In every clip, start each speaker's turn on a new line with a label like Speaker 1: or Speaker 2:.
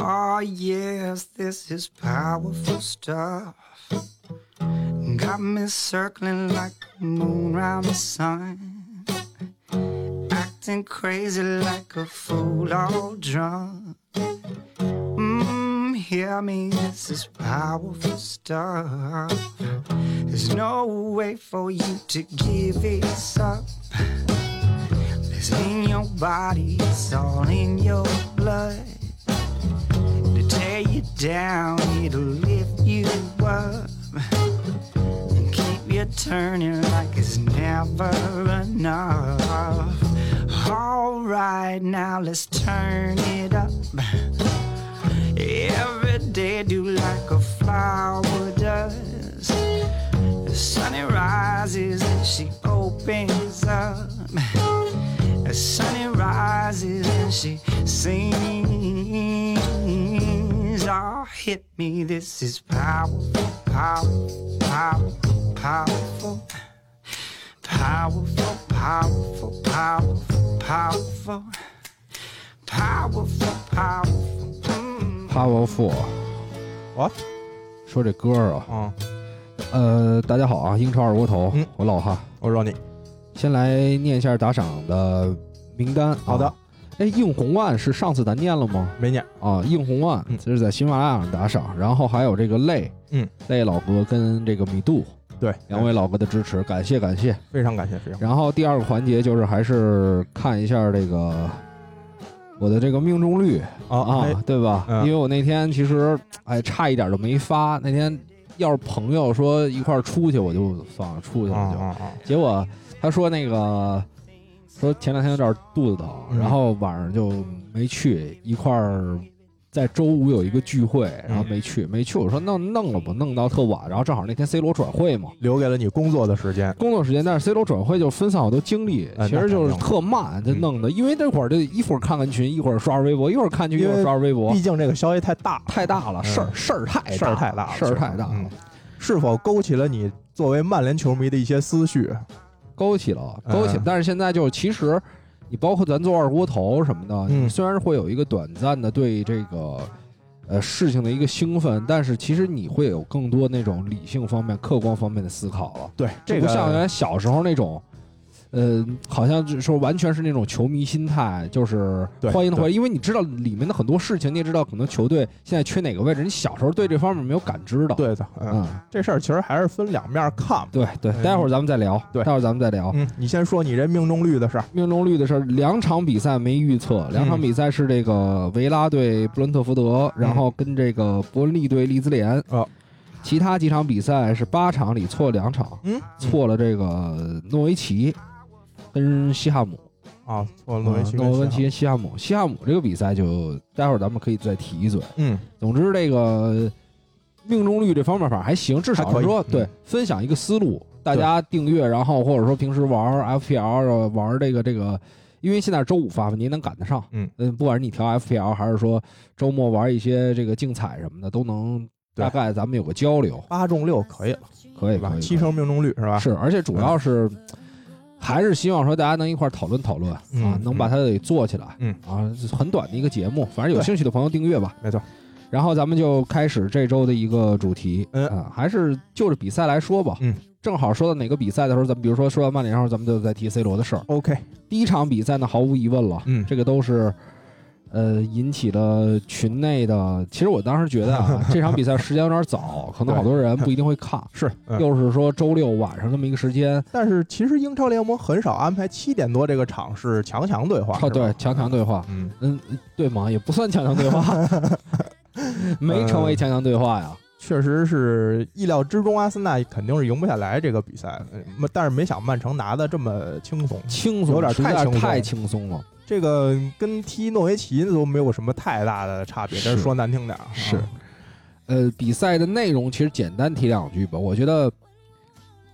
Speaker 1: Oh, yes, this is powerful stuff. Got me circling like a moon round the sun. Acting crazy like a fool all drunk. Mmm, hear me, this is powerful stuff. There's no way for you to give it up. It's in your body, it's all in your blood. To tear you down, it'll lift you up. And keep you turning like it's never enough. Alright, now let's turn it up. Every day do like a flower does. The sunny rises and she opens up. The sunny rises and she sings. Oh, hit me, this is powerful, powerful, powerful, powerful, powerful, powerful, powerful, powerful, powerful, powerful. Mm.
Speaker 2: Powerful，
Speaker 3: What？
Speaker 2: 说这歌儿啊，
Speaker 3: 嗯，
Speaker 2: 呃，大家好啊，英超二锅头，
Speaker 3: 嗯
Speaker 2: 我老哈，
Speaker 3: 我说你
Speaker 2: 先来念一下打赏的名单。
Speaker 3: 好的，
Speaker 2: 哎，映红万是上次咱念了吗？
Speaker 3: 没念，
Speaker 2: 啊，映红万
Speaker 3: 嗯
Speaker 2: 这是在喜马拉雅上打赏，然后还有这个泪，
Speaker 3: 嗯，
Speaker 2: 泪老哥跟这个米度
Speaker 3: 对，
Speaker 2: 两位老哥的支持，感谢感谢。
Speaker 3: 哎非常感谢，非常感
Speaker 2: 然后第二个环节就是还是看一下这个我的这个命中率
Speaker 3: 谢啊
Speaker 2: 啊，
Speaker 3: 哎
Speaker 2: 对吧？
Speaker 3: 嗯
Speaker 2: 因为我那天其实哎差一点就没发，那天要是朋友说一块儿出去，我就算了，出去
Speaker 3: 啊
Speaker 2: 了就。
Speaker 3: 啊啊！
Speaker 2: 结果他说那个说前两天有点肚子疼，
Speaker 3: 嗯
Speaker 2: 然后晚上就没去一块儿。在周五有一个聚会，然
Speaker 3: 嗯
Speaker 2: 后没去，没去。我说弄弄了吧，弄到特晚。然后正好那天 C 罗转会嘛，
Speaker 3: 留给了你工作的时间，
Speaker 2: 工作时间，但是 C 罗转会就分散好多精力，
Speaker 3: 嗯
Speaker 2: 其实就是特慢，就弄的。因为那会儿就一会儿看看群，一会儿刷刷微博，一会儿看群，一
Speaker 3: 因为
Speaker 2: 会儿刷刷微博
Speaker 3: 毕，竟这个消息太大了，
Speaker 2: 太大了，
Speaker 3: 嗯
Speaker 2: 事儿事儿太
Speaker 3: 事儿太大
Speaker 2: 大
Speaker 3: 了，
Speaker 2: 事儿太大
Speaker 3: 嗯
Speaker 2: 了，
Speaker 3: 是否勾起了你作为曼联球迷的一些思绪？
Speaker 2: 勾起了勾起了
Speaker 3: 嗯。
Speaker 2: 但是现在就是其实。你包括咱做二锅头什么的，
Speaker 3: 嗯
Speaker 2: 虽然会有一个短暂的对这个呃事情的一个兴奋，但是其实你会有更多那种理性方面、客观方面的思考了。
Speaker 3: 对，这
Speaker 2: 不
Speaker 3: 个
Speaker 2: 像原来小时候那种，呃，好像就是说完全是那种球迷心态，就是
Speaker 3: 对
Speaker 2: 欢迎的
Speaker 3: 对
Speaker 2: 欢迎，因为你知道里面的很多事情，你也知道可能球队现在缺哪个位置，你小时候对这方面没有感知的。，
Speaker 3: 对的，嗯，
Speaker 2: 嗯，
Speaker 3: 这事儿其实还是分两面看吧。
Speaker 2: 对对，待会儿咱们再聊，
Speaker 3: 对
Speaker 2: 待会儿咱们再聊。
Speaker 3: 嗯，你先说你这命中率的事儿，
Speaker 2: 命中率的事儿，两场比赛没预测，两场比赛是这个维拉对布伦特福德，然后跟这个伯恩利对利兹联。
Speaker 3: 哦
Speaker 2: 其他几场比赛是八场里错两场，
Speaker 3: 嗯，
Speaker 2: 错了这个诺维奇跟西汉姆。
Speaker 3: 啊，错了，
Speaker 2: 诺
Speaker 3: 诺维奇跟
Speaker 2: 诺维奇嗯
Speaker 3: 西
Speaker 2: 跟西汉姆，西汉姆这个比赛就待会儿咱们可以再提一嘴。
Speaker 3: 汉姆，嗯，
Speaker 2: 总之，这个命中率这方面反正还行，至
Speaker 3: 还
Speaker 2: 少
Speaker 3: 可以
Speaker 2: 是说
Speaker 3: 嗯
Speaker 2: 对分享一个思路，大家订阅，然后或者说平时玩 FPL 呃玩这个这个，因为现在是周五发嘛，你也能赶得上。
Speaker 3: 嗯
Speaker 2: 不管是你调 FPL 还是说周末玩一些这个竞彩什么的，都能
Speaker 3: 对
Speaker 2: 大概咱们有个交流，
Speaker 3: 八中六可以了，
Speaker 2: 可以
Speaker 3: 对吧
Speaker 2: 可？以
Speaker 3: 七成命中率是吧？
Speaker 2: 是，而且主要是还是希望说大家能一块儿讨论讨论、
Speaker 3: 嗯
Speaker 2: 啊，能把它给做起来。
Speaker 3: 嗯
Speaker 2: 啊，很短的一个节目，反正有
Speaker 3: 对
Speaker 2: 兴趣的朋友订阅吧。
Speaker 3: 没错。
Speaker 2: 然后咱们就开始这周的一个主题，
Speaker 3: 嗯
Speaker 2: 啊，还是就着比赛来说吧。
Speaker 3: 嗯，
Speaker 2: 正好说到哪个比赛的时候，咱们比如说说到曼联的时候，咱们就再提 C 罗的事儿。
Speaker 3: OK，
Speaker 2: 第一场比赛呢，毫无疑问了，
Speaker 3: 嗯
Speaker 2: 这个都是。呃，引起了群内的。其实我当时觉得 啊，这场比赛时间有点早，可能好多人不一定会看。
Speaker 3: 是，嗯
Speaker 2: 又是说周六晚上这么一个时间，
Speaker 3: 但是其实英超联盟很少安排七点多这个场是强强对话。
Speaker 2: 哦，
Speaker 3: 是吧
Speaker 2: 对，强强对话，
Speaker 3: 嗯，
Speaker 2: 嗯，对吗？也不算强强对话， 没成
Speaker 3: 呃
Speaker 2: 为强强对话呀。
Speaker 3: 确实是意料之中，啊阿森纳肯定是赢不下来这个比赛，嗯但是没想曼城拿的这么轻松。
Speaker 2: 轻松，
Speaker 3: 有点
Speaker 2: 实在
Speaker 3: 太轻松
Speaker 2: 太轻松了。啊
Speaker 3: 这个跟踢诺维奇都没有什么太大的差别，
Speaker 2: 是
Speaker 3: 这说难听点儿啊
Speaker 2: 是呃，比赛的内容其实简单提两句吧。我觉得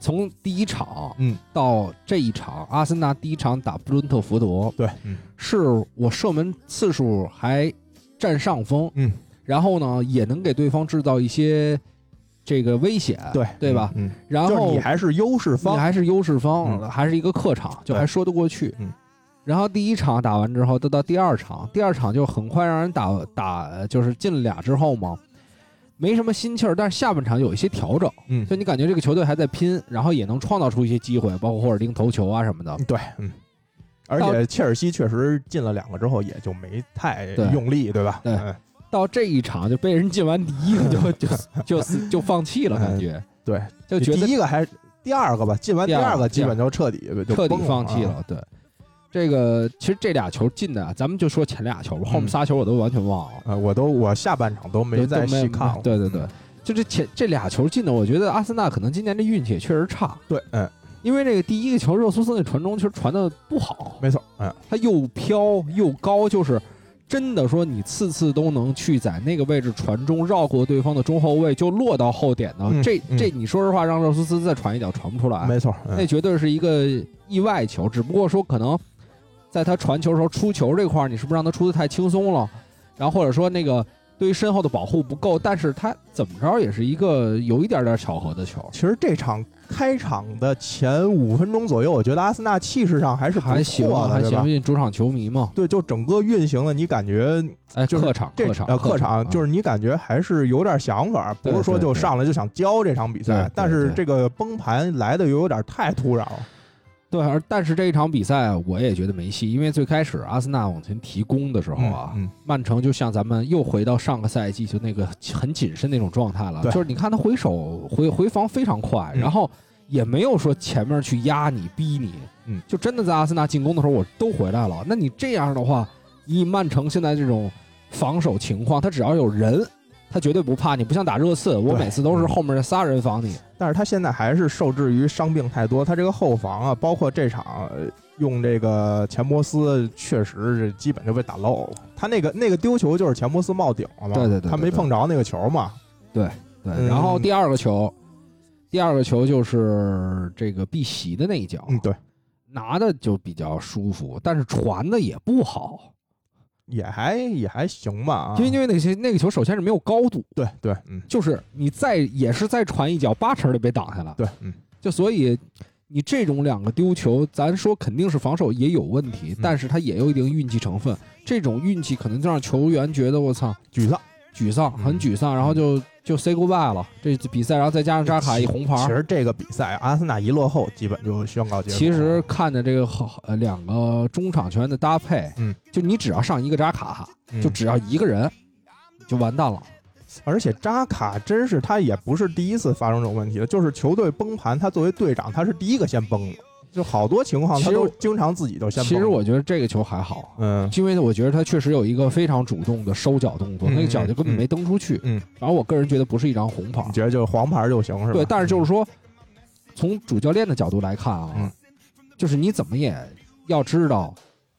Speaker 2: 从第一场
Speaker 3: 嗯，
Speaker 2: 到这一场，阿森纳第一场打布伦特福德，
Speaker 3: 对，嗯
Speaker 2: 是我射门次数还占上风，
Speaker 3: 嗯，
Speaker 2: 然后呢，也能给对方制造一些这个危险，
Speaker 3: 对
Speaker 2: 对吧？
Speaker 3: 嗯，
Speaker 2: 然
Speaker 3: 就是
Speaker 2: 后
Speaker 3: 你还是优势
Speaker 2: 你
Speaker 3: 方，
Speaker 2: 还是优势方，
Speaker 3: 嗯
Speaker 2: 还是一个客场，就
Speaker 3: 对
Speaker 2: 还说得过去。
Speaker 3: 嗯
Speaker 2: 然后第一场打完之后，都到第二场，第二场就很快让人打打，就是进了俩之后嘛，没什么心气儿，但是下半场有一些调整，
Speaker 3: 嗯
Speaker 2: 就你感觉这个球队还在拼，然后也能创造出一些机会，包括霍尔丁头球啊什么的。
Speaker 3: 对，嗯。而且切尔西确实进了两个之后，也就没太
Speaker 2: 对
Speaker 3: 用力，对吧？
Speaker 2: 对
Speaker 3: 嗯
Speaker 2: 到这一场就被人进完第一个就 就就就就放弃了，感觉
Speaker 3: 对，
Speaker 2: 就觉得
Speaker 3: 哎第一个还是第二个吧，进完
Speaker 2: 第
Speaker 3: 第
Speaker 2: 二个
Speaker 3: 二个基本就彻底就
Speaker 2: 彻底
Speaker 3: 崩了
Speaker 2: 放弃
Speaker 3: 啊
Speaker 2: 了。对，这个其实这俩球进的啊，咱们就说前俩球吧，后面仨球我都完全忘了，
Speaker 3: 呃，我都我下半场都没
Speaker 2: 都
Speaker 3: 再
Speaker 2: 都
Speaker 3: 细看了。
Speaker 2: 对对对，就这前这俩球进的，我觉得阿森纳可能今年这运气也确实差，
Speaker 3: 对，嗯，
Speaker 2: 因为这个第一个球热苏斯那传中其实传的不好，
Speaker 3: 没错，嗯，
Speaker 2: 他又飘又高，就是真的说你次次都能去在那个位置传中，绕过对方的中后卫就落到后点呢。
Speaker 3: 嗯
Speaker 2: 这
Speaker 3: 嗯
Speaker 2: 这你说实话，让热苏斯再传一脚传不出来，
Speaker 3: 没错，嗯
Speaker 2: 那绝对是一个意外球，只不过说可能在他传球的时候出球这块儿，你是不是让他出的太轻松了？然后或者说那个对于身后的保护不够，但是他怎么着也是一个有一点点巧合的球，
Speaker 3: 其实这场开场的前五分钟左右，我觉得阿森纳气势上还是不
Speaker 2: 还行
Speaker 3: 错啊的，
Speaker 2: 还
Speaker 3: 对吧？
Speaker 2: 行，主场球迷嘛，
Speaker 3: 对，就整个运行了，你感觉
Speaker 2: 哎，
Speaker 3: 就是
Speaker 2: 客场
Speaker 3: 这
Speaker 2: 客场啊
Speaker 3: 呃
Speaker 2: 场
Speaker 3: 客场就是你感觉还是有点想法，
Speaker 2: 对
Speaker 3: 不是说
Speaker 2: 对
Speaker 3: 就
Speaker 2: 对
Speaker 3: 上来就想教这场比
Speaker 2: 对
Speaker 3: 赛
Speaker 2: 对，
Speaker 3: 但是
Speaker 2: 对
Speaker 3: 这个崩盘来的又有点太突然了。
Speaker 2: 对，而但是这一场比赛我也觉得没戏，因为最开始阿森纳往前提攻的时候啊，
Speaker 3: 嗯，
Speaker 2: 曼城就像咱们又回到上个赛季就那个很谨慎那种状态了，
Speaker 3: 对
Speaker 2: 就是你看他回手回回防非常快，
Speaker 3: 嗯
Speaker 2: 然后也没有说前面去压你逼你，
Speaker 3: 嗯，
Speaker 2: 就真的在阿森纳进攻的时候我都回来了。那你这样的话，以曼城现在这种防守情况，他只要有人，他绝对不怕你，不像打热刺，我
Speaker 3: 对
Speaker 2: 每次都是后面仨人防你，
Speaker 3: 但是他现在还是受制于伤病太多，他这个后防啊，包括这场呃用这个钱伯斯，确实是基本就被打漏了。他那个那个丢球就是钱伯斯冒顶了嘛，
Speaker 2: 对对对对
Speaker 3: 他
Speaker 2: 对
Speaker 3: 没碰着那个球嘛，
Speaker 2: 对，
Speaker 3: 嗯
Speaker 2: 然后第二个球，第二个球就是这个碧玺的那一脚，
Speaker 3: 嗯，对，
Speaker 2: 拿的就比较舒服，但是传的也不好，
Speaker 3: 也还也还行吧啊，
Speaker 2: 因为因为那些那个球首先是没有高度，
Speaker 3: 对对，嗯，
Speaker 2: 就是你再也是再传一脚，八成就被挡下了，
Speaker 3: 对，嗯，
Speaker 2: 就所以。你这种两个丢球，咱说肯定是防守也有问题，
Speaker 3: 嗯
Speaker 2: 但是它也有一定运气成分。这种运气可能就让球员觉得我操
Speaker 3: 沮丧。
Speaker 2: 沮丧，
Speaker 3: 嗯
Speaker 2: 很沮丧，然后就就 say goodbye 了。这次比赛，然后再加上扎卡一红牌，
Speaker 3: 其实这个比赛，阿森纳一落后，基本就宣告结束。
Speaker 2: 其实，看着这个好呃两个中场球员的搭配，
Speaker 3: 嗯，
Speaker 2: 就你只要上一个扎卡，
Speaker 3: 嗯
Speaker 2: 就只要一个人，就完蛋了。
Speaker 3: 而且扎卡真是他也不是第一次发生这种问题了，就是球队崩盘，他作为队长，他是第一个先崩的，就好多情况
Speaker 2: 其
Speaker 3: 他
Speaker 2: 实
Speaker 3: 都
Speaker 2: 我
Speaker 3: 经常自己就先崩。
Speaker 2: 其实，我觉得这个球还好，啊
Speaker 3: 嗯
Speaker 2: 因为我觉得他确实有一个非常主动的收脚动作，
Speaker 3: 嗯
Speaker 2: 那个脚就根本没蹬出去。
Speaker 3: 嗯，
Speaker 2: 然后我个人觉得不是一张红牌
Speaker 3: 你，觉得就是黄牌就行是吧？
Speaker 2: 对，但是就是说，从主教练的角度来看啊，
Speaker 3: 嗯
Speaker 2: 就是你怎么也要知道。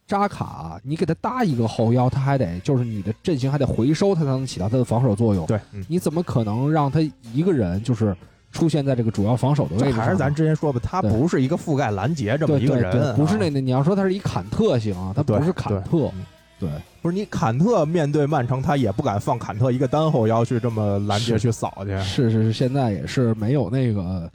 Speaker 2: 扎卡，你给他搭一个后腰，他还得就是你的阵型还得回收，他才能起到他的防守作用。
Speaker 3: 对，嗯，
Speaker 2: 你怎么可能让他一个人就是出现在这个主要防守的位
Speaker 3: 这
Speaker 2: 置上呢？
Speaker 3: 还是咱之前说吧，他
Speaker 2: 对
Speaker 3: 不是一个覆盖拦截这么
Speaker 2: 对
Speaker 3: 一个
Speaker 2: 对
Speaker 3: 人
Speaker 2: 对
Speaker 3: 啊，
Speaker 2: 不是那那你要说他是一坎特型啊，他
Speaker 3: 对
Speaker 2: 不是坎特，对
Speaker 3: 不是你坎特面对曼城，他也不敢放坎特一个单后腰去这么拦截
Speaker 2: 是
Speaker 3: 去扫去。
Speaker 2: 嗯是是是，现在也是没有那个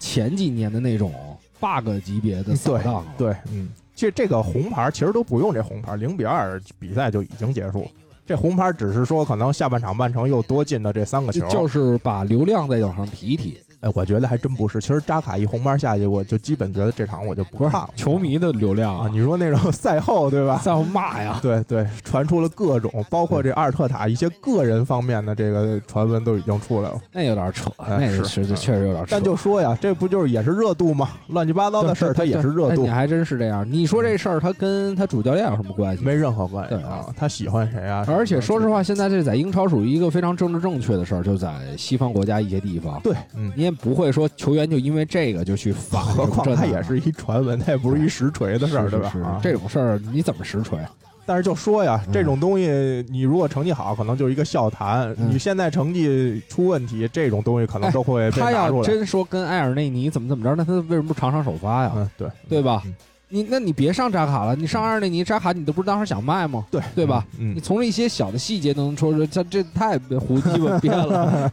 Speaker 2: 前几年的那种 bug 级别的扫荡了。
Speaker 3: 对，嗯，这这个红牌其实都不用这红牌，零比二比赛就已经结束。这红牌只是说可能下半场曼城又多进了这三个球，
Speaker 2: 就就是把流量再往上提一提，
Speaker 3: 哎，我觉得还真不是。其实扎卡一红牌下去，我就基本觉得这场我就不看了。
Speaker 2: 球迷的流量
Speaker 3: 啊，，你说那种赛后对吧？
Speaker 2: 在乎骂呀。
Speaker 3: 对对，传出了各种，包括这阿尔特塔一些个人方面的这个传闻都已经出来了。
Speaker 2: 那有点扯，
Speaker 3: 哎
Speaker 2: 那个
Speaker 3: 是
Speaker 2: 是
Speaker 3: 嗯
Speaker 2: 确实有点扯。
Speaker 3: 但就说呀，这不就是也是热度吗？乱七八糟的事儿，它也是热
Speaker 2: 哎
Speaker 3: 度
Speaker 2: 你，还真是这样。你说这事儿，他跟他主教练有什么关系？
Speaker 3: 没任何关系
Speaker 2: 对
Speaker 3: 啊。他喜欢谁啊？
Speaker 2: 而且说实，话，现在这在英超属于一个非常政治正确的事儿，就在西方国家一些地方，
Speaker 3: 对，嗯，
Speaker 2: 你也不会说球员就因为这个就去反，
Speaker 3: 何
Speaker 2: 什
Speaker 3: 况
Speaker 2: 么这
Speaker 3: 它
Speaker 2: 那
Speaker 3: 也
Speaker 2: 的
Speaker 3: 是一传闻，它也不是一实锤的事儿，
Speaker 2: 是
Speaker 3: 对吧
Speaker 2: 是？
Speaker 3: 啊
Speaker 2: 这种事儿你怎么实锤？
Speaker 3: 但是就说呀，
Speaker 2: 嗯
Speaker 3: 这种东西你如果成绩好，可能就是一个笑谈；
Speaker 2: 嗯
Speaker 3: 你现在成绩出问题，这种东西可能
Speaker 2: 哎
Speaker 3: 都会被
Speaker 2: 他
Speaker 3: 拿
Speaker 2: 要
Speaker 3: 出来。
Speaker 2: 真说跟埃尔内尼怎么怎么着，那他为什么不场上首发呀？
Speaker 3: 嗯，对
Speaker 2: 对吧？
Speaker 3: 嗯
Speaker 2: 你那你别上扎卡了，你上埃尔内尼、扎卡，你都不是当时想卖吗？
Speaker 3: 对
Speaker 2: 对吧？
Speaker 3: 嗯
Speaker 2: 你，从这一些小的细节都能说出，这这太胡鸡 巴编了。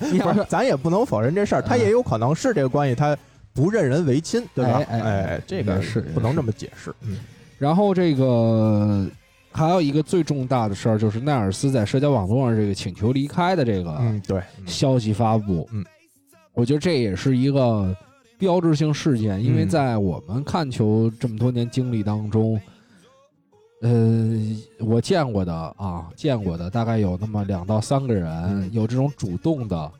Speaker 2: 你
Speaker 3: 嗯不
Speaker 2: 要嗯
Speaker 3: 是
Speaker 2: 是，
Speaker 3: 咱也不能否认这事儿，他也有可能是这个关系，他不认人为亲，对吧？
Speaker 2: 哎哎哎
Speaker 3: 哎，这个
Speaker 2: 也是也
Speaker 3: 不能
Speaker 2: 是
Speaker 3: 这么解释。嗯，
Speaker 2: 然后这个还有一个最重大的事儿，就是奈尔斯在社交网络上这个请求离开的这个
Speaker 3: 嗯，对，
Speaker 2: 消息发布。
Speaker 3: 嗯，
Speaker 2: 我觉得这也是一个标志性事件，因为
Speaker 3: 嗯
Speaker 2: 在我们看球这么多年经历当中，呃，我见过的啊，见过的大概有那么两到三个人、
Speaker 3: 嗯
Speaker 2: 有这种主动的。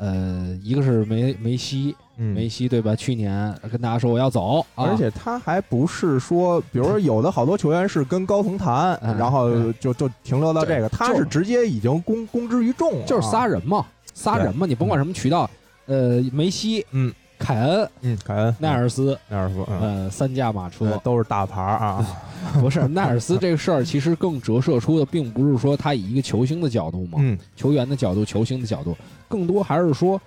Speaker 2: 呃，一个是梅梅西，
Speaker 3: 嗯，
Speaker 2: 梅西对吧？去年跟大家说我要走，啊
Speaker 3: 而且他还不是说，比如说有的好多球员是跟高层谈，
Speaker 2: 嗯
Speaker 3: 然后就就停留到这个，他
Speaker 2: 就是
Speaker 3: 是直接已经公公之于众了，啊
Speaker 2: 就是仨
Speaker 3: 人，
Speaker 2: 人嘛，仨人嘛，你甭管什么渠道，呃，梅西、
Speaker 3: 嗯、
Speaker 2: 凯恩、
Speaker 3: 嗯，凯恩、
Speaker 2: 奈尔斯，
Speaker 3: 奈尔夫，嗯，
Speaker 2: 呃，三驾马车，
Speaker 3: 呃都是大牌儿啊，
Speaker 2: 不是奈尔斯这个事儿，其实更折射出的，并不是说他以一个球星的角度嘛，
Speaker 3: 嗯，
Speaker 2: 球员的角度、球星的角度，更多还是说，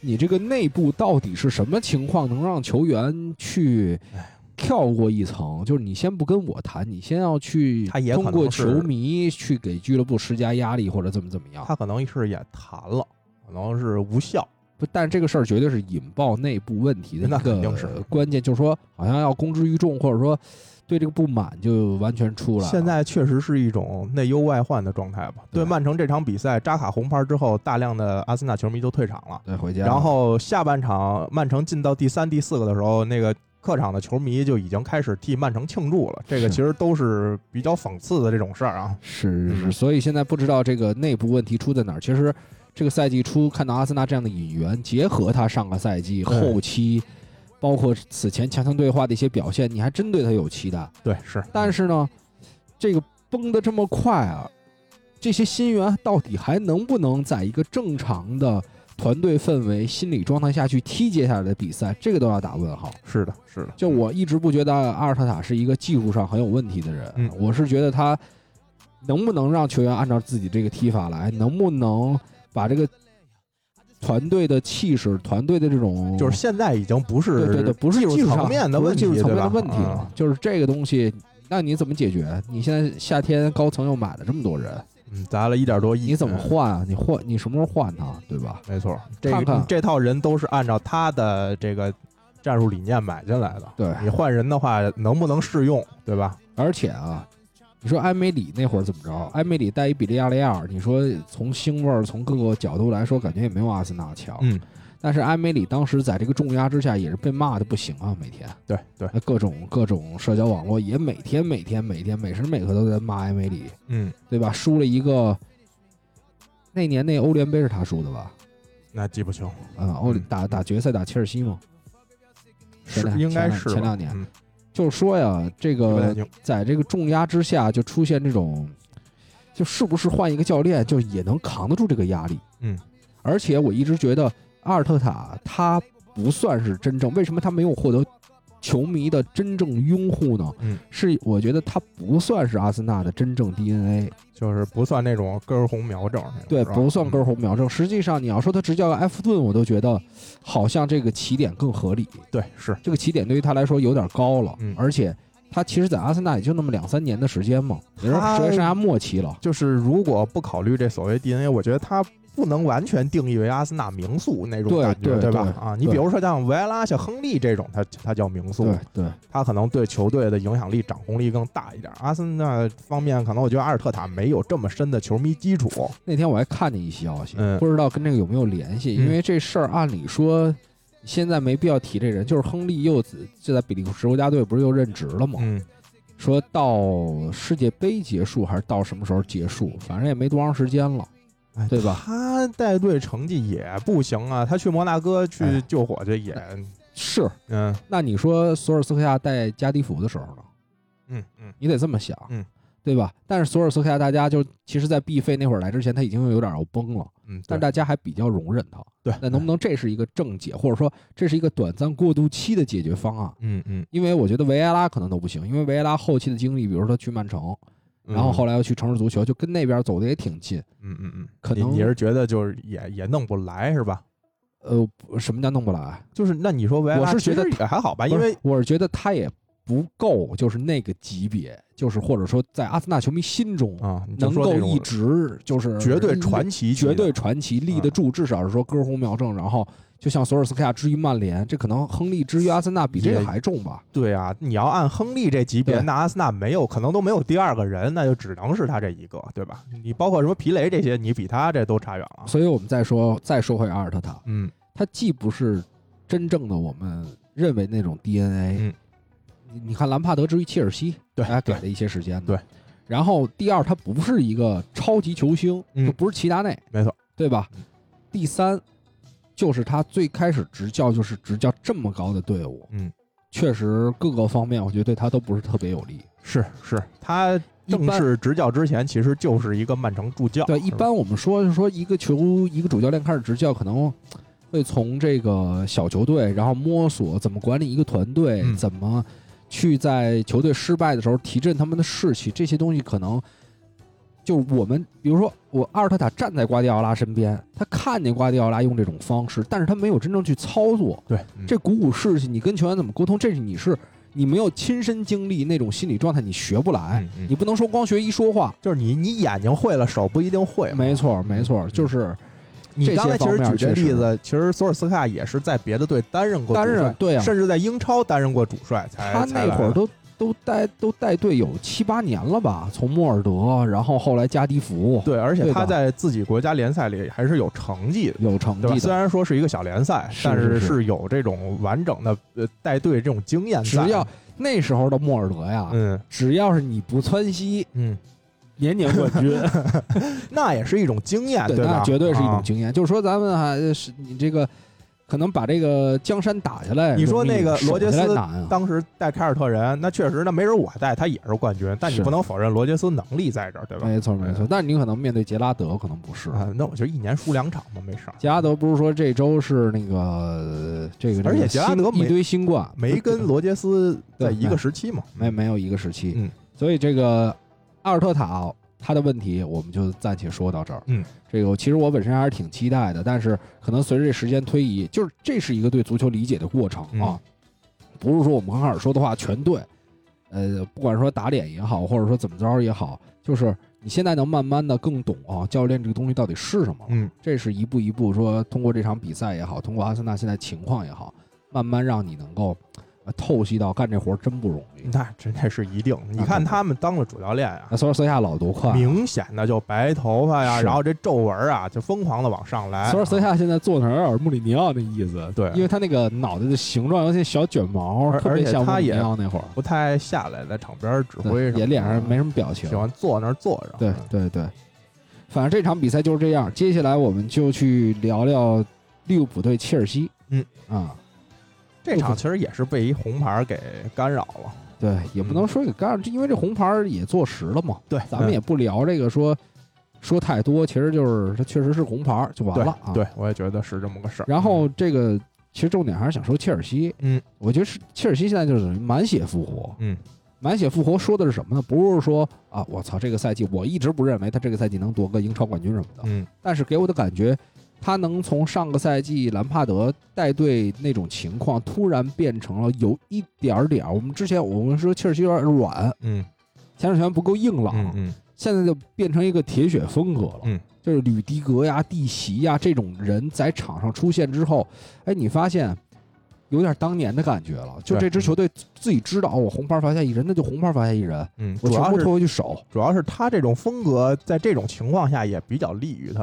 Speaker 2: 你这个内部到底是什么情况，能让球员去
Speaker 3: 哎
Speaker 2: 跳过一层？就是你先不跟我谈，你先要去
Speaker 3: 他也可
Speaker 2: 通
Speaker 3: 能
Speaker 2: 过
Speaker 3: 是
Speaker 2: 球迷去给俱乐部施加压力，或者怎么怎么样。
Speaker 3: 他可能是也谈了，可能是无效，
Speaker 2: 不，但这个事儿绝对是引爆内部问题的
Speaker 3: 那
Speaker 2: 一
Speaker 3: 肯
Speaker 2: 个
Speaker 3: 定是
Speaker 2: 关键，就是说好像要公之于众，或者说对这个不满就完全出来了。
Speaker 3: 现在确实是一种内忧外患的状态吧。
Speaker 2: 对
Speaker 3: 对曼城这场比赛，扎卡红牌之后，大量的阿森纳球迷就退场了。
Speaker 2: 对回家了，
Speaker 3: 然后下半场曼城进到第三、第四个的时候，那个客场的球迷就已经开始替曼城庆祝了。这个
Speaker 2: 是
Speaker 3: 其实都是比较讽刺的这种事儿啊。
Speaker 2: 是是是，
Speaker 3: 嗯
Speaker 2: 所以现在不知道这个内部问题出在哪儿。其实这个赛季初看到阿森纳这样的引援，结合他上个赛季
Speaker 3: 对
Speaker 2: 后期，包括此前强强对话的一些表现，你还真对他有期待。
Speaker 3: 对，是，
Speaker 2: 但是呢，这个崩的这么快啊，这些新援到底还能不能在一个正常的团队氛围、心理状态下去踢接下来的比赛，这个都要打问号。
Speaker 3: 是的，是的，
Speaker 2: 就我一直不觉得阿尔特塔是一个技术上很有问题的人，
Speaker 3: 嗯
Speaker 2: 我是觉得他能不能让球员按照自己这个踢法来，能不能把这个团队的气势、团队的这种
Speaker 3: 就是现在已经不是
Speaker 2: 对对对，不是技
Speaker 3: 技
Speaker 2: 术
Speaker 3: 术
Speaker 2: 上
Speaker 3: 层面的问题，
Speaker 2: 不是技术层面
Speaker 3: 对吧嗯啊
Speaker 2: 的问题了，就是这个东西，那你怎么解决？你现在夏天高层又买了这么多人，
Speaker 3: 嗯，砸了一点多亿，
Speaker 2: 你怎么
Speaker 3: 嗯
Speaker 2: 换啊？你换你什么时候换他，对吧？
Speaker 3: 没错，这
Speaker 2: 看看
Speaker 3: 这套人都是按照他的这个战术理念买进来的。
Speaker 2: 对
Speaker 3: 你换人的话，能不能适用，对吧？
Speaker 2: 而且啊，你说埃梅里那会儿怎么着？埃梅里带一比利亚雷亚尔，你说从腥味儿，从各个角度来说，感觉也没有阿森纳强。
Speaker 3: 嗯，
Speaker 2: 但是埃梅里当时在这个重压之下，也是被骂的不行啊，每天
Speaker 3: 对对，
Speaker 2: 呃各种各种社交网络也每天每天每天每时每刻都在骂埃梅里，
Speaker 3: 嗯，
Speaker 2: 对吧？输了一个，那年那欧联杯是他输的吧？
Speaker 3: 那记不清，
Speaker 2: 嗯，欧
Speaker 3: 嗯
Speaker 2: 打打决赛打切尔西嘛，前
Speaker 3: 是
Speaker 2: 两
Speaker 3: 应
Speaker 2: 前
Speaker 3: 该
Speaker 2: 两
Speaker 3: 是吧
Speaker 2: 前两年
Speaker 3: 嗯
Speaker 2: 就是说呀，这
Speaker 3: 不
Speaker 2: 个
Speaker 3: 太清
Speaker 2: 在这个重压之下，就出现这种，就是不是换一个教练就也能扛得住这个压力？
Speaker 3: 嗯，
Speaker 2: 而且我一直觉得阿尔特塔他不算是真正，为什么他没有获得球迷的真正拥护呢？
Speaker 3: 嗯，
Speaker 2: 是我觉得他不算是阿森纳的真正 DNA，
Speaker 3: 就是不算那种根红苗正那种，
Speaker 2: 对，
Speaker 3: 是吧
Speaker 2: 不算根
Speaker 3: 嗯
Speaker 2: 红苗正。实际上，你要说他执教埃弗顿，我都觉得好像这个起点更合理。
Speaker 3: 对，是，
Speaker 2: 这个起点对于他来说有点高了，
Speaker 3: 嗯
Speaker 2: 而且他其实，在阿森纳也就那么两三年的时间嘛，也就是
Speaker 3: 他
Speaker 2: 职业生涯末期了。
Speaker 3: 就是如果不考虑这所谓 DNA，我觉得他。不能完全定义为阿森纳名宿那种
Speaker 2: 对
Speaker 3: 感觉，
Speaker 2: 对
Speaker 3: 吧
Speaker 2: 对？
Speaker 3: 啊，你
Speaker 2: 对
Speaker 3: 比如说像维埃拉、像亨利这种，他他叫名宿，
Speaker 2: 对对，
Speaker 3: 他可能对球队的影响力、掌控力更大一点。阿森纳方面，可能我觉得阿尔特塔没有这么深的球迷基础。
Speaker 2: 那天我还看见一消息，
Speaker 3: 嗯
Speaker 2: 不知道跟这个有没有联系，
Speaker 3: 嗯
Speaker 2: 因为这事儿按理说现在没必要提这人，就是亨利又子就在比利时国家队不是又任职了吗？
Speaker 3: 嗯，
Speaker 2: 说到世界杯结束还是到什么时候结束，反正也没多长时间了，
Speaker 3: 哎
Speaker 2: 对吧？
Speaker 3: 他带队成绩也不行啊，他去摩纳哥
Speaker 2: 哎
Speaker 3: 去救火去也，
Speaker 2: 是，
Speaker 3: 嗯
Speaker 2: 那你说索尔斯克亚带加迪福的时候呢？
Speaker 3: 嗯嗯，
Speaker 2: 你得这么想，
Speaker 3: 嗯，
Speaker 2: 对吧？但是索尔斯克亚大家就其实，在 B 费那会儿来之前，他已经有点要崩了，
Speaker 3: 嗯，
Speaker 2: 但
Speaker 3: 对哎
Speaker 2: 是大家还比较容忍他。
Speaker 3: 对，
Speaker 2: 那能不能这是一个正解，或者说这是一个短暂过渡期的解决方案？
Speaker 3: 嗯嗯，
Speaker 2: 因为我觉得维埃拉可能都不行，因为维埃拉后期的经历，比如说他去曼城，然后后
Speaker 3: 来，
Speaker 2: 来又去城市足球，就跟那边走的也挺近。
Speaker 3: 嗯嗯嗯，
Speaker 2: 可
Speaker 3: 你
Speaker 2: 能
Speaker 3: 你是觉得就是也也弄不来是吧？
Speaker 2: 呃，什么叫弄不来？
Speaker 3: 就是那你说维埃
Speaker 2: 我
Speaker 3: 拉
Speaker 2: 是
Speaker 3: 其
Speaker 2: 觉得
Speaker 3: 实也还好吧，啊因
Speaker 2: 不是
Speaker 3: 为
Speaker 2: 我是觉得他也不够，就是那个级别，就是或者说在阿森纳球迷心中
Speaker 3: 啊，你就
Speaker 2: 能
Speaker 3: 说
Speaker 2: 够
Speaker 3: 那种
Speaker 2: 一直就是
Speaker 3: 绝对传奇级
Speaker 2: 绝
Speaker 3: 的，嗯
Speaker 2: 对传奇，立得住，至少是说歌红苗正，然后就像索尔斯克亚之于曼联，这可能亨利之于阿森纳比这个
Speaker 3: 这
Speaker 2: 还重吧？
Speaker 3: 对啊，你要按亨利这级别，
Speaker 2: 对
Speaker 3: 那阿森纳没有，可能都没有第二个人，那就只能是他这一个，对吧？你包括什么皮雷这些，你比他这都差远了。
Speaker 2: 所以我们再说再说回阿尔特塔，
Speaker 3: 嗯，
Speaker 2: 他既不是真正的我们认为那种 DNA，、
Speaker 3: 嗯
Speaker 2: 你你看兰帕德之于切尔西，
Speaker 3: 对
Speaker 2: 大家给
Speaker 3: 对
Speaker 2: 了一些时间的。
Speaker 3: 对，
Speaker 2: 然后第二，他不是一个超级球星，
Speaker 3: 嗯
Speaker 2: 就不是齐达内，
Speaker 3: 没错，
Speaker 2: 对吧
Speaker 3: 嗯？
Speaker 2: 第三，就是他最开始执教就是执教这么高的队伍，
Speaker 3: 嗯，
Speaker 2: 确实各个方面我觉得对他都不是特别有利。
Speaker 3: 是是，他正
Speaker 2: 一般
Speaker 3: 式执教之前，其实就是一个曼城助教。
Speaker 2: 对，
Speaker 3: 是吧
Speaker 2: 一般我们说就是说一个球一个主教练开始执教，可能会从这个小球队，然后摸索怎么管理一个团队，
Speaker 3: 嗯
Speaker 2: 怎么去在球队失败的时候提振他们的士气，这些东西可能。就我们，比如说我阿尔特塔站在瓜迪奥拉身边，他看见瓜迪奥拉用这种方式，但是他没有真正去操作，
Speaker 3: 对，嗯
Speaker 2: 这鼓舞士气，你跟球员怎么沟通，这是你是你没有亲身经历那种心理状态，你学不来，
Speaker 3: 嗯嗯
Speaker 2: 你不能说光学一说话，
Speaker 3: 就是你，你眼睛会了，手不一定会。
Speaker 2: 没，错，没
Speaker 3: 嗯
Speaker 2: 错，就是
Speaker 3: 你刚才其实举这
Speaker 2: 这些
Speaker 3: 例
Speaker 2: 方
Speaker 3: 子，其实索尔斯克亚也是在别的队担任过主
Speaker 2: 担任
Speaker 3: 帅，
Speaker 2: 对啊，
Speaker 3: 甚至在英超担任过主帅，才
Speaker 2: 他
Speaker 3: 才
Speaker 2: 那
Speaker 3: 来
Speaker 2: 会儿
Speaker 3: 的
Speaker 2: 都都带都带队有七八年了吧，从莫尔德，然后后来加迪福，
Speaker 3: 对，而且
Speaker 2: 对
Speaker 3: 他
Speaker 2: 吧
Speaker 3: 在自己国家联赛里还是有成绩的。
Speaker 2: 有成
Speaker 3: 对吧？
Speaker 2: 绩
Speaker 3: 虽
Speaker 2: 的。
Speaker 3: 然说是一个小联赛，
Speaker 2: 是
Speaker 3: 但
Speaker 2: 是是
Speaker 3: 是有这种完整的呃带队这种经验
Speaker 2: 只
Speaker 3: 在。
Speaker 2: 要那时候的莫尔德呀，
Speaker 3: 嗯
Speaker 2: 只要是你不窜稀，
Speaker 3: 嗯，
Speaker 2: 年年冠 军，
Speaker 3: 那也是一种经验，
Speaker 2: 对，
Speaker 3: 吧？
Speaker 2: 那绝对是一种
Speaker 3: 啊
Speaker 2: 经验。就是说，咱们还是你这个，可能把这个江山打下来，
Speaker 3: 你说
Speaker 2: 容易
Speaker 3: 那个罗杰斯
Speaker 2: 守下来难啊，
Speaker 3: 当时带凯尔特人，那确实，那没准我带他也是冠军，但你
Speaker 2: 是
Speaker 3: 不能否认罗杰斯能力在这儿，对吧？
Speaker 2: 没错没错。但是你可能面对杰拉德，可能不是。
Speaker 3: 啊，那我就一年输两场嘛，没事儿。
Speaker 2: 杰拉德不是说这周是那个呃这个，
Speaker 3: 而且
Speaker 2: 这个
Speaker 3: 杰拉
Speaker 2: 新
Speaker 3: 德没
Speaker 2: 一堆新冠，
Speaker 3: 没跟罗杰斯在
Speaker 2: 对
Speaker 3: 一个时期嘛，
Speaker 2: 没没有一个时期，
Speaker 3: 嗯，
Speaker 2: 所以这个阿尔特塔他的问题我们就暂且说到这儿，
Speaker 3: 嗯，
Speaker 2: 这个我其实我本身还是挺期待的，但是可能随着这时间推移，就是这是一个对足球理解的过程
Speaker 3: 嗯
Speaker 2: 啊，不是说我们刚开始说的话全对，呃，不管说打脸也好，或者说怎么着也好，就是你现在能慢慢的更懂啊，教练这个东西到底是什么了，
Speaker 3: 嗯，
Speaker 2: 这是一步一步说，通过这场比赛也好，通过阿森纳现在情况也好，慢慢让你能够。呃透析到干这活儿真不容易，
Speaker 3: 那真的是一定。你看他们当了主教练啊
Speaker 2: 那，索尔斯克亚老多快啊，
Speaker 3: 明显的就白头发呀，
Speaker 2: 是
Speaker 3: 然后这皱纹啊就疯狂的往上来。啊
Speaker 2: 索尔斯克亚现在坐那儿有点穆里尼奥那意思，
Speaker 3: 对
Speaker 2: 因为他那个脑袋的形状有些小卷毛，
Speaker 3: 而
Speaker 2: 特别像穆
Speaker 3: 而
Speaker 2: 里
Speaker 3: 且他也
Speaker 2: 尼奥那会儿，
Speaker 3: 不太下来，在场边儿指挥
Speaker 2: 对
Speaker 3: 什么
Speaker 2: 也
Speaker 3: 的
Speaker 2: 脸上没什么表情
Speaker 3: 喜。欢坐那儿坐着。
Speaker 2: 对对对，反正这场比赛就是这样。接下来我们就去聊聊利物浦对切尔西。
Speaker 3: 嗯
Speaker 2: 啊，
Speaker 3: 这场其实也是被一红牌给干扰了。
Speaker 2: 对，也不能说给干，因为这红牌儿也坐实了嘛。
Speaker 3: 嗯对，
Speaker 2: 咱们也
Speaker 3: 嗯
Speaker 2: 不聊这个说说太多，其实就是它确实是红牌儿就完
Speaker 3: 对
Speaker 2: 了啊。
Speaker 3: 对，我也觉得是这么个事儿。
Speaker 2: 然后这个其实重点还是想说切尔西，
Speaker 3: 嗯，
Speaker 2: 我觉得是切尔西现在就是满血复活，
Speaker 3: 嗯，
Speaker 2: 满血复活说的是什么呢？不是说啊，我操，这个赛季我一直不认为他这个赛季能夺个英超冠军什么的，
Speaker 3: 嗯
Speaker 2: 但是给我的感觉，他能从上个赛季兰帕德带队那种情况，突然变成了有一点儿点儿，我们之前我们说切尔西有点软，
Speaker 3: 嗯
Speaker 2: 前场球员不够硬朗，
Speaker 3: 嗯嗯
Speaker 2: 现在就变成一个铁血风格了。
Speaker 3: 嗯，
Speaker 2: 就是吕迪格呀、蒂奇呀这种人在场上出现之后，哎，你发现有点当年的感觉了。就
Speaker 3: 对嗯
Speaker 2: 这支球队自己知道，哦我红牌罚下一人，那就红牌罚下一人，
Speaker 3: 嗯，
Speaker 2: 我
Speaker 3: 主
Speaker 2: 全
Speaker 3: 要
Speaker 2: 部
Speaker 3: 是
Speaker 2: 拖回去守。
Speaker 3: 主要是他这种风格在这种情况下也比较利于他，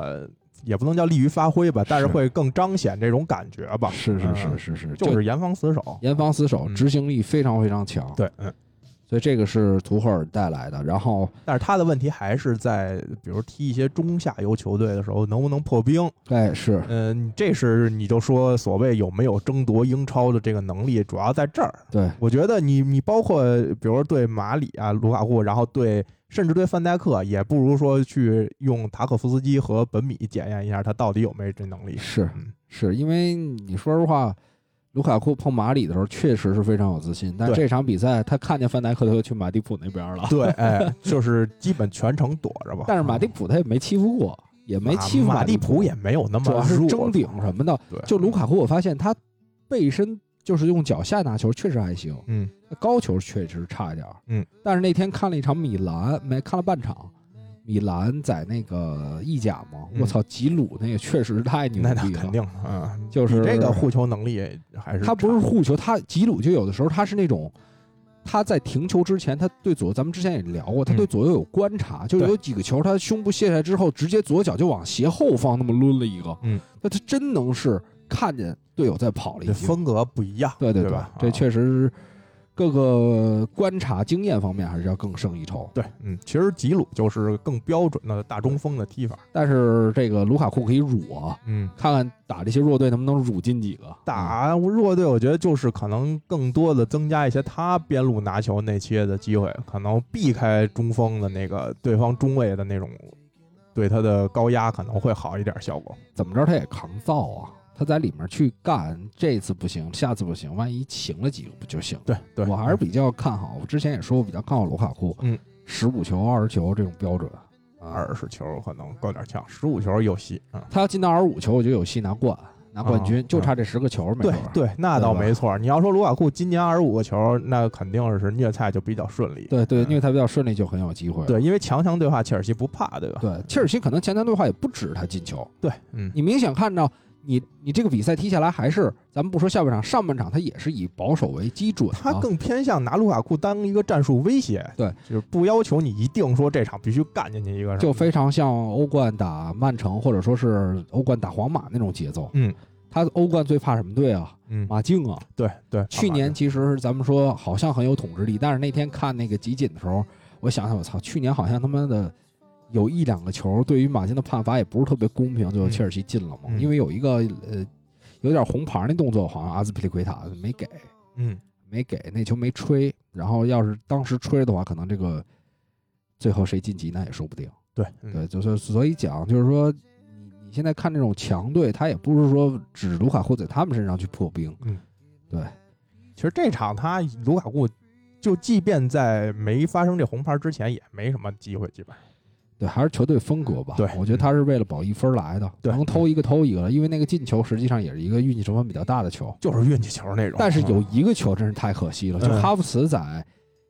Speaker 3: 也不能叫利于发挥吧，但是
Speaker 2: 是
Speaker 3: 会更彰显这种感觉吧。
Speaker 2: 是是是
Speaker 3: 嗯
Speaker 2: 是是，
Speaker 3: 就是严防死守。
Speaker 2: 严防死守，
Speaker 3: 嗯
Speaker 2: 执行力非常非常强。，
Speaker 3: 对，嗯，
Speaker 2: 所以这个是图赫尔带来的。然后，
Speaker 3: 但是他的问题还是在，比如踢一些中下游球队的时候，能不能破冰？
Speaker 2: 哎，是
Speaker 3: 嗯、这是你就说所谓有没有争夺英超的这个能力，主要在这儿。
Speaker 2: 对，
Speaker 3: 我觉得你你包括比如说对马里啊、卢卡库，然后对甚至对范戴克，也不如说去用塔可夫斯基和本米检验一下他到底有没有这 能力。
Speaker 2: 是
Speaker 3: 嗯
Speaker 2: 是因为你说实话，卢卡库碰马里的时候确实是非常有自信，但
Speaker 3: 对
Speaker 2: 这场比赛他看见范戴克他就去马蒂普那边了。
Speaker 3: 对，哎，就是基本全程躲着吧。
Speaker 2: 但是马蒂普他也没欺负过，也没欺负
Speaker 3: 啊马
Speaker 2: 蒂
Speaker 3: 蒂普，也没有那么
Speaker 2: 主要是
Speaker 3: 弱
Speaker 2: 争顶什么的。
Speaker 3: 对，
Speaker 2: 就卢卡库，我发现他背身就是用脚下拿球确实还行，
Speaker 3: 嗯
Speaker 2: 高球确实差一点儿
Speaker 3: 嗯。
Speaker 2: 但是那天看了一场米兰，没看了半场，米兰在那个意甲嘛，
Speaker 3: 嗯
Speaker 2: 我操，吉鲁那个确实太牛
Speaker 3: 那那
Speaker 2: 逼
Speaker 3: 肯
Speaker 2: 了，
Speaker 3: 定啊，
Speaker 2: 就是
Speaker 3: 你这个护球能力还是
Speaker 2: 他不是护球，他吉鲁就有的时候他是那种，他在停球之前，他对左，咱们之前也聊过，他对左右有观察，就
Speaker 3: 嗯对
Speaker 2: 有几个球他胸部卸下来之后，直接左脚就往斜后方那么抡了一个，
Speaker 3: 嗯，
Speaker 2: 那他真能是看见队友在跑了已
Speaker 3: 这
Speaker 2: 经，
Speaker 3: 风格不一样，
Speaker 2: 对
Speaker 3: 对
Speaker 2: 对，
Speaker 3: 吧？
Speaker 2: 这
Speaker 3: 啊
Speaker 2: 确实是各个观察经验方面还是要更胜一筹。
Speaker 3: 对，嗯，其实吉鲁就是更标准的大中锋的踢法，
Speaker 2: 但是这个卢卡库可以辱啊，
Speaker 3: 嗯，
Speaker 2: 看看打这些弱队能不能辱进几个。嗯
Speaker 3: 打弱队，我觉得就是可能更多的增加一些他边路拿球那些的机会，可能避开中锋的那个对方中卫的那种对他的高压，可能会好一点效果。
Speaker 2: 怎么着他也扛造啊，他在里面去干，这次不行，下次不行，万一行了几个不就行？
Speaker 3: 对对，
Speaker 2: 我还是比较看好，我之前也说我比较看好卢卡库，
Speaker 3: 嗯，
Speaker 2: 十五球、二十球这种标准，啊，
Speaker 3: 二十球可能够点呛，十五球有戏啊。
Speaker 2: 他要进到二十五球，我觉得有戏拿冠，拿冠军，
Speaker 3: 啊
Speaker 2: 就差这十个球没
Speaker 3: 对
Speaker 2: 准儿。
Speaker 3: 对，那倒
Speaker 2: 对吧
Speaker 3: 没错。你要说卢卡库今年二十五个球，那肯定是虐菜就比较顺利。
Speaker 2: 对对，因
Speaker 3: 嗯
Speaker 2: 为他比较顺利，就很有机会。
Speaker 3: 对，因为强强对话，切尔西不怕，对吧？
Speaker 2: 对，切尔西可能前三对话也不止他进球，
Speaker 3: 对，嗯，
Speaker 2: 你明显看到。你你这个比赛踢下来还是，咱们不说下半场，上半场他也是以保守为基准、啊，
Speaker 3: 他更偏向拿卢卡库当一个战术威胁，
Speaker 2: 对，
Speaker 3: 就是不要求你一定说这场必须干进去一个什么，
Speaker 2: 就非常像欧冠打曼城，或者说是欧冠打皇马那种节奏。
Speaker 3: 嗯
Speaker 2: 他欧冠最怕什么队啊？
Speaker 3: 嗯，
Speaker 2: 马竞啊！
Speaker 3: 对对，
Speaker 2: 去年其实咱们说好像很有统治力，但是那天看那个集锦的时候，我想想，我操，去年好像他妈的有一两个球对于马竞的判罚也不是特别公平，最后
Speaker 3: 嗯
Speaker 2: 切尔西进了嘛，
Speaker 3: 嗯
Speaker 2: 因为有一个呃有点红牌那动作，好像阿兹皮利奎塔没给，
Speaker 3: 嗯
Speaker 2: 没给那球没吹，然后要是当时吹了的话，可能这个最后谁晋级那也说不定。
Speaker 3: 对嗯
Speaker 2: 对，就是所以讲，就是说，你你现在看这种强队，他也不是说指卢卡库在他们身上去破冰，
Speaker 3: 嗯，
Speaker 2: 对，
Speaker 3: 其实这场他卢卡库就即便在没发生这红牌之前也没什么机会，基本上
Speaker 2: 对，还是球队风格吧。
Speaker 3: 对
Speaker 2: 我觉得他是为了保一分来的，
Speaker 3: 对
Speaker 2: 能偷一个偷一个了，因为那个进球实际上也是一个运气成分比较大的球，
Speaker 3: 就是运气球那种，
Speaker 2: 但是有
Speaker 3: 哦嗯
Speaker 2: 一个球真是太可惜了，就
Speaker 3: 嗯
Speaker 2: 哈弗茨在。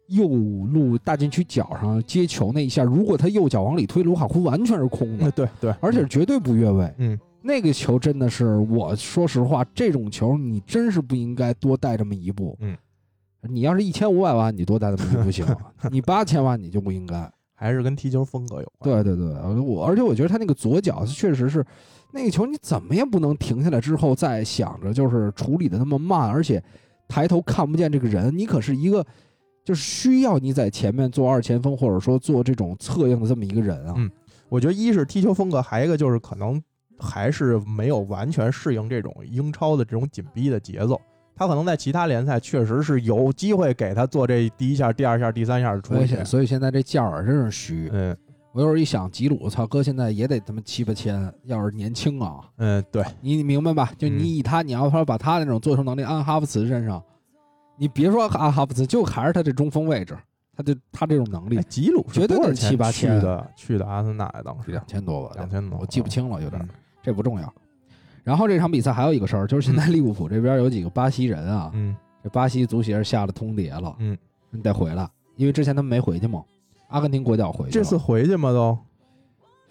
Speaker 2: 右路大禁区角上接球那一下，如果他右脚往里推，卢卡库完全是空的
Speaker 3: 嗯， 对对，
Speaker 2: 而且是绝对不越位。
Speaker 3: 嗯，
Speaker 2: 那个球真的是，我说实话，这种球你真是不应该多带这么一步。
Speaker 3: 嗯，
Speaker 2: 你要是一千五百万，你多带这么一步 行，你八千万你就不应该。
Speaker 3: 还是跟踢球风格有关，
Speaker 2: 对对对，我而且我觉得他那个左脚确实是，那个球你怎么也不能停下来之后再想着就是处理的那么慢，而且抬头看不见这个人，你可是一个就是需要你在前面做二前锋或者说做这种策应的这么一个人啊。
Speaker 3: 嗯我觉得一是踢球风格，还有一个就是可能还是没有完全适应这种英超的这种紧逼的节奏。他可能在其他联赛确实是有机会给他做这第一下、第二下、第三下的处
Speaker 2: 所以
Speaker 3: 理。
Speaker 2: 现所以现在这价儿真是虚。
Speaker 3: 嗯
Speaker 2: 我有时候一想，吉鲁，操哥，现在也得他妈七八千，要是年轻啊，
Speaker 3: 嗯，对，
Speaker 2: 你你明白吧？就
Speaker 3: 嗯
Speaker 2: 你以他，你要说把他那种做球能力按哈弗茨身上，你别说按哈弗茨，就还是他这中锋位置，他就他这种能力
Speaker 3: 哎，吉鲁是
Speaker 2: 绝对
Speaker 3: 多少
Speaker 2: 得
Speaker 3: 钱
Speaker 2: 七八
Speaker 3: 去
Speaker 2: 千
Speaker 3: 的，去的阿森纳呀当时
Speaker 2: 两千多吧，
Speaker 3: 两千多，
Speaker 2: 我记不清了，有点
Speaker 3: 嗯，
Speaker 2: 这不重要。然后这场比赛还有一个事儿，就是现在利物浦这边有几个巴西人啊，
Speaker 3: 嗯
Speaker 2: 这巴西足协下了通牒了，
Speaker 3: 嗯，
Speaker 2: 你得回来，因为之前他们没回去嘛，阿根廷国脚回去
Speaker 3: 这
Speaker 2: 了
Speaker 3: 次回去嘛都，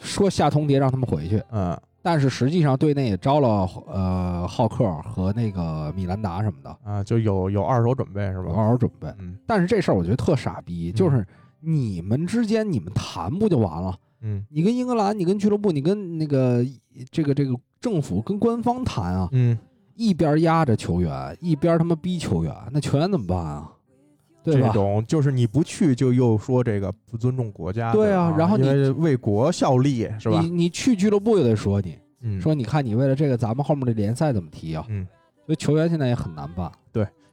Speaker 2: 说下通牒让他们回去，
Speaker 3: 嗯
Speaker 2: 但是实际上队内也招了呃浩克和那个米兰达什么的，
Speaker 3: 啊，就有有二手准备是
Speaker 2: 好
Speaker 3: 吧？
Speaker 2: 好准备。
Speaker 3: 嗯
Speaker 2: 但是这事儿我觉得特傻逼，
Speaker 3: 嗯
Speaker 2: 就是你们之间你们谈不就完了？
Speaker 3: 嗯
Speaker 2: 你跟英格兰，你跟俱乐部，你跟那个这个这个政府跟官方谈啊，
Speaker 3: 嗯，
Speaker 2: 一边压着球员，一边他妈逼球员，那球员怎么办啊？对
Speaker 3: 这
Speaker 2: 吧？
Speaker 3: 种就是你不去就又说这个不尊重国家，
Speaker 2: 对啊
Speaker 3: 吧
Speaker 2: 然后
Speaker 3: 因
Speaker 2: 你
Speaker 3: 为为国效力是吧
Speaker 2: 你？你去俱乐部又得说你，
Speaker 3: 嗯，
Speaker 2: 说你看你为了这个咱们后面的联赛怎么踢啊？
Speaker 3: 嗯，
Speaker 2: 所以球员现在也很难办，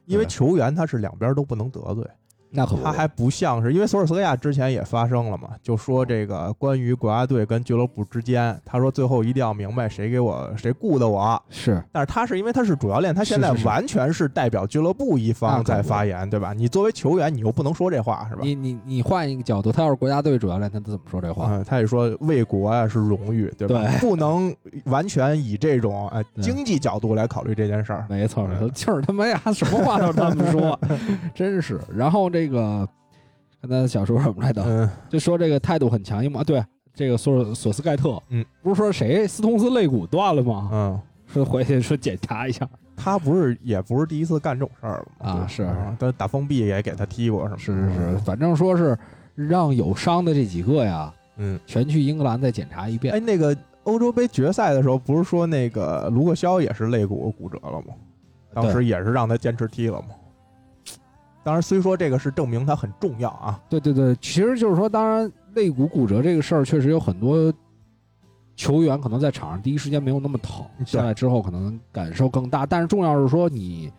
Speaker 3: 因为
Speaker 2: 对
Speaker 3: 球员他是两边都不能得罪，
Speaker 2: 那可不
Speaker 3: 他还不像是因为索尔斯克亚之前也发生了嘛，就说这个关于国家队跟俱乐部之间，他说最后一定要明白谁给我谁雇的我，
Speaker 2: 是
Speaker 3: 但是他是因为他是主教练，他现在
Speaker 2: 是是是
Speaker 3: 完全是代表俱乐部一方在发言，对吧？你作为球员，你又不能说这话是吧？
Speaker 2: 你你你换一个角度，他要是国家队主教练，他怎么说这话？
Speaker 3: 嗯，他也说为国啊是荣誉，对吧？
Speaker 2: 对
Speaker 3: 不能完全以这种呃
Speaker 2: 对
Speaker 3: 经济角度来考虑这件事儿。
Speaker 2: 没错，
Speaker 3: 嗯
Speaker 2: 就是他妈呀，什么话都他们 说，真是。然后这个刚才小说什么来的，
Speaker 3: 嗯
Speaker 2: 就说这个态度很强硬嘛。啊对，这个索索斯盖特，
Speaker 3: 嗯，
Speaker 2: 不是说谁斯通斯肋骨断了吗？
Speaker 3: 嗯，
Speaker 2: 说回去说检查一下，
Speaker 3: 他不是也不是第一次干这种事儿了嘛？
Speaker 2: 啊
Speaker 3: 对吧
Speaker 2: 是
Speaker 3: 嗯但打封闭也给他踢过，是吗？
Speaker 2: 是是是，反正说是让有伤的这几个呀，
Speaker 3: 嗯，
Speaker 2: 全去英格兰再检查一遍。
Speaker 3: 哎，那个欧洲杯决赛的时候，不是说那个卢克肖也是肋骨骨折了吗？
Speaker 2: 啊
Speaker 3: 当时也是让他坚持踢了吗？当然，虽说这个是证明他很重要啊，
Speaker 2: 对对对，其实就是说，当然肋骨骨折这个事儿，确实有很多球员可能在场上第一时间没有那么疼，
Speaker 3: 嗯对
Speaker 2: 下来之后可能感受更大。但是重要是说你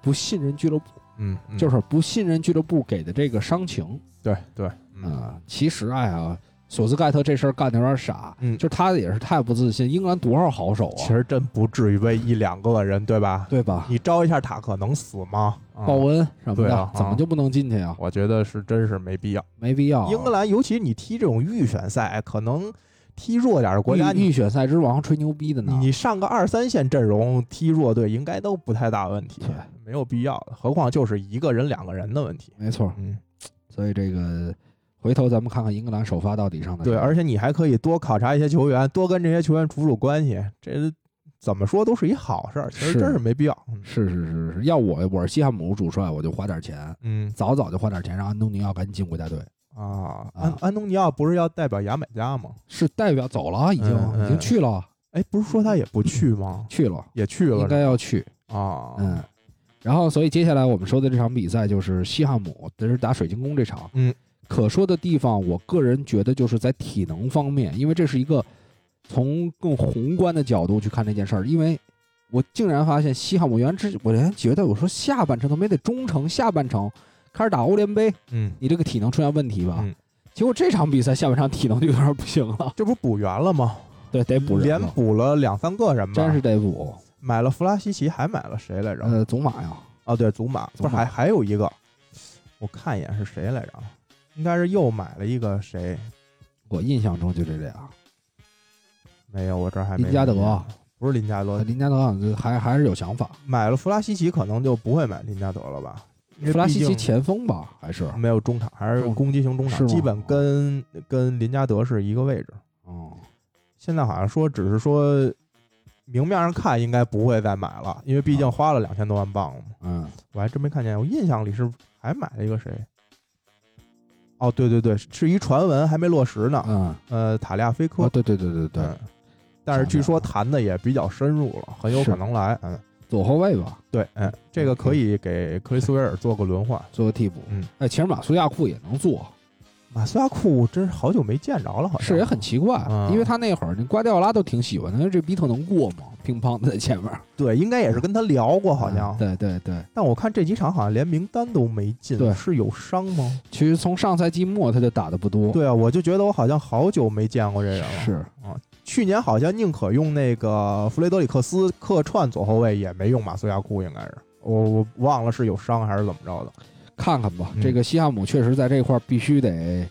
Speaker 2: 不信任俱乐部，
Speaker 3: 嗯，
Speaker 2: 就是是不信任俱乐部给的这个伤情
Speaker 3: 对对，嗯
Speaker 2: 啊、，其实哎呀，索斯盖特这事儿干的有点傻，
Speaker 3: 嗯
Speaker 2: 就是他也是太不自信。英格兰多少好手
Speaker 3: 其
Speaker 2: 啊，
Speaker 3: 实真不至于为一两个人，对吧？
Speaker 2: 对吧？
Speaker 3: 你招一下塔克能死吗？啊
Speaker 2: 鲍恩什么
Speaker 3: 对
Speaker 2: 的，
Speaker 3: 啊啊
Speaker 2: 怎么就不能进去呀、
Speaker 3: 我觉得是真是没必要。
Speaker 2: 没必要啊、
Speaker 3: 英格兰，尤其你踢这种预选赛，可能踢弱点的国家，
Speaker 2: 预
Speaker 3: 你
Speaker 2: 预选赛之王吹牛逼的呢，
Speaker 3: 你上个二三线阵容踢弱队，应该都不太大问题
Speaker 2: 对，
Speaker 3: 没有必要。何况就是一个人、两个人的问题。
Speaker 2: 没错。
Speaker 3: 嗯，
Speaker 2: 所以这个回头咱们看看英格兰首发到底上的
Speaker 3: 嗯对，
Speaker 2: 谁
Speaker 3: 而且你还可以多考察一些球员，多跟这些球员处处关系，这怎么说都是一好事儿。其
Speaker 2: 是
Speaker 3: 实真是没必要。嗯
Speaker 2: 是是是是，要我我是西汉姆主帅，我就花点钱，
Speaker 3: 嗯
Speaker 2: 早早就花点钱让安东尼奥赶紧进国家队，
Speaker 3: 啊，安安东尼奥不是要代表牙买加吗？
Speaker 2: 是代表走了啊，已经、
Speaker 3: 嗯嗯
Speaker 2: 已经去了
Speaker 3: 哎，不是说他也不去吗？
Speaker 2: 去了，
Speaker 3: 也去了
Speaker 2: 应该要去，
Speaker 3: 啊。
Speaker 2: 嗯。然后，所以接下来我们说的这场比赛就是西汉姆，这是打水晶宫这场。
Speaker 3: 嗯，
Speaker 2: 可说的地方，我个人觉得就是在体能方面，因为这是一个从更宏观的角度去看这件事儿。因为我竟然发现西汉姆原来之我连觉得我说下半程他们也得中程下半程开始打欧联杯，
Speaker 3: 嗯，
Speaker 2: 你这个体能出现问题吧？
Speaker 3: 嗯
Speaker 2: 结果这场比赛下半场体能就有点不行了，
Speaker 3: 这不补员了吗？
Speaker 2: 对，得补人
Speaker 3: 连
Speaker 2: 了，
Speaker 3: 补了两三个人吧，
Speaker 2: 嗯真是得补。
Speaker 3: 买了弗拉西奇，还买了谁来着？
Speaker 2: 呃，祖马呀，
Speaker 3: 哦，对，祖马，
Speaker 2: 祖
Speaker 3: 不是
Speaker 2: 马
Speaker 3: 还还有一个，我看一眼是谁来着？啊应该是又买了一个谁？
Speaker 2: 我印象中就这俩。
Speaker 3: 没有，我这儿还没
Speaker 2: 林加德
Speaker 3: 印象，不是林加
Speaker 2: 呃
Speaker 3: 德，
Speaker 2: 林加德好像还还是有想法，
Speaker 3: 买了弗拉西奇，可能就不会买林加德了吧？因为
Speaker 2: 弗拉西
Speaker 3: 毕
Speaker 2: 奇
Speaker 3: 竟
Speaker 2: 前锋吧，还是
Speaker 3: 没有中场，还是
Speaker 2: 中
Speaker 3: 攻击型中
Speaker 2: 是
Speaker 3: 场，
Speaker 2: 吗
Speaker 3: 基本跟跟林加德是一个位置。
Speaker 2: 嗯，
Speaker 3: 现在好像说只是说，明面上看应该不会再买了，因为毕竟
Speaker 2: 啊
Speaker 3: 花了两千多万镑了嘛。
Speaker 2: 嗯，
Speaker 3: 我还真没看见，我印象里是还买了一个谁？哦，对对对，是一传闻还没落实呢。
Speaker 2: 嗯，
Speaker 3: 呃，塔利亚菲科，
Speaker 2: 哦，对对对对对，
Speaker 3: 嗯但是据说谈的也比较深入了，很有
Speaker 2: 是
Speaker 3: 可能来。嗯，
Speaker 2: 左后卫吧，
Speaker 3: 对，嗯，这个可以给克里斯维尔做个轮换。
Speaker 2: 做个替补。
Speaker 3: 嗯，
Speaker 2: 哎，其实马苏亚库也能做，
Speaker 3: 马苏亚库真是好久没见着了，好像
Speaker 2: 是也很奇怪，
Speaker 3: 嗯
Speaker 2: 因为他那会儿那瓜迪奥拉都挺喜欢的，这比特能过吗？乒乓在前面，
Speaker 3: 对，应该也是跟他聊过，好像
Speaker 2: 嗯。对对对，
Speaker 3: 但我看这几场好像连名单都没进，
Speaker 2: 对
Speaker 3: 是有伤吗？
Speaker 2: 其实从上赛季末他就打的不多，
Speaker 3: 对啊，我就觉得我好像好久没见过这人了。
Speaker 2: 是
Speaker 3: 去年好像宁可用那个弗雷德里克斯客串左后卫，也没用马苏亚库，应该是我我忘了是有伤还是怎么着的。
Speaker 2: 看看吧，
Speaker 3: 嗯
Speaker 2: 这个西汉姆确实在这块儿必须得。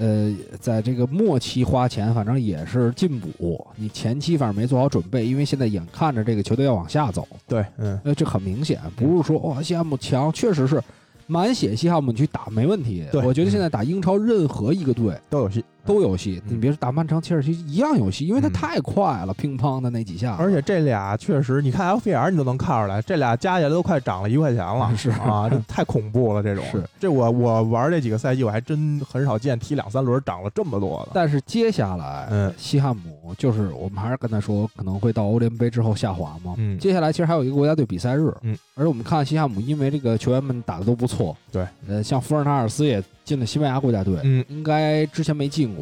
Speaker 2: 呃，在这个末期花钱，反正也是进补。你前期反正没做好准备，因为现在眼看着这个球队要往下走，
Speaker 3: 对，嗯，
Speaker 2: 呃，这很明显，不是说哇西汉姆强，确实是满血西汉姆去打没问题。
Speaker 3: 对
Speaker 2: 我觉得现在打英超任何一个队
Speaker 3: 都有戏，
Speaker 2: 都有戏，
Speaker 3: 嗯
Speaker 2: 你别说打曼城、切尔西一样有戏，因为他
Speaker 3: 嗯
Speaker 2: 太快了，乒乓的那几下，
Speaker 3: 而且这俩确实，你看 LPR 你都能看出来，这俩加起来都快涨了一块钱了，
Speaker 2: 是
Speaker 3: 啊，这太恐怖了，这种
Speaker 2: 是
Speaker 3: 这我我玩这几个赛季，我还真很少见踢两三轮涨了这么多的。
Speaker 2: 但是接下来，
Speaker 3: 嗯
Speaker 2: 西汉姆就是我们还是跟他说，可能会到欧联杯之后下滑嘛。
Speaker 3: 嗯
Speaker 2: 接下来其实还有一个国家队比赛日，
Speaker 3: 嗯，
Speaker 2: 而且我们看西汉姆，因为这个球员们打的都不错，
Speaker 3: 对，
Speaker 2: 呃，像福尔纳尔斯也进了西班牙国家队，
Speaker 3: 嗯
Speaker 2: 应该之前没进过。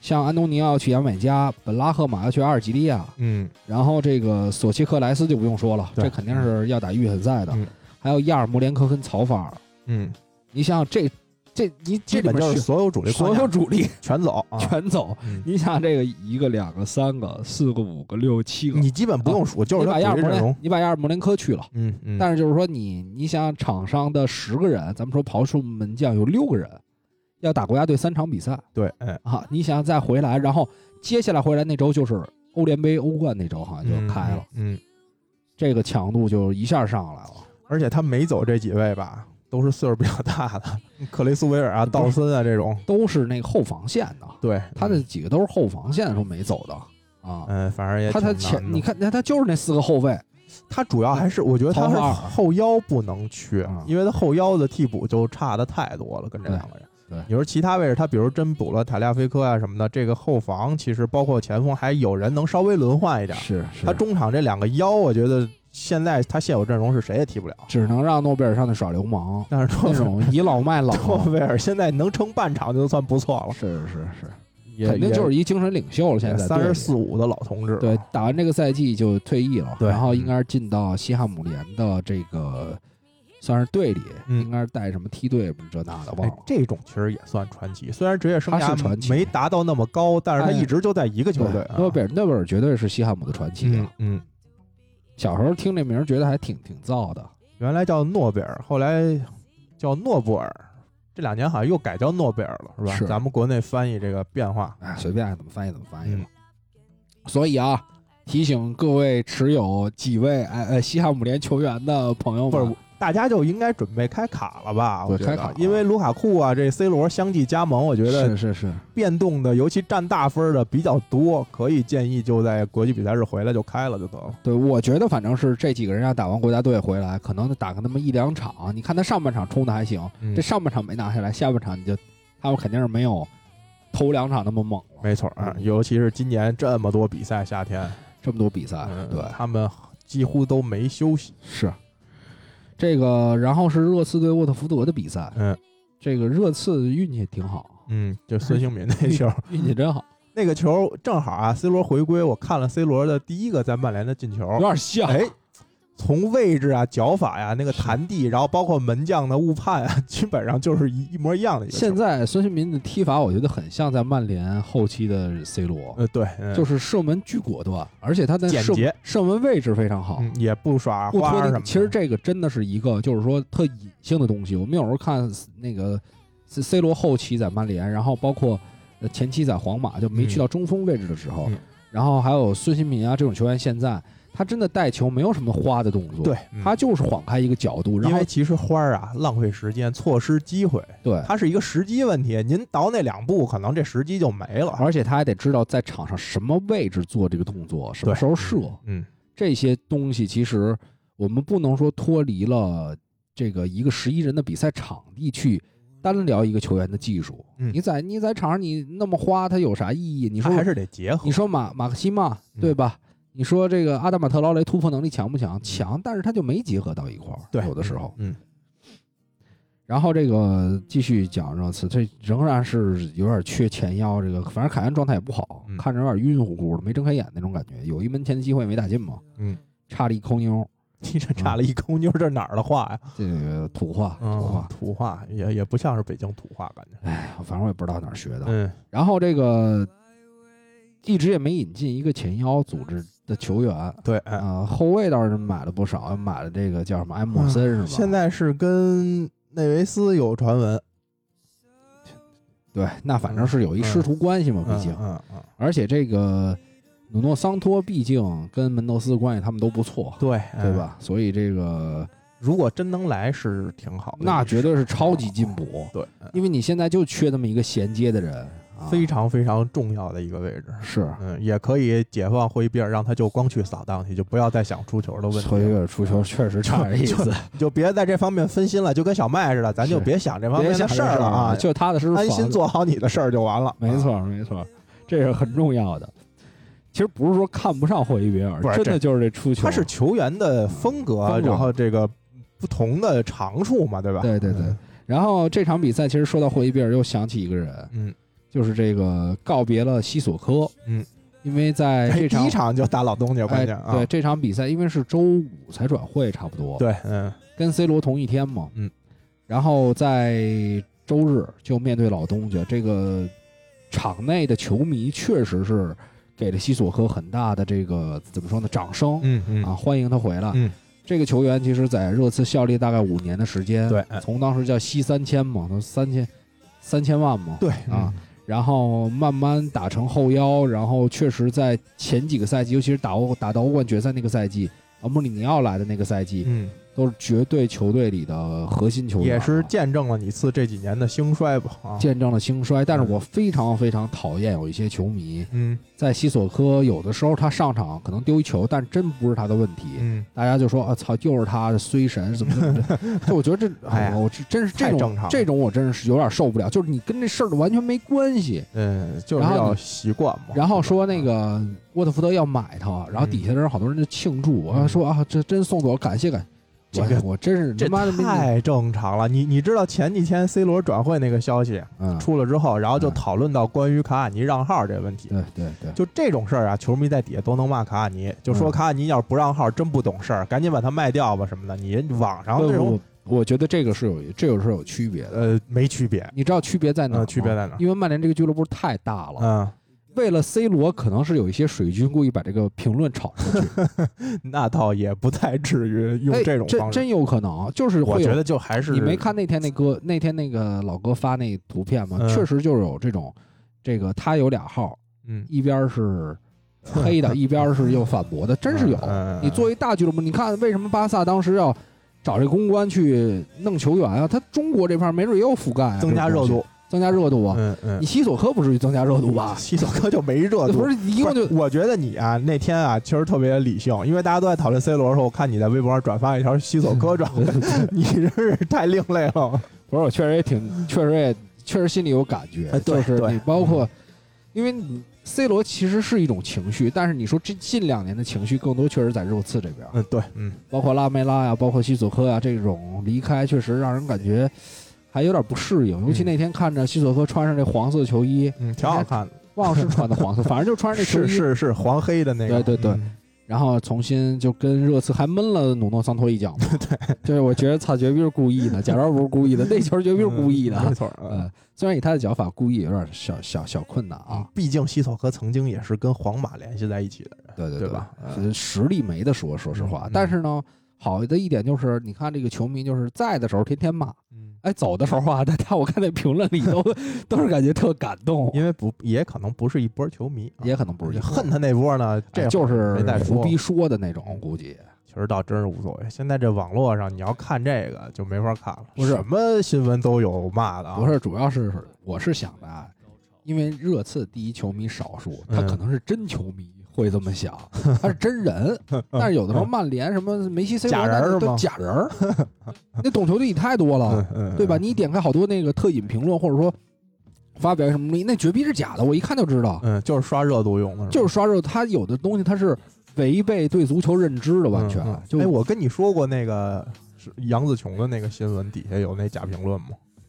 Speaker 2: 像安东尼奥去牙买加，本拉赫马要去阿尔及利亚，
Speaker 3: 嗯，
Speaker 2: 然后这个索契克莱斯就不用说了，
Speaker 3: 对
Speaker 2: 这肯定是要打预选赛的。
Speaker 3: 嗯
Speaker 2: 还有亚尔穆连科跟曹法尔，
Speaker 3: 嗯，
Speaker 2: 你想想这这你这
Speaker 3: 基
Speaker 2: 里
Speaker 3: 本
Speaker 2: 边
Speaker 3: 就是
Speaker 2: 选
Speaker 3: 所有主力
Speaker 2: 所有主力
Speaker 3: 全走啊。
Speaker 2: 全走，
Speaker 3: 嗯
Speaker 2: 你想这个一个、两个、三个、四个、五个、六七个，啊
Speaker 3: 你基本不用数，就是
Speaker 2: 你
Speaker 3: 他
Speaker 2: 把亚尔
Speaker 3: 主力
Speaker 2: 莫
Speaker 3: 阵容
Speaker 2: 连。你把亚尔莫连科去了，
Speaker 3: 嗯嗯，
Speaker 2: 但是就是说你你想想场上的十个人，咱们说刨出门将有六个人要打国家队三场比赛
Speaker 3: 对，嗯
Speaker 2: 啊，你想想再回来，然后接下来回来那周就是欧联杯、欧冠那周好像就开
Speaker 3: 嗯
Speaker 2: 了，，
Speaker 3: 嗯。嗯
Speaker 2: 这个强度就一下上来了。
Speaker 3: 而且他没走这几位吧，都是岁数比较大的，克雷斯维尔啊、道森啊这种。
Speaker 2: 都是那个后防线的，
Speaker 3: 对，
Speaker 2: 他那几个都是后防线的时候没走的啊。
Speaker 3: 嗯，反正也
Speaker 2: 他他
Speaker 3: 挺
Speaker 2: 前
Speaker 3: 难的
Speaker 2: 你看，你看他就是那四个后卫，
Speaker 3: 他主要还是我觉得他是
Speaker 2: 曹浩
Speaker 3: 后腰不能去
Speaker 2: 嗯，
Speaker 3: 因为他后腰的替补就差的太多了，跟这两个
Speaker 2: 对
Speaker 3: 人。
Speaker 2: 对
Speaker 3: 你说其他位置，他比如真补了塔利亚菲科啊什么的，这个后防其实包括前锋还有人能稍微轮换一点。
Speaker 2: 是是
Speaker 3: 他中场这两个腰，我觉得现在他现有阵容是谁也替不了。
Speaker 2: 只能让诺贝尔上去耍流 氓，
Speaker 3: 但是
Speaker 2: 那
Speaker 3: 诺
Speaker 2: 种倚老卖 老。
Speaker 3: 诺贝尔现在能撑半场就算不错了，
Speaker 2: 是是是，
Speaker 3: 也
Speaker 2: 肯定
Speaker 3: 也
Speaker 2: 就是一精神领袖了。现在
Speaker 3: 三
Speaker 2: 队
Speaker 3: 十
Speaker 2: 里
Speaker 3: 四五的老同志了。哎
Speaker 2: 对，打完这个赛季就退役了，
Speaker 3: 对
Speaker 2: 然后应该是进到西汉姆联的这个算是队里，
Speaker 3: 嗯
Speaker 2: 应该是带什么梯队什么这那的，忘
Speaker 3: 哎
Speaker 2: 了。，
Speaker 3: 这种其实也算传奇，虽然职业生
Speaker 2: 他是传
Speaker 3: 涯
Speaker 2: 奇
Speaker 3: 没达到那么高，但是他
Speaker 2: 哎
Speaker 3: 一直就在一个球队
Speaker 2: 对
Speaker 3: 啊。，
Speaker 2: 诺贝尔诺贝尔绝对是西汉姆的传奇
Speaker 3: 嗯
Speaker 2: 啊！
Speaker 3: 嗯，
Speaker 2: 小时候听这名儿觉得还挺挺燥的，
Speaker 3: 原来叫诺贝尔，后来叫诺布尔，这两年好像又改叫诺贝尔了，是吧？
Speaker 2: 是
Speaker 3: 咱们国内翻译这个变化。
Speaker 2: 哎，随便怎么翻译怎么翻译
Speaker 3: 嗯
Speaker 2: 吧。所以啊，提醒各位持有几位哎哎西汉姆联球员的朋友
Speaker 3: 不
Speaker 2: 们
Speaker 3: 是，大家就应该准备开卡了吧？
Speaker 2: 对
Speaker 3: 我觉得
Speaker 2: 开卡了
Speaker 3: 因为卢卡库啊，这 C 罗相继加盟，我觉得
Speaker 2: 是是是，
Speaker 3: 变动的，尤其占大分的比较多，可以建议就在国际比赛日回来就开了就得了。
Speaker 2: 对，我觉得反正是这几个人要打完国家队回来，可能打个那么一两场，你看他上半场冲的还行，
Speaker 3: 嗯
Speaker 2: 这上半场没拿下来，下半场你就他们肯定是没有头两场那么猛了。
Speaker 3: 没错啊，尤其是今年这么多比赛，夏天，
Speaker 2: 这么多比赛，
Speaker 3: 嗯
Speaker 2: 啊对，
Speaker 3: 他们几乎都没休息。
Speaker 2: 是这个，然后是热刺对沃特福德的比赛，
Speaker 3: 嗯
Speaker 2: 这个热刺运气挺好，
Speaker 3: 嗯，就孙兴 民那球，
Speaker 2: 运气真好，
Speaker 3: 那个球正好啊，C 罗回归，我看了 C 罗的第一个在曼联的进球
Speaker 2: 有，点像，
Speaker 3: 哎，从位置啊、脚法呀、那个弹地，然后包括门将的误判啊，基本上就是一一模一样的一个球。
Speaker 2: 现在孙兴民的踢法，我觉得很像在曼联后期的 C 罗，
Speaker 3: 呃对，嗯
Speaker 2: 就是射门巨果断，而且他的
Speaker 3: 简
Speaker 2: 射
Speaker 3: 洁
Speaker 2: 射门位置非常好。
Speaker 3: 嗯也不耍
Speaker 2: 我
Speaker 3: 花
Speaker 2: 说
Speaker 3: 儿
Speaker 2: 那个
Speaker 3: 什么的。
Speaker 2: 其实这个真的是一个，就是说特隐性的东西。我们有时候看那个 C C 罗后期在曼联，然后包括呃前期在皇马，就没去
Speaker 3: 嗯
Speaker 2: 到中锋位置的时候，
Speaker 3: 嗯
Speaker 2: 然后还有孙兴民啊这种球员，现在他真的带球没有什么花的动作，
Speaker 3: 对，嗯
Speaker 2: 他就是晃开一个角度，然
Speaker 3: 因
Speaker 2: 后
Speaker 3: 为其实花儿啊，浪费时间，错失机会，
Speaker 2: 对，
Speaker 3: 它是一个时机问题。您倒那两步，可能这时机就没了。
Speaker 2: 而且他还得知道在场上什么位置做这个动作，什么
Speaker 3: 对
Speaker 2: 时候射，
Speaker 3: 嗯，
Speaker 2: 这些东西其实我们不能说脱离了这个一个十一人的比赛场地去单聊一个球员的技术。
Speaker 3: 嗯
Speaker 2: 你在你在场上你那么花，它有啥意义？你
Speaker 3: 你
Speaker 2: 说
Speaker 3: 还是得结合
Speaker 2: 你。说马马克西曼
Speaker 3: 嗯
Speaker 2: 对吧？你说这个阿达马特劳雷突破能力强不强？强，但是他就没结合到一块儿。
Speaker 3: 对，
Speaker 2: 有的时候。
Speaker 3: 嗯，
Speaker 2: 然后这个继续讲热刺，这仍然是有点缺前腰，这个反正凯恩状态也不好，
Speaker 3: 嗯
Speaker 2: 看着有点晕乎乎的，没睁开眼那种感觉。有一门前的机会没打进嘛，
Speaker 3: 嗯，
Speaker 2: 差了一抠妞，
Speaker 3: 你这差了一公妞，这哪儿的话呀？
Speaker 2: 这个土话，土
Speaker 3: 嗯，
Speaker 2: 话，
Speaker 3: 土话也也不像是北京土话，感觉。
Speaker 2: 哎、反正我也不知道哪儿学的。
Speaker 3: 嗯，
Speaker 2: 然后这个一直也没引进一个前腰组织的球员啊、
Speaker 3: 对，哎
Speaker 2: 后卫倒是买了不少，买了这个叫什么埃姆森是吧？
Speaker 3: 嗯现在是跟内维斯有传闻，
Speaker 2: 对，那反正是有一师徒关系嘛，
Speaker 3: 嗯
Speaker 2: 毕竟，
Speaker 3: 嗯嗯，
Speaker 2: 而且这个努诺桑托毕竟跟门德斯关系他们都不错，
Speaker 3: 对，
Speaker 2: 对
Speaker 3: 嗯？
Speaker 2: 吧？所以这个
Speaker 3: 如果真能来是挺好的，
Speaker 2: 那绝对是超级进步，
Speaker 3: 对，嗯
Speaker 2: 因为你现在就缺那么一个衔接的人啊，
Speaker 3: 非常非常重要的一个位置。
Speaker 2: 是。
Speaker 3: 嗯，也可以解放灰比尔，让他就光去扫荡去，就不要再想出球的问题
Speaker 2: 所以这
Speaker 3: 了，
Speaker 2: 个出球确实差点意思，
Speaker 3: 你 就别在这方面分心了，就跟小麦似的，咱就是别想这方
Speaker 2: 别
Speaker 3: 面
Speaker 2: 想
Speaker 3: 的
Speaker 2: 这
Speaker 3: 事儿了啊，
Speaker 2: 哎就踏踏实实
Speaker 3: 安
Speaker 2: 防
Speaker 3: 心做啊好你的事儿就完了。
Speaker 2: 没错，没错，这是很重要的。其实不是说看不上霍伊别尔
Speaker 3: 不，是
Speaker 2: 真
Speaker 3: 这
Speaker 2: 的就是这出球，
Speaker 3: 他是球员的风格，
Speaker 2: 风格
Speaker 3: 然后这个不同的长处嘛，对吧？
Speaker 2: 对对对
Speaker 3: 嗯。
Speaker 2: 然后这场比赛，其实说到霍伊别尔，又想起一个人，
Speaker 3: 嗯，
Speaker 2: 就是这个告别了西索科。
Speaker 3: 嗯，
Speaker 2: 因为在这
Speaker 3: 哎第
Speaker 2: 场
Speaker 3: 一场就打老东家，关
Speaker 2: 哎
Speaker 3: 键啊，
Speaker 2: 对这场比赛，因为是周五才转会，差不多，
Speaker 3: 对，嗯
Speaker 2: 跟 C 罗同一天嘛。
Speaker 3: 嗯，
Speaker 2: 然后在周日就面对老东家，这个场内的球迷确实是给了西索科很大的这个怎么说呢掌声。
Speaker 3: 嗯嗯
Speaker 2: 啊，欢迎他回来。
Speaker 3: 嗯，
Speaker 2: 这个球员其实在热刺效力大概五年的时间，
Speaker 3: 对哎
Speaker 2: 从当时叫西三千嘛，都三千三千万嘛，
Speaker 3: 对嗯
Speaker 2: 啊，然后慢慢打成后腰，然后确实在前几个赛季，尤其是打欧打到欧冠决赛那个赛季，啊，穆里尼奥来的那个赛季，
Speaker 3: 嗯
Speaker 2: 都是绝对球队里的核心球员
Speaker 3: 也
Speaker 2: 啊，
Speaker 3: 是见证了你次这几年的兴衰吧啊，
Speaker 2: 见证了兴衰。但是我非常非常讨厌有一些球迷
Speaker 3: 嗯
Speaker 2: 在西索科有的时候他上场可能丢一球，但真不是他的问题。
Speaker 3: 嗯，
Speaker 2: 大家就说啊，操，又是他衰 神，怎么怎么着？就我觉得这，
Speaker 3: 哎
Speaker 2: 哎
Speaker 3: 呀
Speaker 2: 呦，我这真是这
Speaker 3: 太正
Speaker 2: 种
Speaker 3: 常了
Speaker 2: 这种，我真是有点受不了。就是你跟这事儿完全没关系。
Speaker 3: 嗯，就是
Speaker 2: 然后
Speaker 3: 要
Speaker 2: 你
Speaker 3: 习惯嘛。
Speaker 2: 然后说那个沃特福德要买他，然后底下的人好多人就庆祝，我还说啊，这真送走，感谢感谢。
Speaker 3: 嗯这个
Speaker 2: 我我真是
Speaker 3: 这
Speaker 2: 他妈的没你，
Speaker 3: 太正常了。你你知道前几天 C 罗转会那个消息
Speaker 2: 嗯，
Speaker 3: 出了之后，然后就
Speaker 2: 嗯
Speaker 3: 讨论到关于卡瓦尼让号这个问题。
Speaker 2: 对对对，
Speaker 3: 就这种事儿啊，球迷在底下都能骂卡瓦尼，就说
Speaker 2: 嗯
Speaker 3: 卡瓦尼要是不让号，真不懂事儿，赶紧把他卖掉吧什么的。你网上
Speaker 2: 不
Speaker 3: 这
Speaker 2: 不
Speaker 3: 种
Speaker 2: 不我觉得这个是有这个是有区别的。
Speaker 3: 呃没区别，
Speaker 2: 你知道区别在哪儿吗？
Speaker 3: 呃区别在哪儿
Speaker 2: 因为曼联这个俱乐部太大了，
Speaker 3: 嗯，
Speaker 2: 为了 C 罗，可能是有一些水军故意把这个评论炒出去，
Speaker 3: 嗯那倒也不太 至于
Speaker 2: 哎
Speaker 3: 用这种
Speaker 2: 真
Speaker 3: 方式。
Speaker 2: 真有可能，就是
Speaker 3: 我
Speaker 2: 会
Speaker 3: 觉
Speaker 2: 有。
Speaker 3: 得就还是
Speaker 2: 你没看那天那歌，那天那个老哥发那图片吗？
Speaker 3: 嗯
Speaker 2: 确实就是有这种，这个他有俩号，
Speaker 3: 嗯，
Speaker 2: 一边儿 是黑的，一边儿是又反驳的，真是有。
Speaker 3: 嗯
Speaker 2: 你作为大俱乐部，你看为什么巴萨当时要找这公关去弄球员啊？他中国这块儿没准也有覆盖、啊，
Speaker 3: 增加
Speaker 2: 这
Speaker 3: 热
Speaker 2: 种东西，
Speaker 3: 度，
Speaker 2: 增加热度啊！
Speaker 3: 嗯嗯
Speaker 2: 你，西索科不至于增加热度吧？
Speaker 3: 西索科就没热度，
Speaker 2: 不是，一 共就
Speaker 3: 不是我觉得你啊，那天啊，其实特别理性，因为大家都在讨论 C 罗的时候，我看你在微博上转发一条西索科转会， 你真是太另类了。
Speaker 2: 不是，我确实也挺，确实也确实心里有感觉，
Speaker 3: 哎对
Speaker 2: 就是
Speaker 3: 对
Speaker 2: 你包括，因为你 C 罗其实是一种情绪，但是你说这近两年的情绪更多确实在热刺这边，
Speaker 3: 嗯，对，嗯，
Speaker 2: 包括拉梅拉呀，包括西索科呀，这种离开确实让人感觉还有点不适应，尤其
Speaker 3: 嗯
Speaker 2: 那天看着西索科穿上这黄色球衣，
Speaker 3: 嗯，挺好看的，
Speaker 2: 忘了是穿的黄 色，反正就穿上这球
Speaker 3: 是
Speaker 2: 衣，
Speaker 3: 是是黄黑的那个，
Speaker 2: 对对对
Speaker 3: 嗯
Speaker 2: 然后重新就跟热刺还闷了努诺桑托一脚 嘛，对，就是我觉得操，绝逼是故意的，假装不是故意的， 那球绝逼是故意的，
Speaker 3: 嗯没错，嗯
Speaker 2: 呃，虽然以他的脚法故意有点小小小困难啊，，
Speaker 3: 毕竟西索科曾经也是跟皇马联系在一起的人，
Speaker 2: 对对
Speaker 3: 对吧？嗯
Speaker 2: 呃实力没得说，说实话。
Speaker 3: 嗯嗯
Speaker 2: 但是呢，好的一点就是，你看这个球迷就是在的时候天天骂，
Speaker 3: 嗯，
Speaker 2: 哎，走的时候啊， 大家我看那评论里 都都是感觉特感动，
Speaker 3: 因为不也可能不是一波球迷啊，
Speaker 2: 也可能不是一波
Speaker 3: 恨他那波呢，
Speaker 2: 哎
Speaker 3: 这
Speaker 2: 就是
Speaker 3: 没再
Speaker 2: 胡
Speaker 3: 说嗯
Speaker 2: 逼。说的那种，估计
Speaker 3: 其实倒真是无所谓。现在这网络上，你要看这个就没法看了，
Speaker 2: 不是
Speaker 3: 什么新闻都有骂的啊，
Speaker 2: 不是，主要是我是想的啊，因为热刺第一球迷少数，他
Speaker 3: 嗯
Speaker 2: 可能是真球迷。会这么想，他是真 人，但是有的时候曼联什么梅西、C 罗
Speaker 3: 假人儿
Speaker 2: 那都
Speaker 3: 吗
Speaker 2: 假人儿，那懂球的你太多了，
Speaker 3: 嗯嗯，
Speaker 2: 啊对吧？
Speaker 3: 嗯？
Speaker 2: 你点开好多那个特饮评论，或者说发表什么东西，那绝逼是假的，我一看就知道，
Speaker 3: 嗯，就是刷热度用的，
Speaker 2: 就是是刷热。它有的东西它是违背对足球认知的，
Speaker 3: 吧
Speaker 2: 完全
Speaker 3: 嗯嗯
Speaker 2: 就
Speaker 3: 哎，我跟你说过那个是杨紫琼的那个新闻底下有那假评论吗？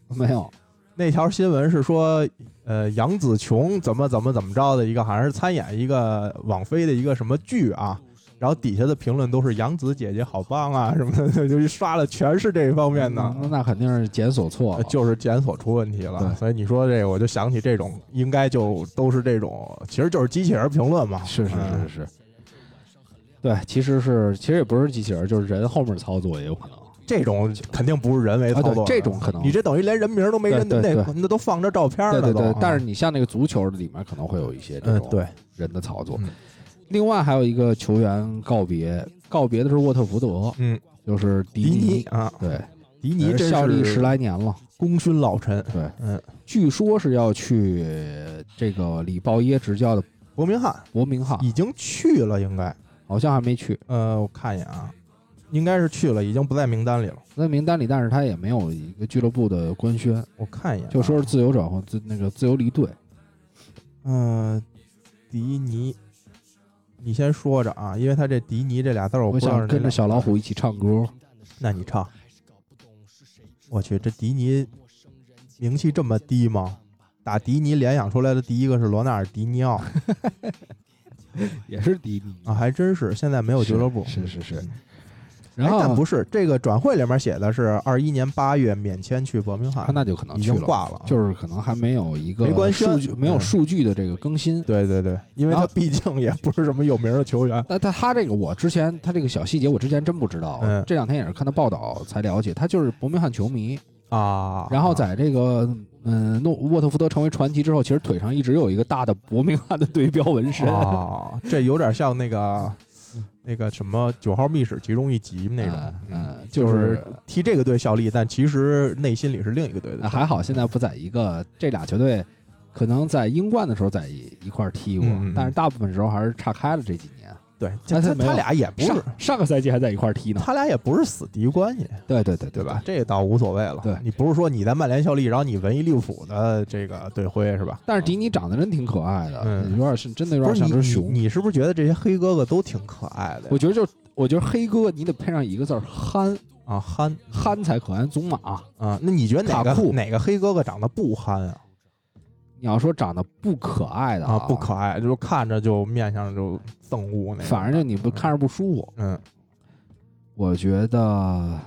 Speaker 2: 没有。
Speaker 3: 那条新闻是说，呃，杨紫琼怎么怎么怎么着的一个，好像是参演一个网飞的一个什么剧啊，然后底下的评论都是杨紫姐姐好棒啊 什么的，就是刷了全是这一方面的。
Speaker 2: 嗯那肯定是检索错
Speaker 3: 呃
Speaker 2: 了。
Speaker 3: 就是检索出问题了
Speaker 2: 对，
Speaker 3: 所以你说这个，我就想起这种，应该就都是这种，其实就是机器人评论嘛。
Speaker 2: 是是
Speaker 3: 嗯
Speaker 2: 是是，对，其实是其实也不是机器人，就是人后面操作也有可能。
Speaker 3: 这种肯定不是人为
Speaker 2: 啊，
Speaker 3: 操作
Speaker 2: 对，这
Speaker 3: 的，
Speaker 2: 种可能。
Speaker 3: 你这等于连人名都没认，
Speaker 2: 对对
Speaker 3: 那
Speaker 2: 对
Speaker 3: 那都放着照片
Speaker 2: 对
Speaker 3: 呢
Speaker 2: 对
Speaker 3: 都。
Speaker 2: 对
Speaker 3: 啊，
Speaker 2: 但是呃你像那个足球里面可能会有一些这
Speaker 3: 嗯
Speaker 2: 种
Speaker 3: 对，
Speaker 2: 人的操作
Speaker 3: 嗯。
Speaker 2: 另外还有一个球员告别，告别的是沃特福德，
Speaker 3: 嗯，
Speaker 2: 就是迪
Speaker 3: 迪
Speaker 2: 尼
Speaker 3: 尼，啊，
Speaker 2: 对，
Speaker 3: 迪尼真
Speaker 2: 效力
Speaker 3: 是
Speaker 2: 十来年了，
Speaker 3: 功勋老臣，
Speaker 2: 对，
Speaker 3: 嗯，
Speaker 2: 据说是要去这个里鲍耶执教的
Speaker 3: 伯明翰
Speaker 2: 伯明翰，
Speaker 3: 已经去了，应该，
Speaker 2: 好像还没去，
Speaker 3: 呃，我看一眼啊，应该是去了，已经不在名单里了。
Speaker 2: 那名单里，但是他也没有一个俱乐部的官宣，
Speaker 3: 我看一眼啊，
Speaker 2: 就说是自由转会，自那个自由离队。
Speaker 3: 嗯、迪尼，你先说着啊，因为他这迪尼这俩字儿，我
Speaker 2: 我
Speaker 3: 不知道是
Speaker 2: 想
Speaker 3: 哪
Speaker 2: 跟着
Speaker 3: 俩，
Speaker 2: 小老虎一起唱 歌，
Speaker 3: 那你唱。我去，这迪尼名气这么低吗？打迪尼联想出来的第一个是罗纳尔迪尼奥
Speaker 2: 也是迪尼
Speaker 3: 啊，，还真是，现在没有俱乐部。
Speaker 2: 是是是。
Speaker 3: 哎
Speaker 2: 然后
Speaker 3: 但不是这个转会里面写的是二一年八月免签去伯明
Speaker 2: 啊
Speaker 3: 翰，
Speaker 2: 那就可能
Speaker 3: 已
Speaker 2: 去
Speaker 3: 经
Speaker 2: 了，
Speaker 3: 挂了啊，
Speaker 2: 就是可能还没有一
Speaker 3: 没
Speaker 2: 个
Speaker 3: 官
Speaker 2: 数
Speaker 3: 宣
Speaker 2: 据，没有
Speaker 3: 嗯
Speaker 2: 数据的这个更新。
Speaker 3: 对对对，因为
Speaker 2: 然
Speaker 3: 他
Speaker 2: 后
Speaker 3: 毕竟也不是什么有名的球员。
Speaker 2: 那他他这个我之前他这个小细节我之前真不知道，
Speaker 3: 嗯
Speaker 2: 这两天也是看他报道才了解，他就是伯明翰球迷，
Speaker 3: 啊
Speaker 2: 然后在这个嗯诺沃特福德成为传奇之后，其实腿
Speaker 3: 啊
Speaker 2: 上一直有一个大的伯明翰的对标纹身。
Speaker 3: 啊，这有点像那个那那个什么九号密室其中一集那种
Speaker 2: 嗯，
Speaker 3: 嗯，
Speaker 2: 嗯，就
Speaker 3: 就
Speaker 2: 是是
Speaker 3: 替这个队效力，但其实内心里是另一个队的。
Speaker 2: 啊还好现在不在一个，这俩球队可能在英冠的时候在一一块儿踢过，
Speaker 3: 嗯嗯嗯
Speaker 2: 但是大部分时候还是岔开了这几年。
Speaker 3: 对，
Speaker 2: 他
Speaker 3: 他
Speaker 2: 没有
Speaker 3: 他俩也不是，
Speaker 2: 上嗯上个赛季还在一块儿踢呢，
Speaker 3: 他俩也不是死敌关系，
Speaker 2: 对对对对
Speaker 3: 对吧？？这个倒无所谓了。
Speaker 2: 对
Speaker 3: 你不是说你在曼联效力，然后你文艺利物浦的这个队徽是吧？
Speaker 2: 但是迪尼长得真挺可爱的，
Speaker 3: 嗯
Speaker 2: 有点是真的有
Speaker 3: 不
Speaker 2: 点像
Speaker 3: 是你
Speaker 2: 只
Speaker 3: 你
Speaker 2: 熊。
Speaker 3: 你是不是觉得这些黑哥哥都挺可爱的
Speaker 2: 我
Speaker 3: 呀？
Speaker 2: 觉得就我觉得黑哥你得配上一个字儿憨，
Speaker 3: 啊，憨
Speaker 2: 憨才可爱。祖玛，
Speaker 3: 啊，那你觉得哪
Speaker 2: 卡库
Speaker 3: 个哪个黑哥哥长得不憨啊？
Speaker 2: 你要说长得不可爱的
Speaker 3: 啊，不可爱，就是看着就面相就憎恶那种。
Speaker 2: 反正就你不看着不舒服。
Speaker 3: 嗯，
Speaker 2: 我觉得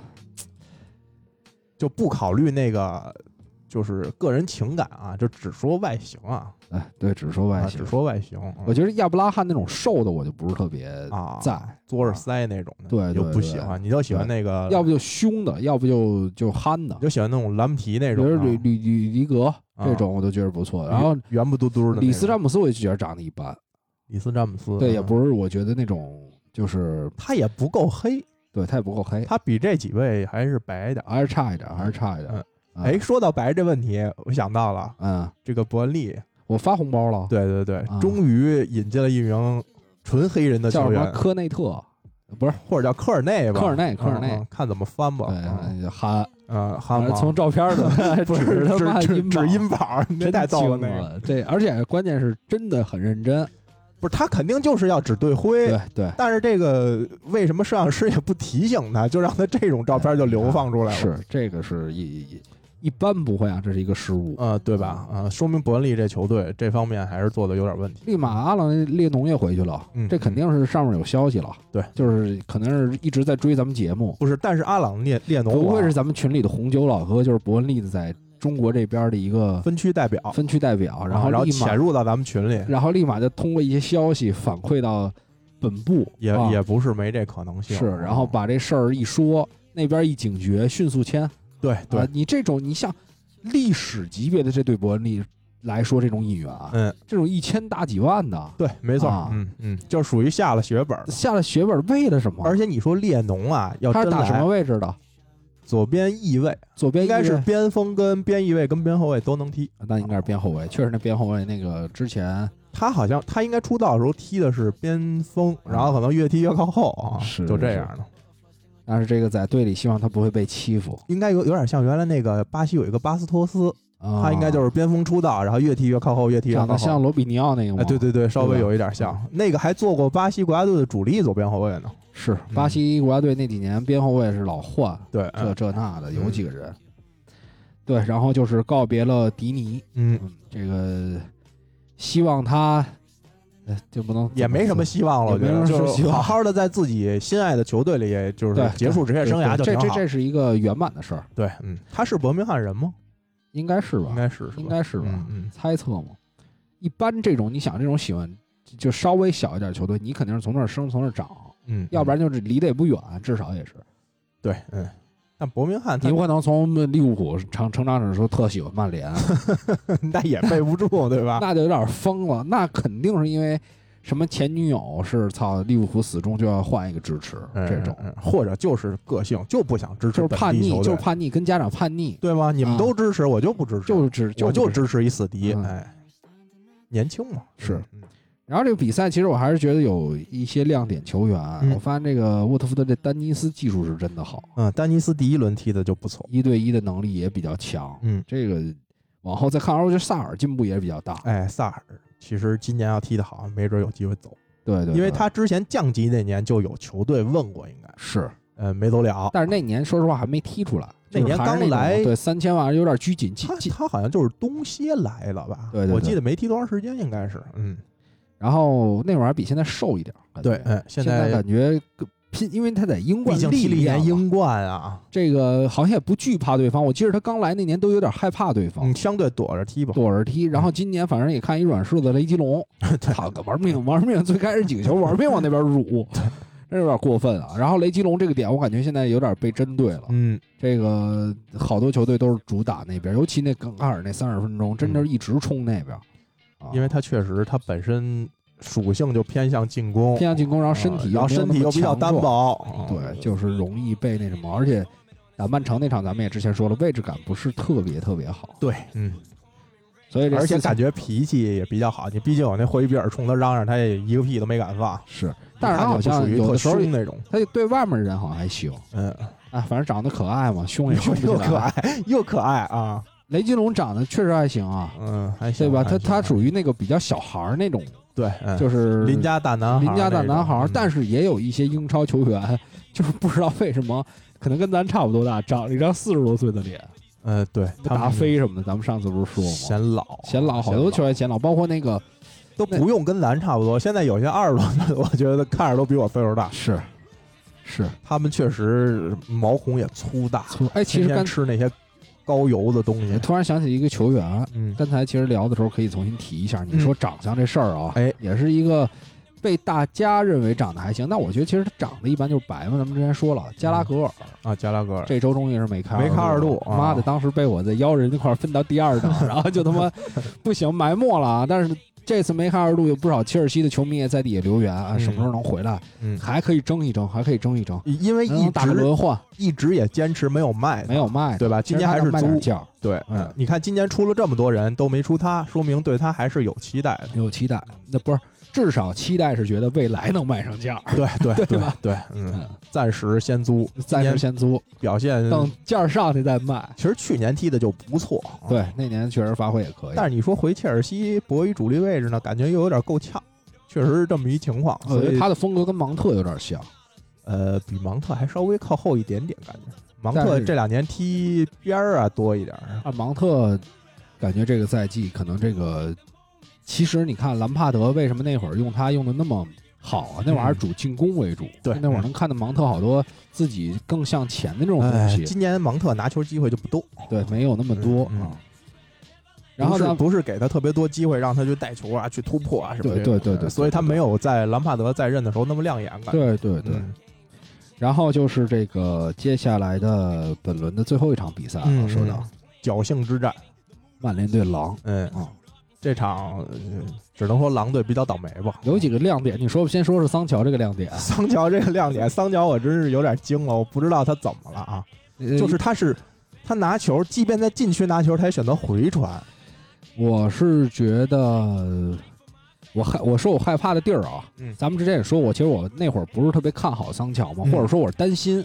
Speaker 3: 就不考虑那个就是个人情感啊，就只说外形啊，
Speaker 2: 哎，对，只说外
Speaker 3: 啊
Speaker 2: 形，
Speaker 3: 只说外形。嗯
Speaker 2: 我觉得亚布拉罕那种瘦的，我就不是特别
Speaker 3: 啊，
Speaker 2: 在，
Speaker 3: 嘬着腮那种的，
Speaker 2: 对
Speaker 3: 你就
Speaker 2: 对
Speaker 3: 不
Speaker 2: 对
Speaker 3: 喜欢，你就喜欢那个，
Speaker 2: 要不就凶的，要不就就憨的
Speaker 3: 你，就喜欢那种蓝不提那
Speaker 2: 比
Speaker 3: 种
Speaker 2: 如
Speaker 3: 啊，
Speaker 2: 吕吕吕迪格
Speaker 3: 啊
Speaker 2: 这种，我都觉得不错。然后
Speaker 3: 圆不嘟嘟的那种。啊
Speaker 2: 里斯詹姆斯，我也觉得长得一般，
Speaker 3: 里斯詹姆斯，
Speaker 2: 对，也
Speaker 3: 是，
Speaker 2: 不是我觉得那种就是
Speaker 3: 他也不够黑，
Speaker 2: 对他也不够黑，
Speaker 3: 他比这几位还是白一点。
Speaker 2: 还是差一点，还是差一点。啊
Speaker 3: 哎，，说到白这问题，我想到了
Speaker 2: 嗯，
Speaker 3: 这个伯恩利，
Speaker 2: 我发红包了，
Speaker 3: 对对对
Speaker 2: 啊，
Speaker 3: 终于引进了一名纯黑人的
Speaker 2: 叫
Speaker 3: 球
Speaker 2: 什么
Speaker 3: 员，
Speaker 2: 科内特，不是哎
Speaker 3: 或者叫科尔内吧，
Speaker 2: 科尔内科尔内
Speaker 3: 嗯，嗯看怎么翻吧。嗯
Speaker 2: 对憨，
Speaker 3: 呃，哈马
Speaker 2: 从照片的不是
Speaker 3: 指
Speaker 2: 他妈
Speaker 3: 指指指
Speaker 2: 音
Speaker 3: 音宝，那
Speaker 2: 真
Speaker 3: 太逗了
Speaker 2: 精
Speaker 3: 那个，哎
Speaker 2: 了对，而且关键是真的很认真，
Speaker 3: 不是他肯定就是要指队徽，
Speaker 2: 对对。
Speaker 3: 但是这个为什么摄像师也不提醒他，就让他这种照片就流放出来了？，
Speaker 2: 是这个是一一一般不会啊，这是一个失误。
Speaker 3: 呃，对吧？呃，说明伯恩利这球队这方面还是做的有点问题。
Speaker 2: 立马阿朗列侬也回去了，
Speaker 3: 嗯
Speaker 2: 这肯定是上面有消息了。
Speaker 3: 对
Speaker 2: 就是可能是一直在追咱们节目，
Speaker 3: 不是，但是阿朗列列侬
Speaker 2: 不
Speaker 3: 啊
Speaker 2: 会是咱们群里的红酒老哥，就是伯恩利的在中国这边的一个
Speaker 3: 分区代表，
Speaker 2: 分区代表，然后
Speaker 3: 啊然后
Speaker 2: 立马
Speaker 3: 潜入到咱们群里，
Speaker 2: 然后立马就通过一些消息反馈到本部，
Speaker 3: 也、
Speaker 2: 啊
Speaker 3: 也不是没这可能性。
Speaker 2: 是，然后把这事儿一说，那边一警觉，迅速签。
Speaker 3: 对对、
Speaker 2: 啊，你这种你像历史级别的这对伯恩利来说，这种引援啊，
Speaker 3: 嗯，
Speaker 2: 这种一千大几万的，
Speaker 3: 对，没错，
Speaker 2: 啊
Speaker 3: 嗯嗯，就属于下了血本了。
Speaker 2: 下了血本为了什么？
Speaker 3: 而且你说列侬啊，要
Speaker 2: 他
Speaker 3: 真
Speaker 2: 是打什么
Speaker 3: 来
Speaker 2: 位置哦的？
Speaker 3: 左边翼位，
Speaker 2: 左边
Speaker 3: 应
Speaker 2: 一个
Speaker 3: 该是
Speaker 2: 位
Speaker 3: 边锋跟边翼位跟边后卫都能踢。
Speaker 2: 那应该是边后卫，确实那边后卫那个之前
Speaker 3: 他好像他应该出道的时候踢的是边锋，然后可能越踢越靠后
Speaker 2: 啊
Speaker 3: 啊，
Speaker 2: 是
Speaker 3: 就这样的。
Speaker 2: 但是这个在队里希望他不会被欺负，
Speaker 3: 应该有有点像原来那个巴西有一个巴斯托斯，
Speaker 2: 啊、
Speaker 3: 他应该就是边锋出道，然后越踢越靠后，越踢越
Speaker 2: 长
Speaker 3: 靠
Speaker 2: 得像
Speaker 3: 后。
Speaker 2: 罗比尼奥那个吗？
Speaker 3: 哎，对，对对，稍微
Speaker 2: 对吧啊
Speaker 3: 有一点像，那个还做过巴西国家队的主力左边后卫呢。
Speaker 2: 是巴西国家队那几年边后卫是老换
Speaker 3: 对，
Speaker 2: 这
Speaker 3: 嗯
Speaker 2: 这那的，有
Speaker 3: 嗯
Speaker 2: 几个人。对，然后就是告别了迪尼，
Speaker 3: 嗯，
Speaker 2: 嗯，这个希望他，呃，就不能
Speaker 3: 也没什么希望了，
Speaker 2: 也
Speaker 3: 我觉得
Speaker 2: 没什么
Speaker 3: 就
Speaker 2: 希
Speaker 3: 是
Speaker 2: 望
Speaker 3: 好好的在自己心爱的球队里，也就是
Speaker 2: 对
Speaker 3: 结束职业生涯就
Speaker 2: 这
Speaker 3: 挺
Speaker 2: 这
Speaker 3: 好。
Speaker 2: 这是一个圆满的事儿，
Speaker 3: 对，嗯，他是伯明翰人吗？
Speaker 2: 应该是吧？
Speaker 3: 应该是，是吧
Speaker 2: 应该是吧？
Speaker 3: 嗯嗯
Speaker 2: 猜测嘛。一般这种，你想这种喜欢就稍微小一点球队，你肯定是从那儿生，从那儿长，
Speaker 3: 嗯，
Speaker 2: 要不
Speaker 3: 然
Speaker 2: 然就是离得也不远，至少也是。
Speaker 3: 对，嗯，但伯明翰他
Speaker 2: 你不可能从利物浦成成长的时候特喜欢曼联，
Speaker 3: 但也备 不住，对吧？
Speaker 2: 那就有点疯了。那肯定是因为什么前女友是操利物浦死忠就要换一个支持，
Speaker 3: 嗯
Speaker 2: 这种
Speaker 3: 嗯或者就是个性就不想支持
Speaker 2: 就是
Speaker 3: 本
Speaker 2: 叛
Speaker 3: 地
Speaker 2: 逆，
Speaker 3: 球
Speaker 2: 就
Speaker 3: 队
Speaker 2: 是叛逆，跟家长叛逆，
Speaker 3: 对吗？你们都支持，我就不支持，
Speaker 2: 就是只
Speaker 3: 我就
Speaker 2: 只。
Speaker 3: 支持一死敌。
Speaker 2: 嗯
Speaker 3: 哎，年轻嘛，
Speaker 2: 是
Speaker 3: 嗯，嗯
Speaker 2: 然后这个比赛其实我还是觉得有一些亮点球员，
Speaker 3: 嗯
Speaker 2: 我发现这个沃特福德这丹尼斯技术是真的好。
Speaker 3: 嗯，丹尼斯第一轮踢的就不错，
Speaker 2: 一对一的能力也比较强。
Speaker 3: 嗯，
Speaker 2: 这个往后再看，而我觉得萨尔进步也比较大。
Speaker 3: 哎，萨尔其实今年要踢得好，没准有机会走，
Speaker 2: 对对对，
Speaker 3: 因为他之前降级那年就有球队问过，应该，
Speaker 2: 是，
Speaker 3: 呃，没走了。
Speaker 2: 但是那年说实话还没踢出来，
Speaker 3: 那年
Speaker 2: 就是还是
Speaker 3: 刚
Speaker 2: 种
Speaker 3: 来
Speaker 2: 对三千万有点拘谨。
Speaker 3: 他
Speaker 2: 进进
Speaker 3: 他好像就是东歇来了吧？
Speaker 2: 对对对
Speaker 3: 我记得没踢多长时间，应该是，嗯，
Speaker 2: 然后那会儿还比现在瘦一点，感觉
Speaker 3: 对，嗯，
Speaker 2: 现
Speaker 3: 现
Speaker 2: 在
Speaker 3: 在
Speaker 2: 感觉更拼，因为他在英
Speaker 3: 毕
Speaker 2: 冠
Speaker 3: 竟踢了一
Speaker 2: 练
Speaker 3: 年
Speaker 2: 嘛
Speaker 3: 英冠啊，
Speaker 2: 这个好像也不惧怕对方。我记得他刚来那年都有点害怕对方
Speaker 3: 嗯，。相对躲着踢吧。
Speaker 2: 躲着踢，然
Speaker 3: 嗯
Speaker 2: 后今年反正也看一软柿子雷吉 隆，操，玩命玩命，最开始几个球玩命往那边 辱，这有点过分啊。然后雷吉隆这个点，我感觉现在有点被针对了。
Speaker 3: 嗯，
Speaker 2: 这个好多球队都是主打那边，尤其
Speaker 3: 嗯
Speaker 2: 那刚开始那三十分钟，真的是一直冲那边。啊
Speaker 3: 因为他确实他本身属性就偏向进攻，
Speaker 2: 偏向进攻，然后身体
Speaker 3: 呃然后
Speaker 2: 没有
Speaker 3: 身
Speaker 2: 那
Speaker 3: 体
Speaker 2: 么
Speaker 3: 又比较
Speaker 2: 强
Speaker 3: 单
Speaker 2: 壮，哎
Speaker 3: 薄，嗯
Speaker 2: 对，就是容易被那什么，而且打曼城那场咱们也之前说了，位置感不是特别特别好，
Speaker 3: 对，嗯，
Speaker 2: 所以这
Speaker 3: 而且
Speaker 2: 四
Speaker 3: 感觉脾气也比较好。你毕竟有那霍伊比尔冲他嚷嚷，他也一个屁都没敢放。
Speaker 2: 是，但是他
Speaker 3: 看着
Speaker 2: 好
Speaker 3: 不属
Speaker 2: 像
Speaker 3: 于
Speaker 2: 有
Speaker 3: 特
Speaker 2: 的时候
Speaker 3: 凶那种，
Speaker 2: 他就对外面的人好像还行，
Speaker 3: 嗯，
Speaker 2: 啊，反正长得可爱嘛，凶也凶不
Speaker 3: 又
Speaker 2: 起
Speaker 3: 可
Speaker 2: 来。
Speaker 3: 爱又可爱啊，
Speaker 2: 雷金龙长得确实还行啊，
Speaker 3: 嗯，还行
Speaker 2: 对吧？
Speaker 3: 还
Speaker 2: 他
Speaker 3: 行
Speaker 2: 他属于那个比较小孩儿那种，
Speaker 3: 对，嗯
Speaker 2: 就是
Speaker 3: 邻家大男孩儿那
Speaker 2: 邻
Speaker 3: 种，嗯
Speaker 2: 家大男孩儿，但
Speaker 3: 是
Speaker 2: 是也有一些英超球员，就是不知道为什么，可能跟咱差不多大，长了一张四十多岁的脸，
Speaker 3: 呃，对，他
Speaker 2: 达
Speaker 3: 们
Speaker 2: 菲什么的，咱们上次不是说过吗？
Speaker 3: 显老，
Speaker 2: 显老，好多球员显老，包括那个
Speaker 3: 都不用跟咱差不多。现在有些二十多岁的，我觉得看着都比我岁数大，
Speaker 2: 是是，
Speaker 3: 他们确实毛孔也粗大，
Speaker 2: 哎，其
Speaker 3: 天
Speaker 2: 实
Speaker 3: 天
Speaker 2: 刚
Speaker 3: 吃那些高油的东西。
Speaker 2: 突然想起一个球员，
Speaker 3: 嗯，
Speaker 2: 刚才其实聊的时候可以重新提一下，你说长相这事儿啊，
Speaker 3: 哎
Speaker 2: 也是一个被大家认为长得还行，但我觉得其实他长得一般就是白嘛。咱们之前说了，加拉格尔、
Speaker 3: 啊，加拉格尔，
Speaker 2: 这周终于是没开
Speaker 3: 嗯没开
Speaker 2: 二
Speaker 3: 二
Speaker 2: 度
Speaker 3: 度
Speaker 2: 了，
Speaker 3: 啊
Speaker 2: 妈的，当时被我在妖人那块儿分到第二档， 然后就他妈不行埋没了啊！但是这次没开二度，有不少切尔西的球迷也在底下留言啊，
Speaker 3: 嗯
Speaker 2: 什么时候能回来？
Speaker 3: 嗯，
Speaker 2: 还可以争一争，还可以争一争，
Speaker 3: 因为一
Speaker 2: 能打个
Speaker 3: 直
Speaker 2: 轮换，
Speaker 3: 一直也坚持没有卖，
Speaker 2: 嗯没有卖的，
Speaker 3: 对吧？
Speaker 2: 其
Speaker 3: 今
Speaker 2: 实
Speaker 3: 年
Speaker 2: 他
Speaker 3: 还
Speaker 2: 能
Speaker 3: 是
Speaker 2: 卖点
Speaker 3: 租，
Speaker 2: 价，
Speaker 3: 对，
Speaker 2: 嗯
Speaker 3: 你看今年出了这么多人都没出他，说明对他还是有期待的。
Speaker 2: 有期待。那不是，至少期待是觉得未来能卖上价。
Speaker 3: 对对
Speaker 2: 对
Speaker 3: 对
Speaker 2: 吧
Speaker 3: 对，嗯，暂时先租，
Speaker 2: 暂时
Speaker 3: 年嗯
Speaker 2: 先租，
Speaker 3: 表现。
Speaker 2: 等价儿上去再卖。
Speaker 3: 其实去年踢的就不错，啊，
Speaker 2: 对，那年确实发挥也可以，
Speaker 3: 但是你说回切尔西博一主力位置呢，感觉又有点够呛，确实是这么一情况。
Speaker 2: 我
Speaker 3: 所
Speaker 2: 觉得
Speaker 3: 以
Speaker 2: 哦他的风格跟芒特有点像。
Speaker 3: 呃，比芒特还稍微靠后一点点，感觉芒
Speaker 2: 但
Speaker 3: 特
Speaker 2: 是
Speaker 3: 这两年踢边儿啊多一点儿，
Speaker 2: 啊，芒特感觉这个赛季可能这个，其实你看兰帕德为什么那会儿用他用的那么好啊？那会儿还是主进攻为主，
Speaker 3: 嗯对
Speaker 2: 那会儿
Speaker 3: 嗯
Speaker 2: 能看到芒特好多自己更向前的那种东
Speaker 3: 哎，
Speaker 2: 西，
Speaker 3: 今年芒特拿球机会就不多，
Speaker 2: 对，没有那么多
Speaker 3: 嗯嗯
Speaker 2: 啊。然后
Speaker 3: 不是
Speaker 2: 呢，
Speaker 3: 不是给他特别多机会让他去带球啊、去突破啊什么
Speaker 2: 对
Speaker 3: 这
Speaker 2: 对
Speaker 3: 种的。
Speaker 2: 对对对
Speaker 3: 所以他没有在兰帕德在任的时候那么亮眼感觉。
Speaker 2: 对对对，
Speaker 3: 嗯
Speaker 2: 然后就是这个接下来的本轮的最后一场比赛啊，
Speaker 3: 嗯
Speaker 2: 说到
Speaker 3: 侥幸之战，
Speaker 2: 曼联对狼
Speaker 3: 嗯，
Speaker 2: 啊，
Speaker 3: 这场呃只能说狼队比较倒霉吧。
Speaker 2: 有几个亮点，你说吧，先说说桑乔这个亮点，
Speaker 3: 桑乔这个亮点，桑乔我真是有点惊了，我不知道他怎么了啊！就
Speaker 2: 就是
Speaker 3: 他是他拿球，即便在禁区拿球，他也选择回传。
Speaker 2: 我是觉得，我害我说我害怕的地儿啊，
Speaker 3: 嗯
Speaker 2: 咱们之前也说过，其实我那会儿不是特别看好桑乔嘛，
Speaker 3: 嗯
Speaker 2: 或者说我是担心。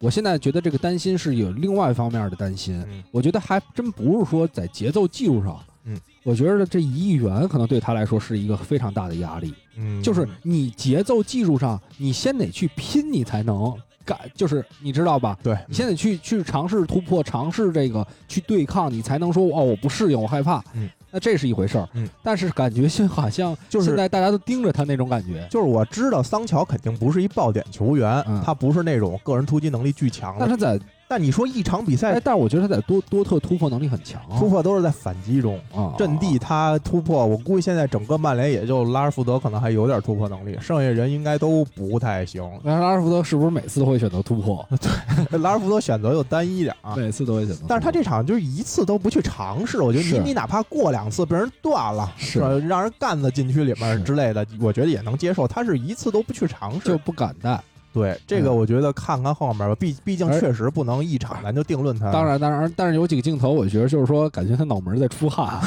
Speaker 2: 我现在觉得这个担心是有另外一方面的担心，
Speaker 3: 嗯
Speaker 2: 我觉得还真不是说在节奏技术上，
Speaker 3: 嗯，
Speaker 2: 我觉得这一亿元可能对他来说是一个非常大的压力，
Speaker 3: 嗯
Speaker 2: 就是你节奏技术上，你先得去拼，你才能干，就是你知道吧？
Speaker 3: 对，
Speaker 2: 你现在去去尝试突破，尝试这个去对抗，你才能说哦，我不适应，我害怕。
Speaker 3: 嗯，
Speaker 2: 那这是一回事儿。
Speaker 3: 嗯，
Speaker 2: 但是感觉现好像
Speaker 3: 就是
Speaker 2: 现在大家都盯着他那种感觉。
Speaker 3: 就是我知道桑乔肯定不是一爆点球员，
Speaker 2: 嗯
Speaker 3: 他不是那种个人突击能力巨强
Speaker 2: 但
Speaker 3: 的。
Speaker 2: 他在
Speaker 3: 但你说一场比赛
Speaker 2: 哎，但是我觉得他在多多特突破能力很强啊。
Speaker 3: 突破都是在反击中，
Speaker 2: 啊，
Speaker 3: 阵地他突破，我估计现在整个曼联也就拉什福德可能还有点突破能力，剩下人应该都不太行。
Speaker 2: 那拉什福德是不是每次都会选择突破？
Speaker 3: 拉什福德选择又单一点啊，
Speaker 2: 每次都会选择突破。
Speaker 3: 但是他这场就是一次都不去尝试，我觉得
Speaker 2: 是
Speaker 3: 你你哪怕过两次被人断了，
Speaker 2: 是
Speaker 3: 吧让人干在禁区里面
Speaker 2: 是
Speaker 3: 之类的，我觉得也能接受。他是一次都不去尝
Speaker 2: 就
Speaker 3: 试，
Speaker 2: 不敢带。
Speaker 3: 对这个我觉得看看后面吧，毕毕竟
Speaker 2: 而
Speaker 3: 确实不能一场咱就定论他。
Speaker 2: 当然，当然，但是有几个镜头，我觉得就是说，感觉他脑门儿在出汗，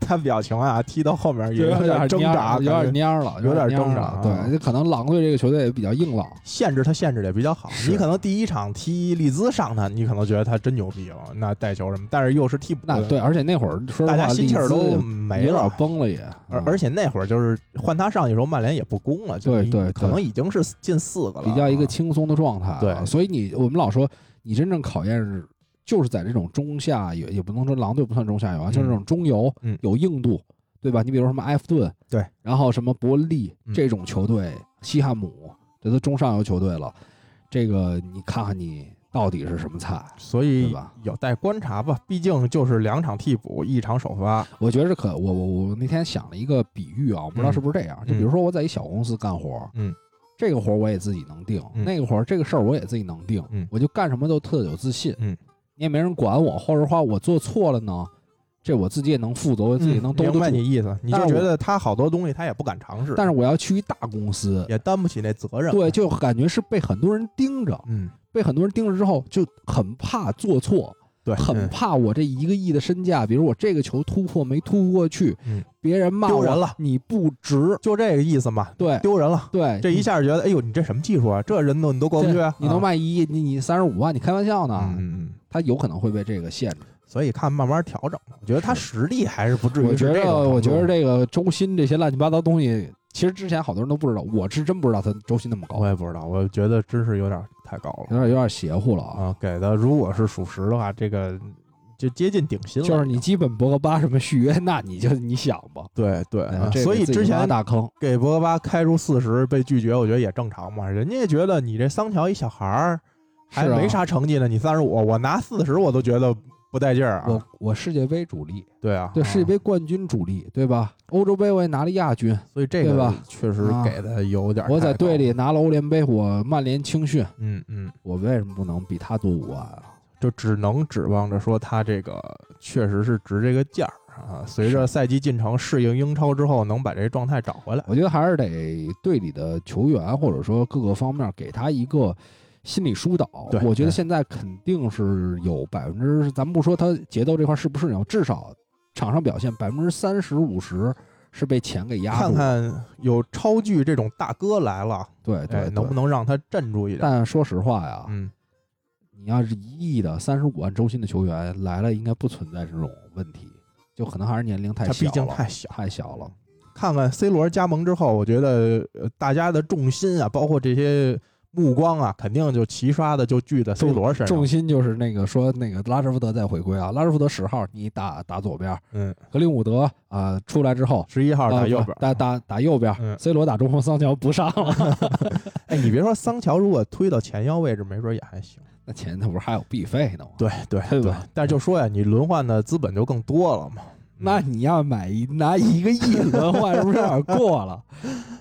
Speaker 3: 他表情啊，踢到后面也
Speaker 2: 有点
Speaker 3: 点挣
Speaker 2: 蔫儿
Speaker 3: 扎，
Speaker 2: 有点
Speaker 3: 感觉
Speaker 2: 蔫儿了，
Speaker 3: 有点
Speaker 2: 点蔫儿
Speaker 3: 挣扎
Speaker 2: 了。
Speaker 3: 啊
Speaker 2: 对，可能狼队这个球队也比较硬朗。
Speaker 3: 限制他限制的也比较好。
Speaker 2: 是
Speaker 3: 你可能第一场踢利兹上他，你可能觉得他真牛逼了，那带球什么，但是又是替补，
Speaker 2: 那对，，而且那会儿说实
Speaker 3: 大
Speaker 2: 话，
Speaker 3: 家心气
Speaker 2: 利
Speaker 3: 儿都
Speaker 2: 兹
Speaker 3: 没
Speaker 2: 有
Speaker 3: 了
Speaker 2: 点。崩了也。
Speaker 3: 而
Speaker 2: 嗯
Speaker 3: 而且那会儿就是换他上去的时候，曼联也不攻了，就
Speaker 2: 对
Speaker 3: 已
Speaker 2: 对
Speaker 3: 可能已经是进四个了，
Speaker 2: 比较一个
Speaker 3: 啊
Speaker 2: 轻松的状态啊。
Speaker 3: 对
Speaker 2: 所以你我们老说，你真正考验是就是在这种中下也也不能说狼队不算中下游啊，就是这种中游
Speaker 3: 嗯
Speaker 2: 有硬度，对吧？你比如说什么埃弗顿，
Speaker 3: 对，
Speaker 2: 然后什么伯利
Speaker 3: 嗯
Speaker 2: 这种球队，西汉姆，这都中上游球队了。这个你看看你到底是什么菜？
Speaker 3: 所
Speaker 2: 对
Speaker 3: 以
Speaker 2: 吧
Speaker 3: 有待观察吧。毕竟就是两场替补，一场首发。
Speaker 2: 我觉得是可，我我我那天想了一个比喻啊，我不知道是不是这样。就比如说我在一小公司干活，
Speaker 3: 嗯，
Speaker 2: 这个活我也自己能定，
Speaker 3: 嗯
Speaker 2: 那个活儿这个事儿我也自己能定，
Speaker 3: 嗯
Speaker 2: 我就干什么都特有自信，
Speaker 3: 嗯，
Speaker 2: 你也没人管我，或者话我做错了呢，这我自己也能负责，我自己能兜得
Speaker 3: 嗯明白
Speaker 2: 住。
Speaker 3: 你意思，你
Speaker 2: 但
Speaker 3: 就是觉
Speaker 2: 我
Speaker 3: 得他好多东西他也不敢尝试，
Speaker 2: 但是我要去一大公司，
Speaker 3: 也担不起那责任。
Speaker 2: 对，就感觉是被很多人盯着，
Speaker 3: 嗯，
Speaker 2: 被很多人盯着之后就很怕做错，
Speaker 3: 对，
Speaker 2: 很
Speaker 3: 嗯
Speaker 2: 怕我这一个亿的身价，比如我这个球突破没突破过去，
Speaker 3: 嗯
Speaker 2: 别人骂
Speaker 3: 丢
Speaker 2: 我
Speaker 3: 人了
Speaker 2: 你不值。
Speaker 3: 就这个意思嘛，
Speaker 2: 对
Speaker 3: 丢人了。
Speaker 2: 对，
Speaker 3: 这一下就觉得，哎呦，你这什么技术啊？这人都你都过不去
Speaker 2: 这
Speaker 3: 啊，
Speaker 2: 你能卖一亿，你你三十五万，你开玩笑呢？
Speaker 3: 啊？嗯嗯
Speaker 2: 他有可能会被这个限制。
Speaker 3: 嗯，所以看慢慢调整。我觉得他实力还是不至于
Speaker 2: 我
Speaker 3: 是
Speaker 2: 觉
Speaker 3: 这
Speaker 2: 得，
Speaker 3: 种
Speaker 2: 我
Speaker 3: 程
Speaker 2: 觉得
Speaker 3: 度啊
Speaker 2: 这个周薪这些乱七八糟东西，其实之前好多人都不知道，我是真不知道他周薪那么高
Speaker 3: 我，也不知道，我觉得真是有点太高了
Speaker 2: 有点有点邪乎了啊。
Speaker 3: 啊！给的如果是属实的话，这个就接近顶薪了。
Speaker 2: 就是你基本博格巴什么续约，那你就你想吧。
Speaker 3: 对对，
Speaker 2: 哎呀
Speaker 3: 啊
Speaker 2: 这
Speaker 3: 所
Speaker 2: 给
Speaker 3: 以
Speaker 2: 自己
Speaker 3: 之
Speaker 2: 挖
Speaker 3: 前
Speaker 2: 大坑，
Speaker 3: 给博格巴开出四十被拒绝，我觉得也正常嘛。人家觉得你这桑乔一小孩儿还
Speaker 2: 是啊
Speaker 3: 没啥成绩呢，你三十五，我拿四十我都觉得不带劲儿
Speaker 2: 我
Speaker 3: 啊。
Speaker 2: 我世界杯主力，
Speaker 3: 对啊，
Speaker 2: 对
Speaker 3: 啊
Speaker 2: 世界杯冠军主力，对吧？欧洲杯我也拿了亚军，
Speaker 3: 所以这
Speaker 2: 对
Speaker 3: 个
Speaker 2: 吧
Speaker 3: 确实
Speaker 2: 啊
Speaker 3: 给的有点儿太高。
Speaker 2: 我在队里拿了欧联杯，我曼联青训，
Speaker 3: 嗯嗯，
Speaker 2: 我为什么不能比他多五万啊？
Speaker 3: 就只能指望着说他这个确实是值这个价儿啊。随着赛季进程适应英超之后，能把这状态找回来。
Speaker 2: 我觉得还是得队里的球员或者说各个方面给他一个心理疏导
Speaker 3: 对。
Speaker 2: 我觉得
Speaker 3: 对
Speaker 2: 现在肯定是有百分之，咱们不说他节奏这块是不是有，至少场上表现百分之三十五十是被钱给压
Speaker 3: 看
Speaker 2: 住。
Speaker 3: 看有超巨这种大哥来了，
Speaker 2: 对
Speaker 3: 哎，
Speaker 2: 对，
Speaker 3: 能
Speaker 2: 对？
Speaker 3: 不能让他镇住一点？
Speaker 2: 但说实话呀，
Speaker 3: 嗯，
Speaker 2: 你要是一亿的三十五万周薪的球员来了，应该不存在这种问题，就可能还是年龄太
Speaker 3: 他
Speaker 2: 小
Speaker 3: 毕
Speaker 2: 了，
Speaker 3: 竟太小。
Speaker 2: 太小了。
Speaker 3: 看看 C 罗加盟之后，我觉得呃大家的重心啊，包括这些目光啊，肯定就齐刷的就聚在 C 罗身上
Speaker 2: 重。心就是那个说那个拉什福德再回归啊，拉什福德十号你打打左边，
Speaker 3: 嗯，
Speaker 2: 格林伍德啊、出来之后，
Speaker 3: 十一号
Speaker 2: 啊
Speaker 3: 打
Speaker 2: 不
Speaker 3: 右边。
Speaker 2: 打打打右边、
Speaker 3: 嗯
Speaker 2: c 罗打中锋，桑乔不上 了。
Speaker 3: 哎，你别说桑乔，如果推到前腰位置，没准也还行。
Speaker 2: 那前头不是还有 B 费呢吗？
Speaker 3: 对对
Speaker 2: 对
Speaker 3: 对
Speaker 2: 吧，
Speaker 3: 但就说呀，你轮换的资本就更多了嘛。 嗯
Speaker 2: 那你要买一拿一个亿轮换，是不是有点过 了？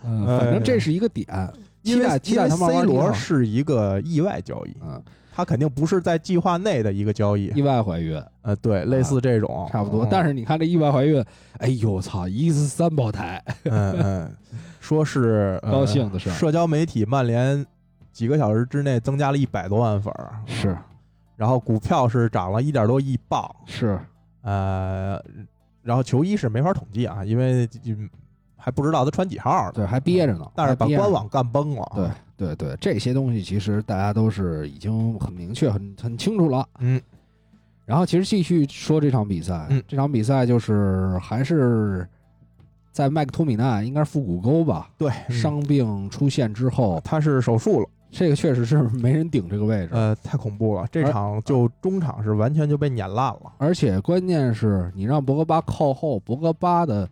Speaker 2: 嗯，反正这是一个点，
Speaker 3: 哎因
Speaker 2: 期待
Speaker 3: 为
Speaker 2: 期
Speaker 3: 因
Speaker 2: 待
Speaker 3: 为
Speaker 2: 他慢慢
Speaker 3: C
Speaker 2: 踢
Speaker 3: 罗
Speaker 2: 上
Speaker 3: 是一个意外交易，
Speaker 2: 嗯，
Speaker 3: 他肯定不是在计划内的一个交易。
Speaker 2: 意外怀孕
Speaker 3: 呃，对，类似这种
Speaker 2: 啊差不多。
Speaker 3: 嗯
Speaker 2: 但是你看这意外怀孕，哎呦操，一是三胞胎，
Speaker 3: 嗯，嗯，说是、呃
Speaker 2: 高兴的事儿
Speaker 3: 社交媒体曼联几个小时之内增加了一百多万粉儿，
Speaker 2: 是
Speaker 3: 然后股票是涨了一点多亿镑，
Speaker 2: 是，
Speaker 3: 呃，然后球衣是没法统计啊，因为嗯还不知道他穿几号呢，
Speaker 2: 对，还憋着呢。
Speaker 3: 但是
Speaker 2: 还
Speaker 3: 把
Speaker 2: 憋着
Speaker 3: 官
Speaker 2: 呢
Speaker 3: 网干崩了。
Speaker 2: 对，对对，这些东西其实大家都是已经很明确、很很清楚了。
Speaker 3: 嗯，
Speaker 2: 然后其实继续说这场比赛，
Speaker 3: 嗯
Speaker 2: 这场比赛就是还是在麦克托米奈应该是腹股沟吧、
Speaker 3: 对，嗯
Speaker 2: 伤病出现之后，
Speaker 3: 他是手术了，
Speaker 2: 这个确实是没人顶这个位置，
Speaker 3: 呃，太恐怖了，这
Speaker 2: 而
Speaker 3: 场就中场是完全就被碾烂了。
Speaker 2: 而且关键是你让博格巴靠后，博格巴的。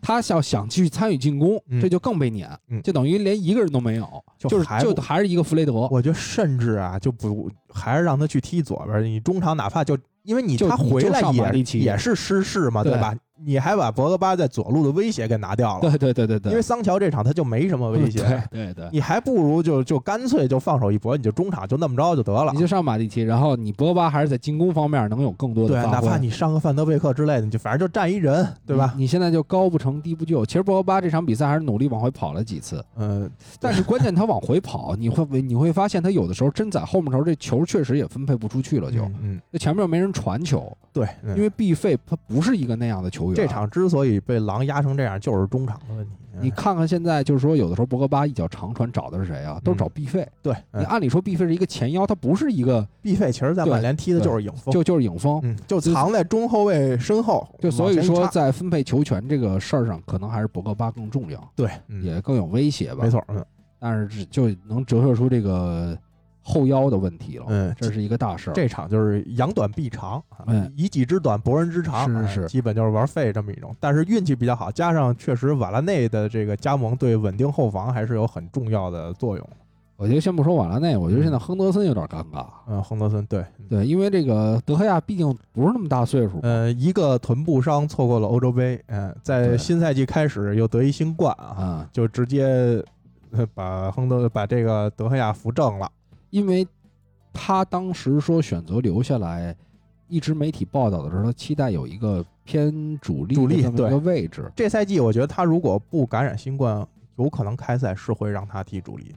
Speaker 2: 他要想继续参与进攻，
Speaker 3: 嗯
Speaker 2: 这就更被碾，
Speaker 3: 嗯
Speaker 2: 就等于连一个人都没有，
Speaker 3: 就
Speaker 2: 就是
Speaker 3: 还
Speaker 2: 就
Speaker 3: 不
Speaker 2: 还是一个弗雷德，
Speaker 3: 我觉得甚至啊，就不还是让他去踢左边儿，你中场哪怕就因为你
Speaker 2: 就
Speaker 3: 他
Speaker 2: 你
Speaker 3: 回
Speaker 2: 就
Speaker 3: 来
Speaker 2: 上马
Speaker 3: 也
Speaker 2: 利奇
Speaker 3: 也是失势嘛，
Speaker 2: 对
Speaker 3: 吧？你还把博格巴在左路的威胁给拿掉了，
Speaker 2: 对对对对对，
Speaker 3: 因为桑乔这场他就没什么威胁，
Speaker 2: 对对对，
Speaker 3: 你还不如就就干脆就放手一搏，你就中场就那么着就得了
Speaker 2: 你。就上马蒂奇，然后你博格巴还是在进攻方面能有更多
Speaker 3: 对，
Speaker 2: 的发
Speaker 3: 哪
Speaker 2: 挥。
Speaker 3: 怕你上个范德贝克之类的，你就反正就站一人，对吧？
Speaker 2: 你？你现在就高不成低不就。其实博格巴这场比赛还是努力往回跑了几次，
Speaker 3: 嗯，
Speaker 2: 但是关键他往回跑，你会你会发现他有的时候真在后面头这球确实也分配不出去了就，
Speaker 3: 嗯嗯，
Speaker 2: 那前面又没人传球，
Speaker 3: 对，
Speaker 2: 因
Speaker 3: 因
Speaker 2: 为 B 费他不是一个那样的球员。啊
Speaker 3: 这场之所以被狼压成这样，就是中场的问题。嗯
Speaker 2: 你看看现在就是说，有的时候博格巴一脚长传找的是谁啊？都
Speaker 3: 嗯
Speaker 2: 是找 B 费。
Speaker 3: 对，
Speaker 2: 你按理说 B 费是一个前腰，他不是一个
Speaker 3: 毕费其实在
Speaker 2: 对
Speaker 3: 曼联踢的就是影锋，
Speaker 2: 就就是影锋。
Speaker 3: 嗯，就藏在中后卫身后，
Speaker 2: 就所以
Speaker 3: 往前一
Speaker 2: 说，
Speaker 3: 插
Speaker 2: 在分配球权这个事儿上，可能还是博格巴更重要。
Speaker 3: 对，嗯
Speaker 2: 也更有威胁吧。哦
Speaker 3: 没，错，嗯
Speaker 2: 但是这就能折射出这个后腰的问题了。
Speaker 3: 嗯，
Speaker 2: 这是一个大事儿。
Speaker 3: 这场就是扬短避长，啊
Speaker 2: 嗯
Speaker 3: 以己之短博人之长，
Speaker 2: 是
Speaker 3: 啊
Speaker 2: 是
Speaker 3: 基本就是玩废这么一种。但是运气比较好，加上确实瓦拉内的这个加盟对稳定后防还是有很重要的作用。
Speaker 2: 我觉得先不说瓦拉内，我觉得现在亨德森有点尴尬。啊
Speaker 3: 嗯，亨德森对，嗯
Speaker 2: 对，因为这个德赫亚毕竟不是那么大岁数，
Speaker 3: 呃，一个臀部伤错过了欧洲杯，嗯，在
Speaker 2: 对
Speaker 3: 新赛季开始又得一新冠啊，
Speaker 2: 啊，
Speaker 3: 就直接呃把亨德把这个德赫亚扶正了。
Speaker 2: 因为他当时说选择留下来，一直媒体报道的时候，他期待有一个偏主力
Speaker 3: 主
Speaker 2: 的
Speaker 3: 力
Speaker 2: 这么一
Speaker 3: 对
Speaker 2: 个位置。
Speaker 3: 这赛季我觉得他如果不感染新冠，有可能开赛是会让他踢主力。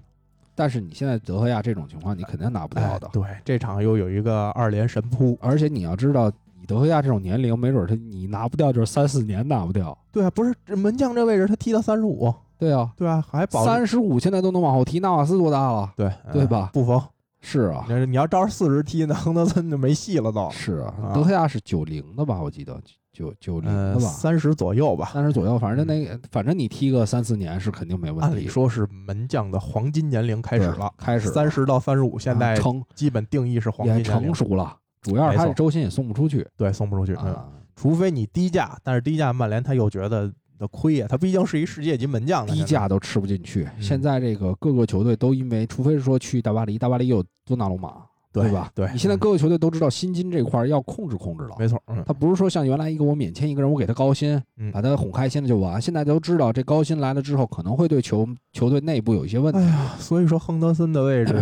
Speaker 2: 但是你现在德赫亚这种情况，你肯定拿不
Speaker 3: 哎
Speaker 2: 到的，。
Speaker 3: 对，这场又有一个二连神扑。
Speaker 2: 而且你要知道，以德赫亚这种年龄，没准他你拿不掉就是三四年拿不掉。
Speaker 3: 对啊，不是这门将这位置他踢到三十五，
Speaker 2: 对啊，
Speaker 3: 对啊，还保
Speaker 2: 三十五现在都能往后提，纳瓦斯多大了？
Speaker 3: 对
Speaker 2: 对
Speaker 3: 嗯
Speaker 2: 吧
Speaker 3: 不疯，
Speaker 2: 是啊，
Speaker 3: 你要你要照着四十踢，那亨德森就没戏了都。
Speaker 2: 是啊，
Speaker 3: 啊
Speaker 2: 德赫亚是九零的吧？我记得九九零的
Speaker 3: 嗯，
Speaker 2: 吧，
Speaker 3: 三十左右吧。
Speaker 2: 三十左右，反正就那个，反正你踢个三四年是肯定没问
Speaker 3: 按
Speaker 2: 题。
Speaker 3: 理说是门将的黄金年龄开始
Speaker 2: 对
Speaker 3: 了，
Speaker 2: 开始了啊
Speaker 3: 三十到三十五，现在
Speaker 2: 成
Speaker 3: 基本定义是黄
Speaker 2: 也
Speaker 3: 金年龄
Speaker 2: 成，熟了，主要是他
Speaker 3: 没
Speaker 2: 这
Speaker 3: 错
Speaker 2: 周薪也送不出去
Speaker 3: 对，送不出去，嗯，
Speaker 2: 啊，
Speaker 3: 除非你低价，但是低价曼联他又觉得的亏呀，他毕竟是一世界级门将呢，
Speaker 2: 低
Speaker 3: 现在
Speaker 2: 价都吃不进去。
Speaker 3: 嗯
Speaker 2: 现在这个各个球队都因为，除非是说去大巴黎，大巴黎有多纳鲁马，
Speaker 3: 对
Speaker 2: 吧？
Speaker 3: 对，
Speaker 2: 你现在
Speaker 3: 嗯
Speaker 2: 各个球队都知道薪金这块儿要控制控制了。
Speaker 3: 没错，嗯
Speaker 2: 他不是说像原来一个我免签一个人，我给他高薪，
Speaker 3: 嗯
Speaker 2: 把他哄开心了就完。现在都知道这高薪来了之后，可能会对球球队内部有一些问题。
Speaker 3: 哎呀，所以说亨德森的位 置，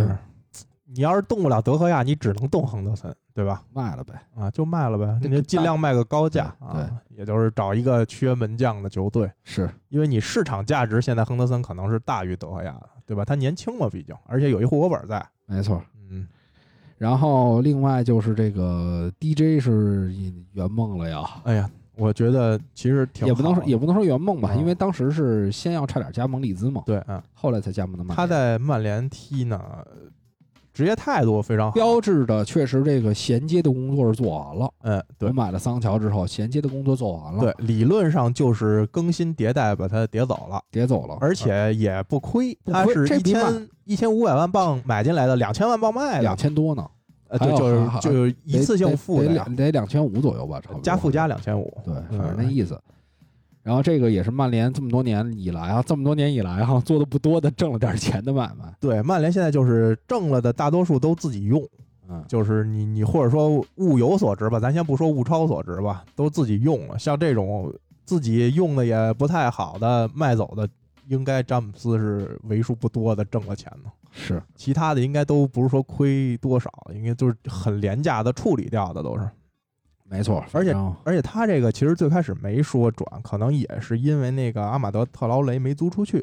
Speaker 3: 你要是动不了德赫亚，你只能动亨德森，对吧？
Speaker 2: 卖了呗，
Speaker 3: 啊，就卖了呗，
Speaker 2: 那
Speaker 3: 你就
Speaker 2: 个
Speaker 3: 尽量卖个高价
Speaker 2: 对
Speaker 3: 啊，也就是找一个缺门将的球队，
Speaker 2: 是
Speaker 3: 因为你市场价值现在亨德森可能是大于德赫亚的，对吧？他年轻嘛，毕竟，而且有一户口本在，
Speaker 2: 没错。
Speaker 3: 嗯，
Speaker 2: 然后另外就是这个 DJ 是圆梦了呀，
Speaker 3: 哎呀，我觉得其实挺
Speaker 2: 也不能
Speaker 3: 好
Speaker 2: 说
Speaker 3: 的
Speaker 2: 也不能说圆梦吧，
Speaker 3: 嗯
Speaker 2: 因为当时是先要差点加盟利兹嘛，
Speaker 3: 对，嗯，
Speaker 2: 后来才加盟的曼
Speaker 3: 他
Speaker 2: 联。
Speaker 3: 在曼联踢呢，职业态度非常好，
Speaker 2: 标志着确实这个衔接的工作是做完了。
Speaker 3: 嗯，
Speaker 2: 我
Speaker 3: 对。
Speaker 2: 买了桑乔之后，衔接的工作做完了，
Speaker 3: 对，，理论上就是更新迭代把它迭走了，
Speaker 2: 叠走了，
Speaker 3: 而且也不亏，
Speaker 2: 不
Speaker 3: 他
Speaker 2: 亏
Speaker 3: 是
Speaker 2: 啊这
Speaker 3: 一
Speaker 2: 比买
Speaker 3: 千一千五百万镑买进来的，两千万镑卖
Speaker 2: 两
Speaker 3: 的，
Speaker 2: 千多呢，
Speaker 3: 呃，
Speaker 2: 还
Speaker 3: 对，
Speaker 2: 有
Speaker 3: 就是
Speaker 2: 还
Speaker 3: 就是一次性付
Speaker 2: 得
Speaker 3: 的
Speaker 2: 得
Speaker 3: 呀
Speaker 2: 两得两千五左右吧，差不多
Speaker 3: 加附加两千五，
Speaker 2: 对，
Speaker 3: 嗯
Speaker 2: 反正那意思。然后这个也是曼联这么多年以来啊，这么多年以来哈、做的不多的挣了点钱的买卖，
Speaker 3: 对，曼联现在就是挣了的大多数都自己用，
Speaker 2: 嗯，
Speaker 3: 就是你你或者说物有所值吧，咱先不说物超所值吧，都自己用了。像这种自己用的也不太好的卖走的，应该詹姆斯是为数不多的挣了钱呢。
Speaker 2: 是
Speaker 3: 其他的应该都不是说亏多少，应该就是很廉价的处理掉的都是。
Speaker 2: 没错。
Speaker 3: 而且
Speaker 2: 反正
Speaker 3: 而且他这个其实最开始没说转，可能也是因为那个阿马德特劳雷没租出去，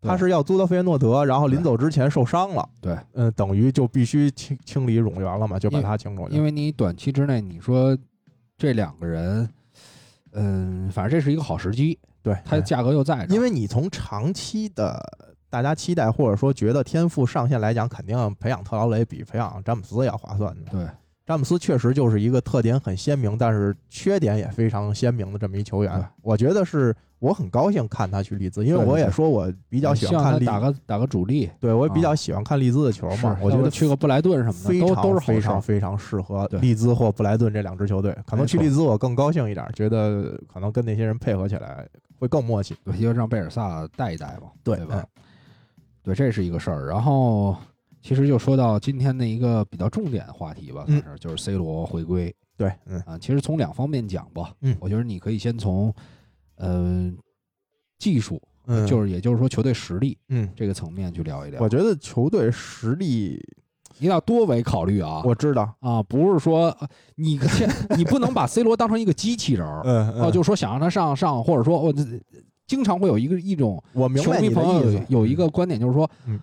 Speaker 2: 对
Speaker 3: 他是要租到费耶诺德，然后临
Speaker 2: 对
Speaker 3: 走之前受伤了，
Speaker 2: 对，
Speaker 3: 嗯，等于就必须清清理冗员了嘛，就把
Speaker 2: 因为
Speaker 3: 他清出去
Speaker 2: 因
Speaker 3: 了。
Speaker 2: 为你短期之内你说这两个人，嗯，反正这是一个好时机，
Speaker 3: 对，
Speaker 2: 它
Speaker 3: 嗯
Speaker 2: 价格又在这儿，
Speaker 3: 因为你从长期的大家期待或者说觉得天赋上限来讲，肯定培养特劳雷比培养詹姆斯要划算的。
Speaker 2: 对，
Speaker 3: 詹姆斯确实就是一个特点很鲜明，但是缺点也非常鲜明的这么一球
Speaker 2: 对
Speaker 3: 员。我觉得是我很高兴看他去利兹，因为
Speaker 2: 对
Speaker 3: 我也
Speaker 2: 对
Speaker 3: 说我比较喜
Speaker 2: 希
Speaker 3: 欢
Speaker 2: 望他
Speaker 3: 看利，
Speaker 2: 打个打个主力
Speaker 3: 对我也比
Speaker 2: 啊
Speaker 3: 较喜欢看利兹的球嘛
Speaker 2: 是。
Speaker 3: 我
Speaker 2: 要
Speaker 3: 觉
Speaker 2: 不
Speaker 3: 得
Speaker 2: 去个布莱顿什么
Speaker 3: 非
Speaker 2: 的都
Speaker 3: 常
Speaker 2: 都是好
Speaker 3: 非
Speaker 2: 事
Speaker 3: 常
Speaker 2: 儿，
Speaker 3: 非常适合
Speaker 2: 对
Speaker 3: 利兹或布莱顿这两支球队。可能
Speaker 2: 没
Speaker 3: 去
Speaker 2: 错
Speaker 3: 利兹我更高兴一点，觉得可能跟那些人配合起来会更默契。
Speaker 2: 对，就让贝尔萨带一带嘛，
Speaker 3: 对哎
Speaker 2: 吧？对，这是一个事儿。然后其实就说到今天的一个比较重点的话题吧，算
Speaker 3: 嗯
Speaker 2: 是、就是 C 罗回归
Speaker 3: 对，嗯
Speaker 2: 啊。其实从两方面讲吧，
Speaker 3: 嗯
Speaker 2: 我觉得你可以先从，呃，技术，
Speaker 3: 嗯，
Speaker 2: 就是也就是说球队实力
Speaker 3: 嗯，
Speaker 2: 这个层面去聊一聊
Speaker 3: 我。觉得球队实力
Speaker 2: 你要多维考虑啊，
Speaker 3: 我知道，
Speaker 2: 啊，不是说呃你你不能把 C 罗当成一个机器人儿，
Speaker 3: 嗯，
Speaker 2: 哦、
Speaker 3: 嗯
Speaker 2: 就说想让他上上，或者说我、这经常会有一个一种
Speaker 3: 我明
Speaker 2: 球
Speaker 3: 白
Speaker 2: 迷
Speaker 3: 你的
Speaker 2: 朋友
Speaker 3: 意
Speaker 2: 有
Speaker 3: 思，
Speaker 2: 有一个观点，就是说，
Speaker 3: 嗯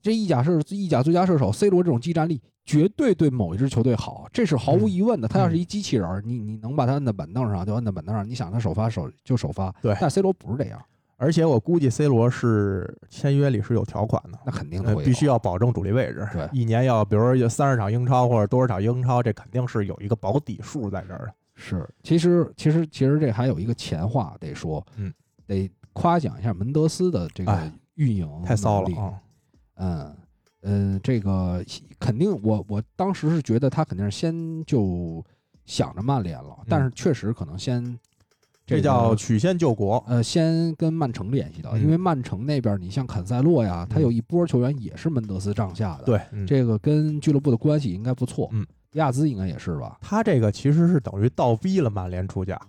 Speaker 2: 这意甲射意甲最佳射手 C 罗这种技战力，绝对对某一支球队好，这是毫
Speaker 3: 嗯
Speaker 2: 无疑问的。他要是一机器人儿，你你能把他摁在板凳上就摁在板凳上，你想他首发首就首发，
Speaker 3: 对
Speaker 2: 但 C 罗不是这样，
Speaker 3: 而且我估计 C 罗是签约里是有条款的，
Speaker 2: 那肯定
Speaker 3: 呃
Speaker 2: 会有
Speaker 3: 必须要保证主力位置，
Speaker 2: 对
Speaker 3: 一年要比如说三十场英超或者多少场英超，这肯定是有一个保底数在这儿的。
Speaker 2: 是。其实其实其实这还有一个前话得说，
Speaker 3: 嗯，
Speaker 2: 得夸奖一下门德斯的这个
Speaker 3: 哎
Speaker 2: 运营
Speaker 3: 太骚
Speaker 2: 能力
Speaker 3: 了啊！
Speaker 2: 嗯嗯，这个肯定我，我当时是觉得他肯定是先就想着曼联了，但是确实可能先、
Speaker 3: 嗯这
Speaker 2: 个
Speaker 3: 叫曲线救国，
Speaker 2: 呃，先跟曼城联系到，因
Speaker 3: 嗯
Speaker 2: 为曼城那边你像坎塞洛呀，他有一波球员也是门德斯帐下的，、
Speaker 3: 对，嗯
Speaker 2: 这个跟俱乐部的关系应该不错，
Speaker 3: 嗯，
Speaker 2: 迪亚兹应该也是吧，
Speaker 3: 他这个其实是等于倒逼了曼联出价，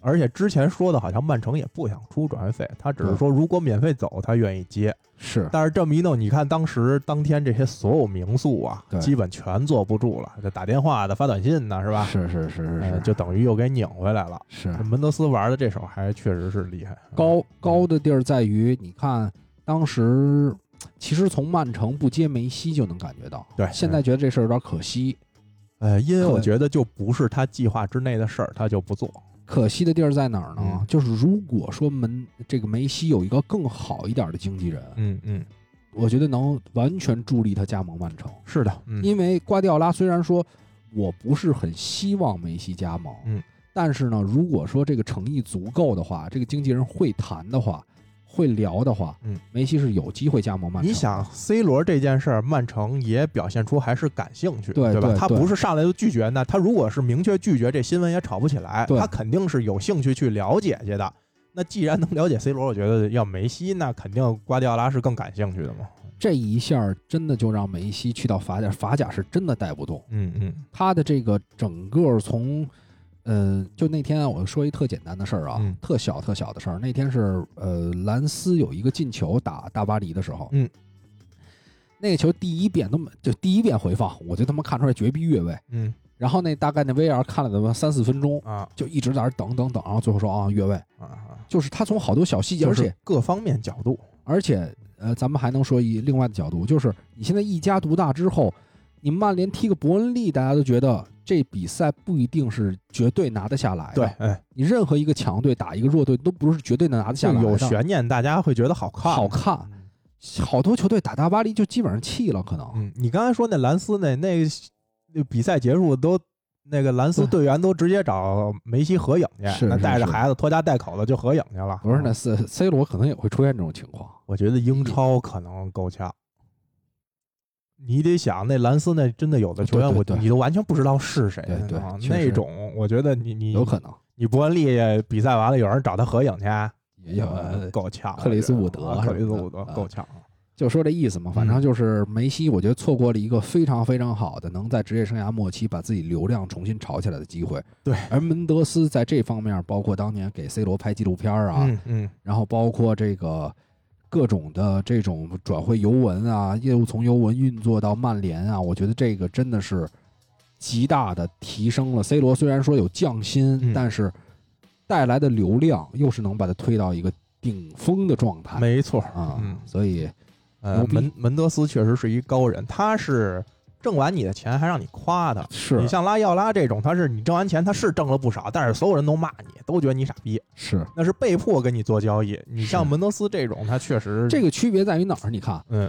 Speaker 3: 而且之前说的好像曼城也不想出转会费，他只是
Speaker 2: 对
Speaker 3: 说如果免费走，他愿意接。
Speaker 2: 是
Speaker 3: 但是这么一弄，你看当时当天这些所有名宿啊
Speaker 2: 对，
Speaker 3: 基本全坐不住了，这打电话的、发短信呢，是嗯吧？
Speaker 2: 是是是是
Speaker 3: 呃
Speaker 2: 是，
Speaker 3: 就等于又给拧回来了。
Speaker 2: 是
Speaker 3: 这门德斯玩的这手还确实是厉害，
Speaker 2: 高高的地儿在于，你看当时其实从曼城不接梅西就能感觉到，
Speaker 3: 对嗯
Speaker 2: 现在觉得这事儿有点可惜。
Speaker 3: 呃，因为
Speaker 2: 可
Speaker 3: 我觉得就不是他计划之内的事儿，他就不做。
Speaker 2: 可惜的地儿在哪儿呢？
Speaker 3: 嗯
Speaker 2: 就是如果说门这个梅西有一个更好一点的经纪人，
Speaker 3: 嗯嗯，
Speaker 2: 我觉得能完全助力他加盟曼城。
Speaker 3: 是的，嗯
Speaker 2: 因为瓜迪奥拉虽然说我不是很希望梅西加盟，
Speaker 3: 嗯，
Speaker 2: 但是呢，如果说这个诚意足够的话，这个经纪人会谈的话，会聊的话，
Speaker 3: 嗯，
Speaker 2: 梅西是有机会加盟曼城。
Speaker 3: 你想 C 罗这件事儿，曼城也表现出还是感兴趣，
Speaker 2: 对
Speaker 3: 吧
Speaker 2: 对？
Speaker 3: 他
Speaker 2: 对
Speaker 3: 不是上来就拒绝，那他如果是明确拒绝，这新闻也炒不起来。
Speaker 2: 对
Speaker 3: 他肯定是有兴趣去了解去的。那既然能了解 C 罗，我觉得要梅西，那肯定瓜迪奥拉是更感兴趣的嘛。
Speaker 2: 这一下儿真的就让梅西去到法甲，法甲是真的带不动
Speaker 3: 嗯嗯
Speaker 2: 他的这个整个从。呃，就那天啊我说一特简单的事儿啊，
Speaker 3: 嗯
Speaker 2: 特小特小的事儿。那天是呃，兰斯有一个进球打大巴黎的时候，
Speaker 3: 嗯，
Speaker 2: 那个球第一遍都没，就第一遍回放，我就他妈看出来绝逼越位。
Speaker 3: 嗯
Speaker 2: 然后那大概那 VR 看了他妈三四分钟，
Speaker 3: 啊
Speaker 2: 就一直在那儿等等等，然后最后说啊越位，
Speaker 3: 啊啊，
Speaker 2: 就是他从好多小细节，
Speaker 3: 就
Speaker 2: 而
Speaker 3: 是
Speaker 2: 且
Speaker 3: 各方面角度，
Speaker 2: 而且呃，咱们还能说一另外的角度，就是你现在一家独大之后，你曼联踢个伯恩利，大家都觉得这比赛不一定是绝对拿得下来的。
Speaker 3: 对，哎，
Speaker 2: 你任何一个强队打一个弱队都不是绝对能拿得下
Speaker 3: 就
Speaker 2: 来的，
Speaker 3: 有悬念，大家会觉得好看，
Speaker 2: 好看。
Speaker 3: 嗯
Speaker 2: 好多球队打大巴黎就基本上弃了，可能、
Speaker 3: 嗯，你刚才说那兰斯那那那比赛结束都那个兰斯
Speaker 2: 对
Speaker 3: 队员都直接找梅西合影去，
Speaker 2: 是
Speaker 3: 那
Speaker 2: 是
Speaker 3: 带着
Speaker 2: 是
Speaker 3: 孩子拖家带口的就合影去了。
Speaker 2: 不是那 C C 罗可能也会出现这种情况。
Speaker 3: 我觉得英超可能够呛。你得想，那兰斯那真的有的球员，
Speaker 2: 对对
Speaker 3: 我
Speaker 2: 对
Speaker 3: 你都完全不知道是谁
Speaker 2: 对对
Speaker 3: 啊
Speaker 2: 确实
Speaker 3: 那种，我觉得你你
Speaker 2: 有可能
Speaker 3: 你伯恩利比赛完了，有人找他合影去，
Speaker 2: 也有、呃
Speaker 3: 嗯够呛。
Speaker 2: 克里斯伍德
Speaker 3: 我觉得啊克里斯
Speaker 2: 什么的
Speaker 3: 伍德
Speaker 2: 啊
Speaker 3: 够呛。
Speaker 2: 就说这意思嘛，反正
Speaker 3: 嗯
Speaker 2: 就是梅西，我觉得错过了一个非常非常好的能在职业生涯末期把自己流量重新炒起来的机会。
Speaker 3: 对，
Speaker 2: 而门德斯在这方面，包括当年给 C 罗拍纪录片儿啊，
Speaker 3: 嗯嗯，
Speaker 2: 然后包括这个各种的这种转会尤文啊，业务从尤文运作到曼联啊，我觉得这个真的是极大的提升了 C 罗。虽然说有降薪，
Speaker 3: 嗯
Speaker 2: 但是带来的流量又是能把它推到一个顶峰的状态
Speaker 3: 没错。
Speaker 2: 啊，
Speaker 3: 嗯
Speaker 2: 所以。
Speaker 3: 呃
Speaker 2: 牛，逼
Speaker 3: 门门德斯确实是一高人，他是挣完你的钱还让你夸他。
Speaker 2: 是啊
Speaker 3: 你像拉要拉这种，他是你挣完钱，他是挣了不少，但是所有人都骂你，都觉得你傻逼，
Speaker 2: 是
Speaker 3: 那是被迫跟你做交易。你
Speaker 2: 是
Speaker 3: 像门德斯这种，他确实
Speaker 2: 这个区别在于哪儿？你看，
Speaker 3: 嗯，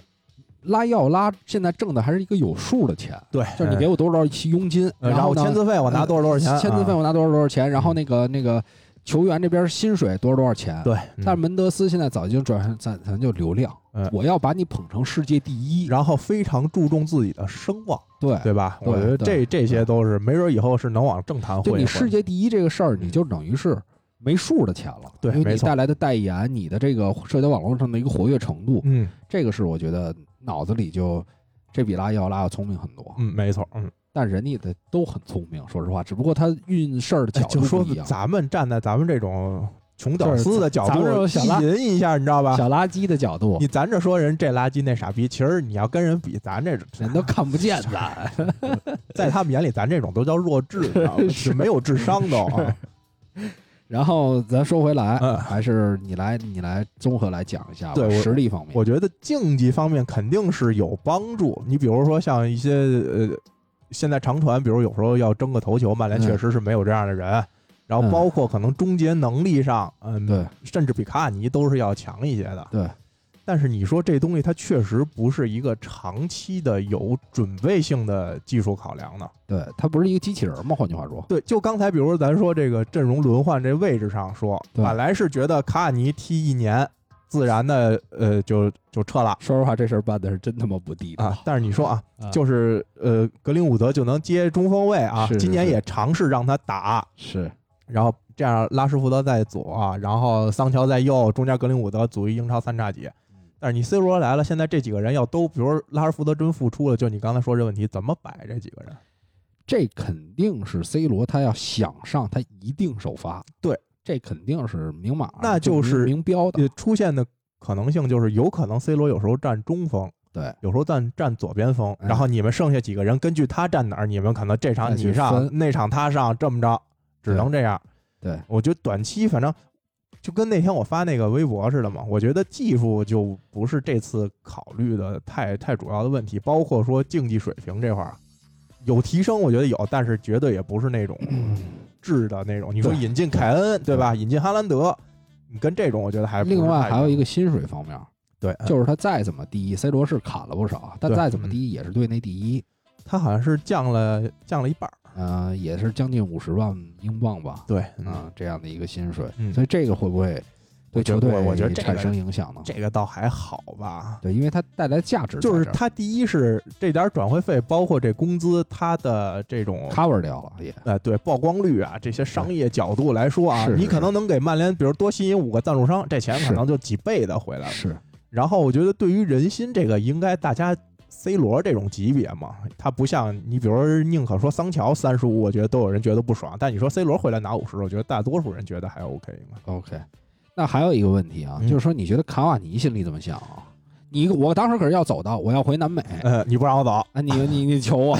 Speaker 2: 拉要拉现在挣的还是一个有数的钱，
Speaker 3: 对，
Speaker 2: 就是你给
Speaker 3: 我，
Speaker 2: 我多少期佣金，
Speaker 3: 哎呃然
Speaker 2: 后
Speaker 3: 后
Speaker 2: 呢嗯
Speaker 3: 签字费我拿多少多少钱，
Speaker 2: 签字费
Speaker 3: 啊
Speaker 2: 我拿多少多少钱，然后那个那个球员这边薪水多少多少钱。，
Speaker 3: 对，
Speaker 2: 但是
Speaker 3: 嗯
Speaker 2: 门德斯现在早已经转向咱咱就流量
Speaker 3: 嗯，
Speaker 2: 我要把你捧成世界第一。
Speaker 3: 然后非常注重自己的声望，
Speaker 2: 对，
Speaker 3: 对吧？
Speaker 2: 对
Speaker 3: 我觉得这
Speaker 2: 对
Speaker 3: 这些都是没准以后是能往政坛
Speaker 2: 就
Speaker 3: 混一
Speaker 2: 你
Speaker 3: 混
Speaker 2: 世界第一这个事儿，
Speaker 3: 嗯
Speaker 2: 你就等于是没数的钱了，
Speaker 3: 对
Speaker 2: 因为
Speaker 3: 没
Speaker 2: 你
Speaker 3: 错
Speaker 2: 带来的代言，你的这个社交网络上的一个活跃程度，
Speaker 3: 嗯
Speaker 2: 这个是我觉得脑子里就这比拉伊奥拉要聪明很多。
Speaker 3: 嗯，没错，嗯。
Speaker 2: 但人家的都很聪明，说实话，只不过他运事儿的
Speaker 3: 哎
Speaker 2: 角度
Speaker 3: 就说
Speaker 2: 不一样，
Speaker 3: 咱们站在咱们这种穷屌
Speaker 2: 就是
Speaker 3: 丝的角
Speaker 2: 咱们这
Speaker 3: 度，
Speaker 2: 种小垃
Speaker 3: 意淫一下，你知道吧？
Speaker 2: 小垃圾的角度
Speaker 3: 你，咱这说人这垃圾那傻逼，其实你要跟人比，咱这
Speaker 2: 人都看不见 咱。
Speaker 3: 在他们眼里，咱这种都叫弱智，你 知道吗
Speaker 2: 是
Speaker 3: 是没有智商都啊。
Speaker 2: 然后咱说回来，
Speaker 3: 嗯
Speaker 2: 还是你来，你来综合来讲一下吧
Speaker 3: 对我
Speaker 2: 实力方面。
Speaker 3: 我觉得竞技方面肯定是有帮助。你比如说像一些呃，现在长传，比如有时候要争个头球，曼联
Speaker 2: 嗯
Speaker 3: 确实是没有这样的人。然后包括可能终结能力上，嗯，
Speaker 2: 对
Speaker 3: 甚至比卡瓦尼都是要强一些的。
Speaker 2: 对，
Speaker 3: 但是你说这东西它确实不是一个长期的有准备性的技术考量的。
Speaker 2: 对他不是一个机器人吗？换句话说，
Speaker 3: 对，就刚才比如说咱说这个阵容轮换这位置上说，
Speaker 2: 对
Speaker 3: 本来是觉得卡瓦尼踢一年，自然的呃就就撤了
Speaker 2: 说实话，这事儿办的是真他妈不地道
Speaker 3: 啊。但是你说啊，
Speaker 2: 啊
Speaker 3: 就是呃格林伍德就能接中锋位啊，
Speaker 2: 是是
Speaker 3: 今年
Speaker 2: 是
Speaker 3: 也尝试让他打，
Speaker 2: 是
Speaker 3: 然后这样拉什福德在左、啊然后桑乔在右，中间格林伍德组一英超三叉戟。但是你 C 罗来了，现在这几个人要都，比如拉什福德真复出了，就你刚才说这问题，怎么摆这几个人？
Speaker 2: 这肯定是 C 罗，他要想上，他一定首发。
Speaker 3: 对，
Speaker 2: 这肯定是明码，
Speaker 3: 那就是呃
Speaker 2: 明明标的
Speaker 3: 也，出现的可能性就是有可能 C 罗有时候站中锋，
Speaker 2: 对，
Speaker 3: 有时候站站左边锋，
Speaker 2: 哎
Speaker 3: 然后你们剩下几个人根据他站哪儿，你们可能这场
Speaker 2: 再去
Speaker 3: 你上，
Speaker 2: 分
Speaker 3: 那场他上，这么着，只能这样。
Speaker 2: 对
Speaker 3: 我觉得短期反正就跟那天我发那个微博似的嘛，我觉得技术就不是这次考虑的太太主要的问题，包括说竞技水平这块儿有提升，我觉得有，但是绝对也不是那种质的那种。你说
Speaker 2: 对
Speaker 3: 引进凯恩对吧？引进哈兰德，你跟这种我觉 得还不是
Speaker 2: 另外
Speaker 3: 太
Speaker 2: 还有一个薪水方面，
Speaker 3: 对，
Speaker 2: 就是他再怎么第一，C 罗是砍了不少，但
Speaker 3: 嗯对
Speaker 2: 再怎么
Speaker 3: 嗯
Speaker 2: 第一也是队内第一，
Speaker 3: 他好像是降了降了一半儿，
Speaker 2: 呃，也是将近五十万英镑吧，
Speaker 3: 对，
Speaker 2: 啊、这样的一个薪水，
Speaker 3: 嗯
Speaker 2: 所以这个会不会对
Speaker 3: 我觉
Speaker 2: 球
Speaker 3: 得
Speaker 2: 队
Speaker 3: 我我觉得这个
Speaker 2: 产生影响呢？
Speaker 3: 这个倒还好吧。
Speaker 2: 对，因为它带来价值在这
Speaker 3: 就
Speaker 2: 儿，
Speaker 3: 是他第一是这点儿转会费，包括这工资，他的这种
Speaker 2: cover 掉了也，
Speaker 3: 呃对曝光率啊，这些商业角度来说啊，
Speaker 2: 是是
Speaker 3: 你可能能给曼联，比如多吸引五个赞助商，这钱
Speaker 2: 是
Speaker 3: 可能就几倍的回来了。
Speaker 2: 是
Speaker 3: 然后我觉得对于人心这个，应该大家 C 罗这种级别嘛，他不像你，比如说宁可说桑乔三十五，我觉得都有人觉得不爽，但你说 C 罗回来拿五十，我觉得大多数人觉得还 OK 嘛。
Speaker 2: OK。那还有一个问题啊，
Speaker 3: 嗯
Speaker 2: 就是说你觉得卡瓦尼心里怎么想啊？你我当时可是要走的，我要回南美。
Speaker 3: 呃，你不让我走，
Speaker 2: 啊，你你你求我，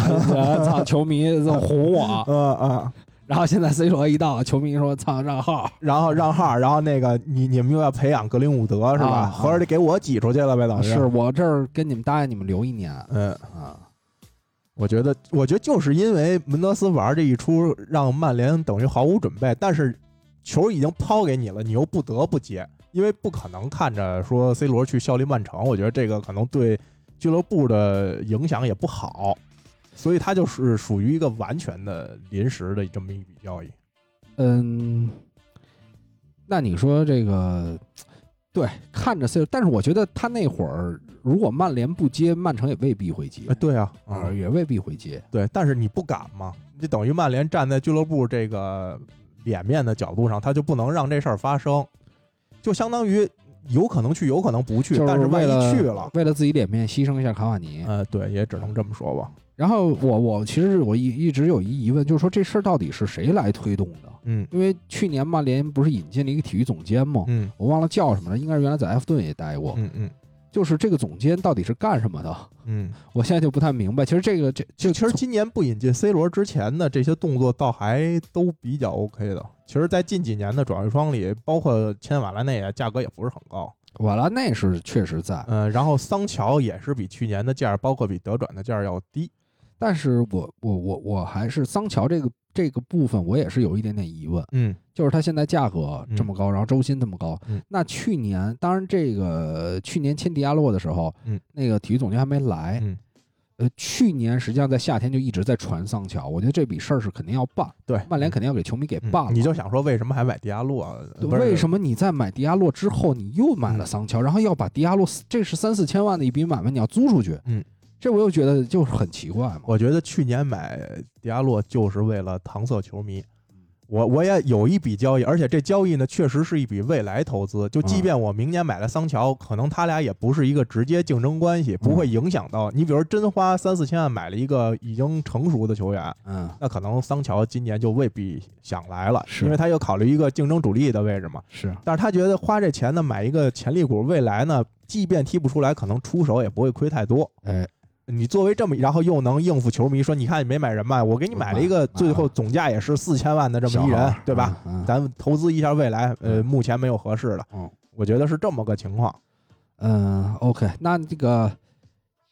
Speaker 2: 操！球迷这么哄我，
Speaker 3: 呃呃，
Speaker 2: 然后现在 C 罗一到，球迷说操让号，
Speaker 3: 然后让号，然后那个你你们又要培养格林伍德是
Speaker 2: 啊
Speaker 3: 吧？
Speaker 2: 啊
Speaker 3: 合着得给我挤出去了呗，等于
Speaker 2: 是我这儿跟你们答应你们留一年
Speaker 3: 嗯，
Speaker 2: 啊，
Speaker 3: 我觉得，我觉得就是因为门德斯玩这一出，让曼联等于毫无准备，但是球已经抛给你了，你又不得不接，因为不可能看着说 C 罗去效力曼城，我觉得这个可能对俱乐部的影响也不好，所以他就是属于一个完全的临时的这么一笔交易。
Speaker 2: 嗯，那你说这个对，看着 C 罗，但是我觉得他那会儿如果曼联不接，曼城也未必会接
Speaker 3: 哎，对啊，啊、
Speaker 2: 啊，也未必会接，
Speaker 3: 对，但是你不敢嘛，你等于曼联站在俱乐部这个脸面的角度上，他就不能让这事儿发生，就相当于有可能去，有可能不去，
Speaker 2: 就
Speaker 3: 但是万
Speaker 2: 为了
Speaker 3: 一去了，
Speaker 2: 为了自己脸面牺牲一下卡瓦尼。
Speaker 3: 呃，对，也只能这么说吧。
Speaker 2: 然后我我其实我一一直有一疑问，就是说这事儿到底是谁来推动的？
Speaker 3: 嗯
Speaker 2: 因为去年曼联不是引进了一个体育总监吗？
Speaker 3: 嗯
Speaker 2: 我忘了叫什么了，应该是原来在埃弗顿也待过。
Speaker 3: 嗯嗯
Speaker 2: 就是这个总监到底是干什么的？
Speaker 3: 嗯，
Speaker 2: 我现在就不太明白。其实这个这
Speaker 3: 就
Speaker 2: 这
Speaker 3: 其实今年不引进 C 罗之前的这些动作倒还都比较 OK 的。其实，在近几年的转会窗里，包括签瓦拉内啊，价格也不是很高。
Speaker 2: 瓦拉内是确实在，
Speaker 3: 嗯、然后桑乔也是比去年的价儿，包括比德转的价儿要低。
Speaker 2: 但是我我我我还是桑乔这个这个部分，我也是有一点点疑问，
Speaker 3: 嗯
Speaker 2: 就是他现在价格这么高，然后周薪这么高，
Speaker 3: 嗯
Speaker 2: 那去年当然这个去年签迪亚洛的时候，
Speaker 3: 嗯
Speaker 2: 那个体育总监还没来，
Speaker 3: 嗯。
Speaker 2: 呃，去年实际上在夏天就一直在传桑乔，我觉得这笔事儿是肯定要办，
Speaker 3: 对，
Speaker 2: 曼联肯定要给球迷给
Speaker 3: 嗯
Speaker 2: 办了。
Speaker 3: 你就想说为什么还买迪亚洛啊？不是嗯
Speaker 2: 为什么你在买迪亚洛之后，你又买了桑乔，然后要把迪亚洛，这是三四千万的一笔买卖，你要租出去？
Speaker 3: 嗯，
Speaker 2: 这我又觉得就是很奇怪嘛。
Speaker 3: 我觉得去年买迪亚洛就是为了搪塞球迷。
Speaker 2: 嗯
Speaker 3: 我我也有一笔交易，而且这交易呢，确实是一笔未来投资。就
Speaker 2: 嗯
Speaker 3: 即便我明年买了桑乔，可能他俩也不是一个直接竞争关系，不会影响
Speaker 2: 嗯
Speaker 3: 到你。比如真花三四千万买了一个已经成熟的球员，
Speaker 2: 嗯，
Speaker 3: 那可能桑乔今年就未必想来了，
Speaker 2: 是
Speaker 3: 因为他又考虑一个竞争主力的位置嘛。
Speaker 2: 是
Speaker 3: 但是他觉得花这钱呢，买一个潜力股，未来呢，即便踢不出来，可能出手也不会亏太多。
Speaker 2: 哎，
Speaker 3: 你作为这么，然后又能应付球迷说，你看你没买人吧？我给你买了一个，
Speaker 2: 买买了
Speaker 3: 最后总价也是四千万的这么一
Speaker 2: 小孩
Speaker 3: 人
Speaker 2: 儿，
Speaker 3: 对吧？？
Speaker 2: 嗯，
Speaker 3: 咱们投资一下未来，呃，
Speaker 2: 嗯
Speaker 3: 目前没有合适的，
Speaker 2: 嗯
Speaker 3: 我觉得是这么个情况。
Speaker 2: 嗯，OK，那这个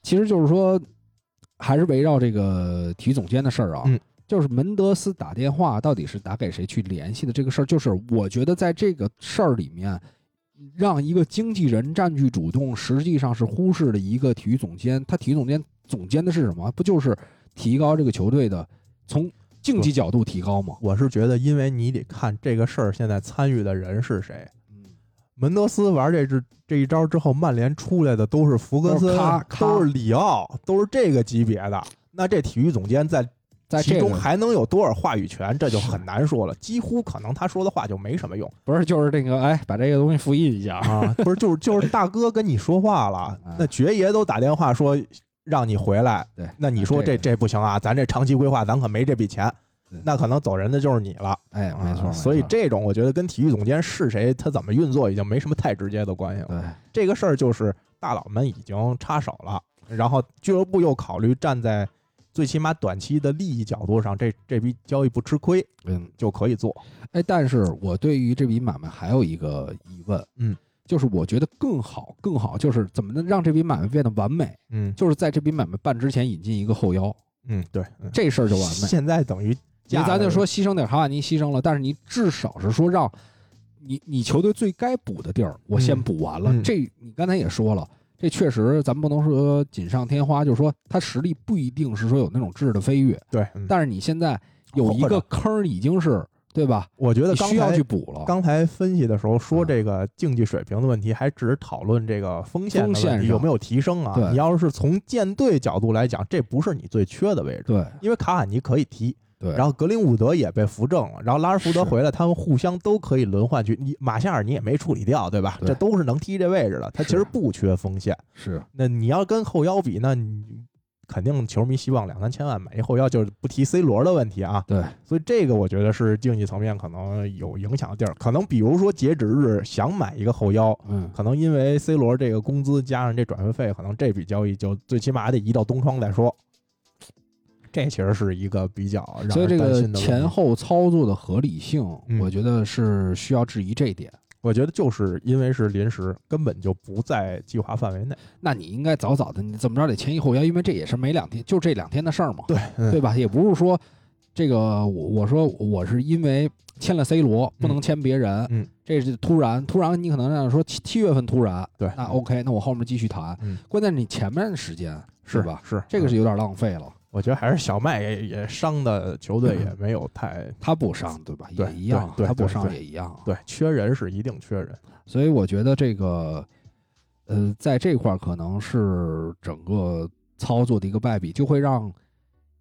Speaker 2: 其实就是说，还是围绕这个体育总监的事儿啊。
Speaker 3: 嗯
Speaker 2: 就是门德斯打电话到底是打给谁去联系的这个事儿，就是我觉得在这个事儿里面，让一个经纪人占据主动，实际上是忽视了一个体育总监。他体育总监总监的是什么？不就是提高这个球队的从竞技角度提高吗？
Speaker 3: 我是觉得，因为你得看这个事儿现在参与的人是谁。
Speaker 2: 嗯，
Speaker 3: 门德斯玩这支这一招之后，曼联出来的都是福格
Speaker 2: 都
Speaker 3: 森
Speaker 2: 是咔，咔
Speaker 3: 都是里奥，都是这个级别的。那这体育总监在
Speaker 2: 在
Speaker 3: 其
Speaker 2: 这
Speaker 3: 中
Speaker 2: 个
Speaker 3: 还能有多少话语权，这就很难说了。几乎可能他说的话就没什么用。
Speaker 2: 不是就是这个哎，把这个东西复印一下啊。
Speaker 3: 啊，不是，就是就是大哥跟你说话了
Speaker 2: 嗯，
Speaker 3: 那爵爷都打电话说让你回来，
Speaker 2: 对，
Speaker 3: 啊那你说这这不行啊，咱这长期规划咱可没这笔钱，那可能走人的就是你了。
Speaker 2: 哎，
Speaker 3: 啊
Speaker 2: 没错，
Speaker 3: 所以
Speaker 2: 没错
Speaker 3: 这种我觉得跟体育总监是谁，他怎么运作已经没什么太直接的关系了。
Speaker 2: 对
Speaker 3: 这个事儿就是大佬们已经插手了，然后俱乐部又考虑站在最起码短期的利益角度上，这这笔交易不吃亏
Speaker 2: 嗯，
Speaker 3: 就可以做。
Speaker 2: 哎，但是我对于这笔买卖还有一个疑问，
Speaker 3: 嗯，
Speaker 2: 就是我觉得更好更好，就是怎么能让这笔买卖变得完美，
Speaker 3: 嗯
Speaker 2: 就是在这笔买卖办之前引进一个后腰，
Speaker 3: 嗯，对，嗯
Speaker 2: 这事儿就完美。
Speaker 3: 现在等于
Speaker 2: 因为
Speaker 3: 价
Speaker 2: 咱
Speaker 3: 格
Speaker 2: 就说牺牲点卡瓦尼牺牲了，但是你至少是说让你你球队最该补的地儿，我先补完了。
Speaker 3: 嗯嗯
Speaker 2: 这你刚才也说了，这确实咱不能说锦上添花，就是说他实力不一定是说有那种质的飞跃，
Speaker 3: 对，嗯
Speaker 2: 但是你现在有一个坑儿已经是对吧？
Speaker 3: 我觉得
Speaker 2: 你
Speaker 3: 刚
Speaker 2: 需要
Speaker 3: 才
Speaker 2: 去补了。
Speaker 3: 刚才分析的时候说
Speaker 2: 嗯
Speaker 3: 这个竞技水平的问题，还只讨论这个风险
Speaker 2: 风
Speaker 3: 的
Speaker 2: 险
Speaker 3: 问题
Speaker 2: 上
Speaker 3: 有没有提升啊
Speaker 2: 对？
Speaker 3: 你要是从舰队角度来讲，这不是你最缺的位置，
Speaker 2: 对
Speaker 3: 因为卡瓦尼可以踢，
Speaker 2: 对，
Speaker 3: 然后格林伍德也被扶正了，然后拉什福德
Speaker 2: 是
Speaker 3: 回来，他们互相都可以轮换去。你马夏尔你也没处理掉，对吧？
Speaker 2: 对
Speaker 3: 这都是能踢这位置的，他其
Speaker 2: 是
Speaker 3: 实不缺锋线。
Speaker 2: 是
Speaker 3: 那你要跟后腰比，那你肯定球迷希望两三千万买一后腰，就是不提 C 罗的问题啊。
Speaker 2: 对
Speaker 3: 所以这个我觉得是竞技层面可能有影响的地儿，可能比如说截止日想买一个后腰，
Speaker 2: 嗯
Speaker 3: 可能因为 C 罗这个工资加上这转会费，可能这笔交易就最起码得移到东窗再说。这其实是一个比较让
Speaker 2: 所以这
Speaker 3: 人担
Speaker 2: 个
Speaker 3: 心的问题
Speaker 2: 前后操作的合理性，
Speaker 3: 嗯
Speaker 2: 我觉得是需要质疑这一点。
Speaker 3: 我觉得就是因为是临时，根本就不在计划范围内。
Speaker 2: 那你应该早早的，你怎么着得前一后腰，因为这也是没两天，就这两天的事儿嘛，
Speaker 3: 对，
Speaker 2: 对吧？也不是说这个我我说我是因为签了 C 罗，不能签别人，
Speaker 3: 嗯
Speaker 2: 这是突然突然，你可能让说七七月份突然，
Speaker 3: 对，
Speaker 2: 那 OK，那我后面继续谈，
Speaker 3: 嗯
Speaker 2: 关键是你前面的时间
Speaker 3: 是
Speaker 2: 吧？？
Speaker 3: 是
Speaker 2: 这个是
Speaker 3: 嗯
Speaker 2: 有点浪费了，
Speaker 3: 我觉得还是小麦也也伤的球队也没有太
Speaker 2: 他不伤对吧？
Speaker 3: 对
Speaker 2: 也一样，
Speaker 3: 对对
Speaker 2: 他不伤
Speaker 3: 对
Speaker 2: 也一样，啊
Speaker 3: 对，缺人是一定缺人。
Speaker 2: 所以我觉得这个，呃，在这块儿可能是整个操作的一个败笔，就会让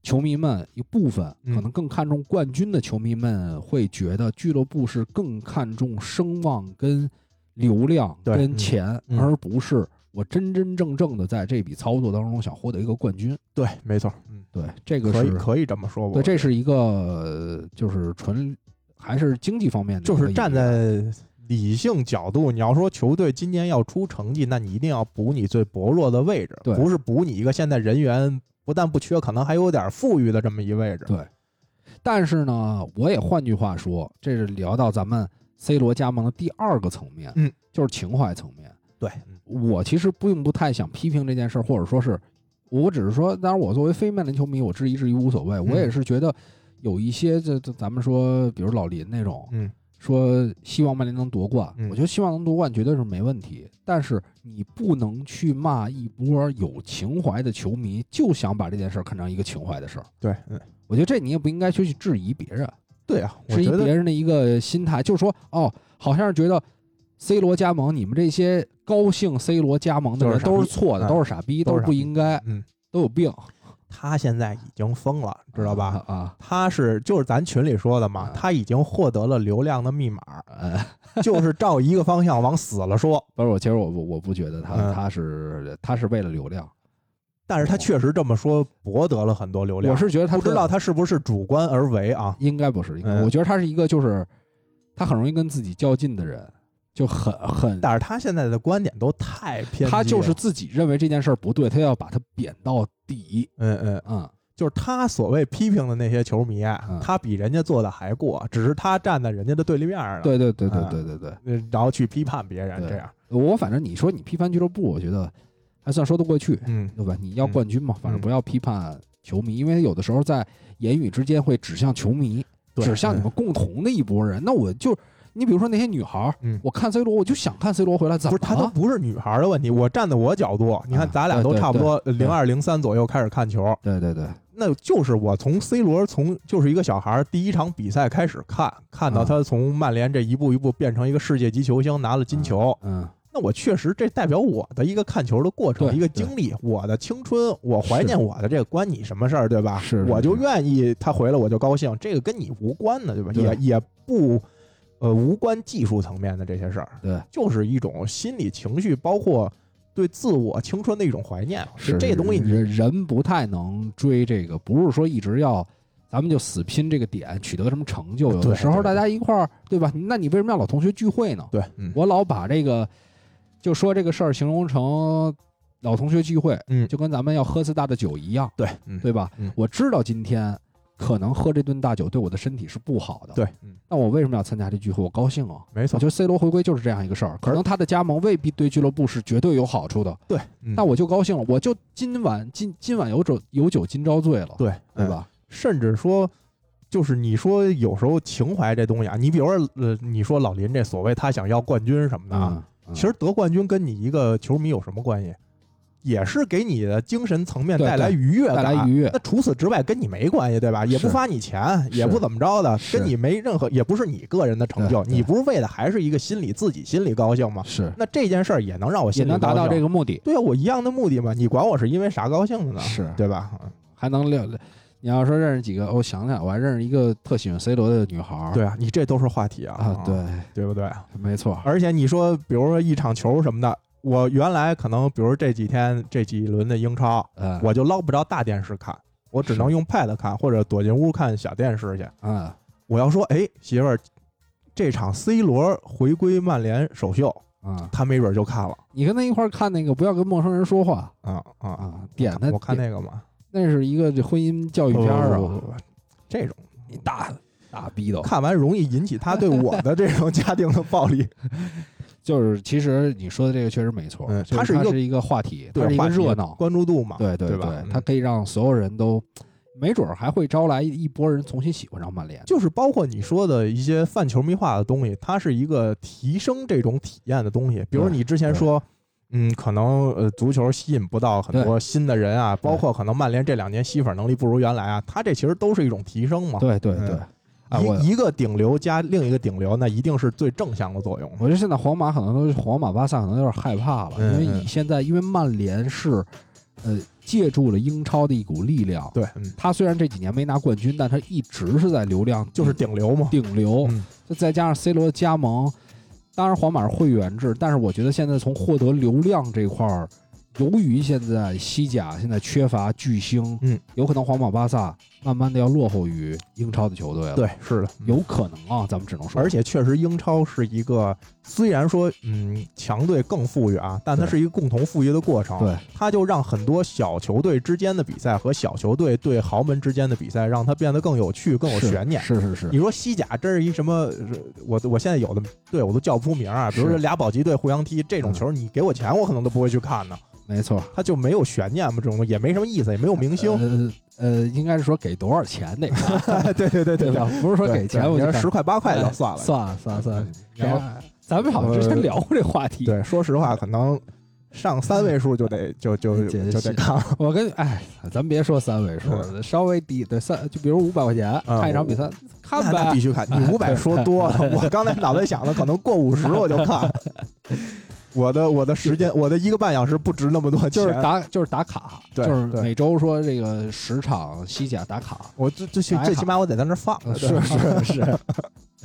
Speaker 2: 球迷们一部分
Speaker 3: 嗯
Speaker 2: 可能更看重冠军的球迷们会觉得俱乐部是更看重声望跟流量
Speaker 3: 对
Speaker 2: 跟
Speaker 3: 嗯
Speaker 2: 钱，
Speaker 3: 嗯
Speaker 2: 而不是我真真正正的在这笔操作当中想获得一个冠军。
Speaker 3: 对，没错，嗯，
Speaker 2: 对，这个
Speaker 3: 可以
Speaker 2: 是
Speaker 3: 可以这么说吧。
Speaker 2: 对，这是一个呃就是纯还是经济方面的一
Speaker 3: 就
Speaker 2: 个
Speaker 3: 是
Speaker 2: 隐
Speaker 3: 站
Speaker 2: 忧
Speaker 3: 在理性角度，你要说球队今年要出成绩，那你一定要补你最薄弱的位置，
Speaker 2: 对
Speaker 3: 不是补你一个现在人员不但不缺，可能还有点富裕的这么一位置。
Speaker 2: 对但是呢，我也换句话说，这是聊到咱们 C 罗加盟的第二个层面，
Speaker 3: 嗯，
Speaker 2: 就是情怀层面。
Speaker 3: 对，嗯
Speaker 2: 我其实并不太想批评这件事儿，或者说是，我只是说，当然我作为非曼联球迷，我质疑质疑无所谓，
Speaker 3: 嗯
Speaker 2: 我也是觉得有一些这这咱们说，比如老林那种，
Speaker 3: 嗯，
Speaker 2: 说希望曼联能夺冠，
Speaker 3: 嗯
Speaker 2: 我觉得希望能夺冠绝对是没问题，但是你不能去骂一波有情怀的球迷，就想把这件事儿看成一个情怀的事儿。
Speaker 3: 对，嗯，
Speaker 2: 我觉得这你也不应该去去质疑别人，
Speaker 3: 对啊，我
Speaker 2: 质疑
Speaker 3: 觉得
Speaker 2: 别人的一个心态，就是说，哦，好像是觉得 C 罗加盟，你们这些高兴 C 罗加盟的人都
Speaker 3: 都是傻逼
Speaker 2: 是错的，
Speaker 3: 嗯
Speaker 2: 都是傻逼，
Speaker 3: 都是
Speaker 2: 都
Speaker 3: 傻逼
Speaker 2: 不应该，
Speaker 3: 嗯，
Speaker 2: 都有病，
Speaker 3: 他现在已经疯了，知道吧？
Speaker 2: 啊？
Speaker 3: 他是就是咱群里说的嘛，
Speaker 2: 嗯
Speaker 3: 他已经获得了流量的密码，
Speaker 2: 啊，呃，
Speaker 3: 就是照一个方向往死了说。
Speaker 2: 不是我，其实我不，我不觉得他、
Speaker 3: 嗯
Speaker 2: 他是他是为了流量，
Speaker 3: 但是他确实这么说，博得了很多流量。
Speaker 2: 我是觉得他
Speaker 3: 不知道
Speaker 2: 是，
Speaker 3: 他是不是主观而为啊？
Speaker 2: 应该不是，应该、
Speaker 3: 嗯
Speaker 2: 我觉得他是一个就是他很容易跟自己较劲的人，就很很，
Speaker 3: 但是他现在的观点都太偏激了，
Speaker 2: 他就是自己认为这件事儿不对，他要把它贬到底，
Speaker 3: 嗯嗯，
Speaker 2: 嗯，
Speaker 3: 就是他所谓批评的那些球迷啊，
Speaker 2: 嗯
Speaker 3: 他比人家做的还过，只是他站在人家的对立面儿了，
Speaker 2: 对对对对
Speaker 3: 嗯
Speaker 2: 对对对。
Speaker 3: 嗯，然后去批判别人
Speaker 2: 对
Speaker 3: 这样，
Speaker 2: 我反正你说你批判俱乐部，我觉得还算说得过去，
Speaker 3: 嗯，
Speaker 2: 对吧？你要冠军嘛，反正不要批判球迷，因为有的时候在言语之间会指向球迷，
Speaker 3: 对
Speaker 2: 指向你们共同的一拨人。那我就你比如说那些女孩儿，
Speaker 3: 嗯
Speaker 2: 我看 C 罗，我就想看 C 罗回来，怎
Speaker 3: 不
Speaker 2: 么
Speaker 3: 是，他都
Speaker 2: 了？
Speaker 3: 不是女孩儿的问题。我站在我角度，你看
Speaker 2: 啊
Speaker 3: 咱俩都
Speaker 2: 对对
Speaker 3: 差不多零二零三左右开始看球，
Speaker 2: 对对对，
Speaker 3: 那就是我从 C 罗从就是一个小孩儿第一场比赛开始看，看到
Speaker 2: 啊
Speaker 3: 他从曼联这一步一步变成一个世界级球星，拿了金球。
Speaker 2: 嗯，
Speaker 3: 那我确实这代表我的一个看球的过程，
Speaker 2: 对
Speaker 3: 一个经历，我的青春，我怀念我的这个关你什么事儿，对吧？
Speaker 2: 是是
Speaker 3: 我就是愿意他回来我就高兴，这个跟你无关的，对吧？
Speaker 2: 对
Speaker 3: 也也不。呃，无关技术层面的这些事儿，
Speaker 2: 对，
Speaker 3: 就是一种心理情绪，包括对自我青春的一种怀念。
Speaker 2: 是
Speaker 3: 这东西你，
Speaker 2: 人人不太能追这个，不是说一直要。咱们就死拼这个点，取得什么成就。有的
Speaker 3: 对
Speaker 2: 时候
Speaker 3: 对
Speaker 2: 大家一块儿，对吧？那你为什么要老同学聚会呢？
Speaker 3: 对，嗯，
Speaker 2: 我老把这个就说这个事儿形容成老同学聚会，
Speaker 3: 嗯
Speaker 2: 就跟咱们要喝次大的酒一样，
Speaker 3: 对，嗯，
Speaker 2: 对吧？
Speaker 3: 嗯
Speaker 2: 我知道今天可能喝这顿大酒对我的身体是不好的，
Speaker 3: 对，嗯，
Speaker 2: 那我为什么要参加这聚会？我高兴啊！
Speaker 3: 没
Speaker 2: 我
Speaker 3: 错
Speaker 2: 觉，得 C 罗回归就是这样一个事儿，可能他的加盟未必对俱乐部是绝对有好处的，
Speaker 3: 对，嗯
Speaker 2: 那我就高兴了，我就今晚今今晚有酒有酒今朝醉了，
Speaker 3: 对
Speaker 2: 对
Speaker 3: 嗯
Speaker 2: 吧？
Speaker 3: 甚至说，就是你说有时候情怀这东西啊，你比如说，呃，你说老林这所谓他想要冠军什么的啊，
Speaker 2: 嗯，嗯
Speaker 3: 其实得冠军跟你一个球迷有什么关系？也是给你的精神层面
Speaker 2: 对
Speaker 3: 带来愉悦
Speaker 2: 嗯带
Speaker 3: 感，
Speaker 2: 来愉悦
Speaker 3: 那除此之外，跟你没关系，对吧？也不
Speaker 2: 是
Speaker 3: 发你钱，也不
Speaker 2: 是
Speaker 3: 怎么着的，
Speaker 2: 是
Speaker 3: 跟你没任何，也不是你个人的成就。
Speaker 2: 对对
Speaker 3: 你不是为的还是一个心理自己心里高兴吗？
Speaker 2: 是
Speaker 3: 那这件事儿也能让我
Speaker 2: 也
Speaker 3: 心里
Speaker 2: 啊能达到
Speaker 3: 高兴
Speaker 2: 这个目的，
Speaker 3: 对啊，我一样的目的嘛。你管我是因为啥高兴的呢？
Speaker 2: 是
Speaker 3: 对吧？嗯
Speaker 2: 还能聊。你要说认识几个，我想想，我还认识一个特喜欢 C 罗的女孩儿。
Speaker 3: 对啊，你这都是话题啊，
Speaker 2: 啊，对，
Speaker 3: 对不对？
Speaker 2: 没错，
Speaker 3: 而且你说，比如说一场球什么的，我原来可能，比如这几天这几轮的英超，
Speaker 2: 嗯，
Speaker 3: 我就捞不着大电视看，我只能
Speaker 2: 是
Speaker 3: 用 Pad 看，或者躲进屋看小电视去。
Speaker 2: 嗯，
Speaker 3: 我要说，哎，媳妇儿，这场 C 罗回归曼联首秀，
Speaker 2: 嗯，
Speaker 3: 他没准就看了
Speaker 2: 你跟他一块儿看那个，不要跟陌生人说话
Speaker 3: 啊啊！
Speaker 2: 啊，点他，
Speaker 3: 我看
Speaker 2: 点
Speaker 3: 那个哦嘛，
Speaker 2: 那是一个这婚姻教育
Speaker 3: 不
Speaker 2: 片儿
Speaker 3: 不不
Speaker 2: 啊，
Speaker 3: 不不这种
Speaker 2: 你大大逼斗，
Speaker 3: 看完容易引起他对我的这种 家庭的暴力。
Speaker 2: 就是其实你说的这个确实没错，
Speaker 3: 嗯
Speaker 2: 就是
Speaker 3: 它是一
Speaker 2: 它
Speaker 3: 个
Speaker 2: 是一个话题，它
Speaker 3: 对
Speaker 2: 是一个
Speaker 3: 话题
Speaker 2: 热闹，
Speaker 3: 关注度嘛，
Speaker 2: 对对
Speaker 3: 吧？嗯
Speaker 2: 它可以让所有人都，没准儿还会招来一波人重新喜欢上曼联，
Speaker 3: 就是包括你说的一些泛球迷化的东西，它是一个提升这种体验的东西。比如
Speaker 2: 对
Speaker 3: 你之前说，嗯，可能呃足球吸引不到很多新的人啊，包括可能曼联这两年吸粉能力不如原来啊，它这其实都是一种提升嘛。
Speaker 2: 对对对
Speaker 3: 嗯，
Speaker 2: 啊，我
Speaker 3: 一一个顶流加另一个顶流，那一定是最正向的作用。
Speaker 2: 我觉得现在皇马可能都是皇马巴萨可能有点害怕了，因
Speaker 3: 嗯
Speaker 2: 为你现在因为曼联是，呃，借助了英超的一股力量，
Speaker 3: 对，嗯，
Speaker 2: 他虽然这几年没拿冠军，但他一直是在流量
Speaker 3: 就是顶流嘛。
Speaker 2: 顶流，
Speaker 3: 嗯
Speaker 2: 就再加上 C 罗的加盟，当然皇马是会员制，但是我觉得现在从获得流量这块儿，由于现在西甲现在缺乏巨星，
Speaker 3: 嗯，
Speaker 2: 有可能皇马巴萨慢慢的要落后于英超的球队了，
Speaker 3: 对，是的，嗯
Speaker 2: 有可能啊，咱们只能说，
Speaker 3: 而且确实，英超是一个虽然说嗯强队更富裕啊，但它
Speaker 2: 对
Speaker 3: 是一个共同富裕的过程。
Speaker 2: 对，
Speaker 3: 它就让很多小球队之间的比赛和小球队对豪门之间的比赛，让它变得更有趣、更有
Speaker 2: 是
Speaker 3: 悬念。
Speaker 2: 是是是
Speaker 3: 你。说西甲真是一什么？我我现在有的队我都叫不出名啊，比如
Speaker 2: 是
Speaker 3: 说俩保级队互相踢这种球，你给我钱我可能都不会去看呢，
Speaker 2: 没错，
Speaker 3: 它就没有悬念嘛，这种东西也没什么意思，也没 有明星。
Speaker 2: 呃呃，应该是说给多少钱 那个，
Speaker 3: 对对对
Speaker 2: 对
Speaker 3: 对，
Speaker 2: 吧？不是说给钱，我就
Speaker 3: 十块八块
Speaker 2: 哎
Speaker 3: 就算了，嗯
Speaker 2: 算了算了算了。
Speaker 3: 然后
Speaker 1: Uh,
Speaker 3: 呃
Speaker 2: 哎咱们好像之前聊过这话题。
Speaker 3: 对，说实话，可能上三位数就得就就
Speaker 2: 解
Speaker 3: 就
Speaker 2: 决
Speaker 3: 就得看了。
Speaker 2: 我跟哎，咱别说三位数了，稍微低，对三，就比如五百块钱
Speaker 3: 嗯
Speaker 2: 看一场比赛，看
Speaker 3: 那那
Speaker 2: 呗
Speaker 3: 必。须看，
Speaker 2: 哎
Speaker 3: 你五百说多了，我刚才脑袋想的可能过五十我就看。我的我的时间，我的一个半小时不值那么多钱，
Speaker 2: 就是打就是打卡，
Speaker 3: 对
Speaker 2: 就是
Speaker 3: 对
Speaker 2: 每周说这个十场西甲打 卡，
Speaker 3: 我最最起
Speaker 2: 打一
Speaker 3: 最
Speaker 2: 卡
Speaker 3: 起码我得在那儿放着。对
Speaker 2: 嗯是是是，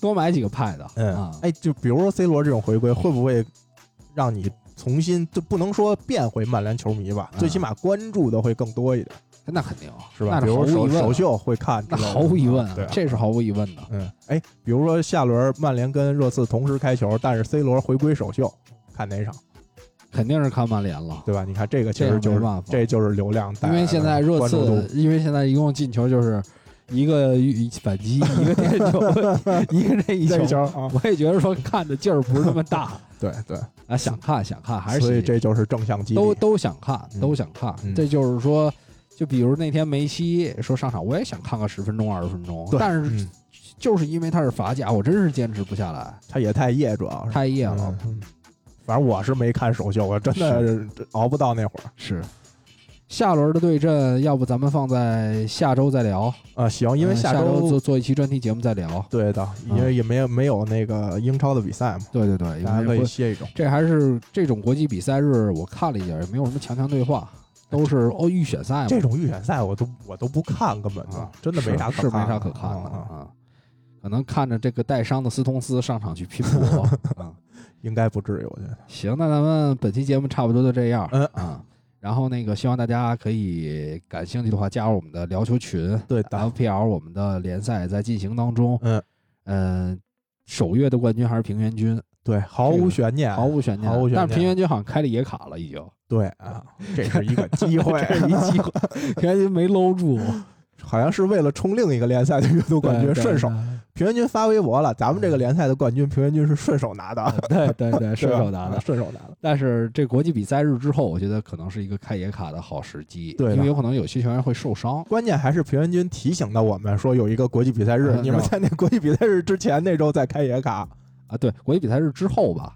Speaker 2: 多买几个 pad
Speaker 3: 嗯
Speaker 2: 啊，，
Speaker 3: 哎，就比如说 C 罗这种回归，会不会让你重新就不能说变回曼联球迷吧？
Speaker 2: 嗯
Speaker 3: 最起码关注的会更多一点，
Speaker 2: 那肯定
Speaker 3: 是
Speaker 2: 那
Speaker 3: 吧？比
Speaker 2: 是毫
Speaker 3: 如
Speaker 2: 无疑
Speaker 3: 首
Speaker 2: 问的，
Speaker 3: 首秀会看之
Speaker 2: 那
Speaker 3: 类的，
Speaker 2: 毫无疑问
Speaker 3: 对
Speaker 2: 啊
Speaker 3: 啊，
Speaker 2: 这是毫无疑问的。
Speaker 3: 嗯，哎，比如说下轮曼联跟热刺同时开球，但是 C 罗回归首秀，看哪场，
Speaker 2: 肯定是看曼联了，
Speaker 3: 对吧？你看这个其
Speaker 2: 这
Speaker 3: 实
Speaker 2: 样
Speaker 3: 就
Speaker 2: 没
Speaker 3: 是
Speaker 2: 办法
Speaker 3: 这就是流量带
Speaker 2: 因
Speaker 3: 来的
Speaker 2: 为现在热
Speaker 3: 关注
Speaker 2: 刺
Speaker 3: 度，
Speaker 2: 因为现在一共进球就是一个反击，一个点球，一个任意
Speaker 3: 这
Speaker 2: 球。
Speaker 3: 一球啊，
Speaker 2: 我也觉得说看的劲儿不是那么 大
Speaker 3: 对对，
Speaker 2: 啊，想看想看，还是
Speaker 3: 所以
Speaker 2: 喜
Speaker 3: 这就是正向激励，
Speaker 2: 都都想看，
Speaker 3: 嗯
Speaker 2: 都想看。
Speaker 3: 嗯
Speaker 2: 这就是说，就比如那天梅西说上场，我也想看个十分钟二十分钟，
Speaker 3: 对
Speaker 2: 但是
Speaker 3: 嗯
Speaker 2: 就是因为他是法甲，我真是坚持不下来，
Speaker 3: 他也太夜，主要是
Speaker 2: 太夜了。
Speaker 3: 嗯嗯反正我是没看首秀，我真的熬不到那会儿
Speaker 2: 是，下轮的对阵，要不咱们放在下周再聊。
Speaker 3: 啊。行，因为
Speaker 2: 嗯下
Speaker 3: 周
Speaker 2: 做嗯做一期专题节目再聊。
Speaker 3: 对的，因为也没有没有那个英超的比赛嘛，
Speaker 2: 对对对，
Speaker 3: 大家
Speaker 2: 因
Speaker 3: 可以
Speaker 2: 为
Speaker 3: 歇一周。
Speaker 2: 这还是这种国际比赛日，我看了一下，也没有什么强强对话，都是哦预选赛嘛，
Speaker 3: 这种预选赛我都我都不看，根本就
Speaker 2: 啊
Speaker 3: 真的没啥可
Speaker 2: 是
Speaker 3: 看
Speaker 2: 是没啥可看的
Speaker 3: 啊啊
Speaker 2: 啊。可能看着这个带伤的斯通斯上场去拼 搏啊。
Speaker 3: 应该不至于，我觉得。
Speaker 2: 行，那咱们本期节目差不多就这样
Speaker 3: 嗯
Speaker 2: 啊。然后那个希望大家可以感兴趣的话，加入我们的聊球群
Speaker 3: 对的，
Speaker 2: ，FPL 我们的联赛在进行当中，
Speaker 3: 嗯，
Speaker 2: 嗯，首月的冠军还是平原君，
Speaker 3: 对，毫
Speaker 2: 这
Speaker 3: 无
Speaker 2: 个
Speaker 3: 悬念，
Speaker 2: 毫无悬念，
Speaker 3: 哎毫无悬
Speaker 2: 但
Speaker 3: 念。
Speaker 2: 是平原君好像开了野卡了，已经，
Speaker 3: 对啊，这是一个机 会，啊
Speaker 2: 这是一机会，平原君没搂 住，
Speaker 3: 好像是为了冲另一个联赛的月度冠军，
Speaker 2: 对
Speaker 3: 顺手。
Speaker 2: 对嗯
Speaker 3: 平原君发微博了，咱们这个联赛的冠军，平原君是顺手拿的，
Speaker 2: 对对对，
Speaker 3: 对
Speaker 2: 顺
Speaker 3: 吧
Speaker 2: 手拿的
Speaker 3: 啊。顺手拿的。
Speaker 2: 但是这国际比赛日之后，我觉得可能是一个开野卡的好时机，
Speaker 3: 对的
Speaker 2: 因为有可能有些球员会受伤。
Speaker 3: 关键还是平原君提醒的我们说有一个国际比赛日，
Speaker 2: 嗯
Speaker 3: 你们
Speaker 2: 是
Speaker 3: 在那国际比赛日之前那周再开野卡，
Speaker 2: 啊，对，国际比赛日之后吧。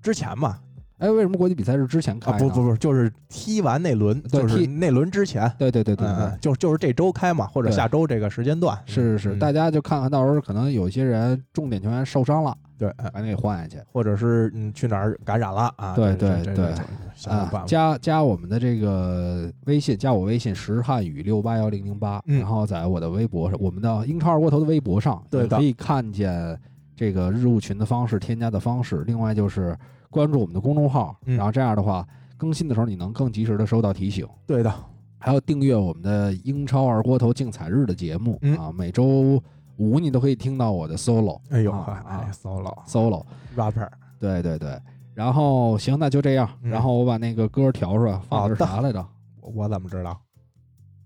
Speaker 3: 之前嘛
Speaker 2: 哎，为什么国际比赛日之前开呢、
Speaker 3: 啊不不不，就是踢完那轮，
Speaker 2: 对
Speaker 3: 就是
Speaker 2: 踢
Speaker 3: 那轮之前，
Speaker 2: 对对对对对，
Speaker 3: 嗯，就是就是这周开嘛，或者
Speaker 2: 对
Speaker 3: 下周这个时间段，
Speaker 2: 是是是，
Speaker 3: 嗯
Speaker 2: 大家就看看到时候可能有些人重点球员受伤了，
Speaker 3: 对，嗯
Speaker 2: 赶紧给换下去。
Speaker 3: 或者是嗯去哪儿感染了啊，
Speaker 2: 对
Speaker 3: 这
Speaker 2: 对，
Speaker 3: 这
Speaker 2: 对
Speaker 3: 这这想想
Speaker 2: 啊
Speaker 3: 办，法，
Speaker 2: 加加我们的这个微信，加我微信石汉语六八幺零零八，
Speaker 3: 嗯
Speaker 2: 然后在我的微博上，我们的英超二锅头的微博上，
Speaker 3: 对
Speaker 2: 也
Speaker 3: 的
Speaker 2: 可以看见这个入群的方式、添加的方式。另外就是关注我们的公众号，
Speaker 3: 嗯
Speaker 2: 然后这样的话，更新的时候你能更及时的收到提醒。
Speaker 3: 对的，
Speaker 2: 还有订阅我们的英超二锅头竞彩日的节目、
Speaker 3: 嗯
Speaker 2: 啊，每周五你都可以听到我的 solo
Speaker 3: 哎呦，
Speaker 2: 啊啊
Speaker 3: 哎，solo
Speaker 2: solo。
Speaker 3: rapper，
Speaker 2: 对对对，然后行，那就这样。
Speaker 3: 嗯
Speaker 2: 然后我把那个歌调出来，放的是啥来着？
Speaker 3: 我我怎么知道？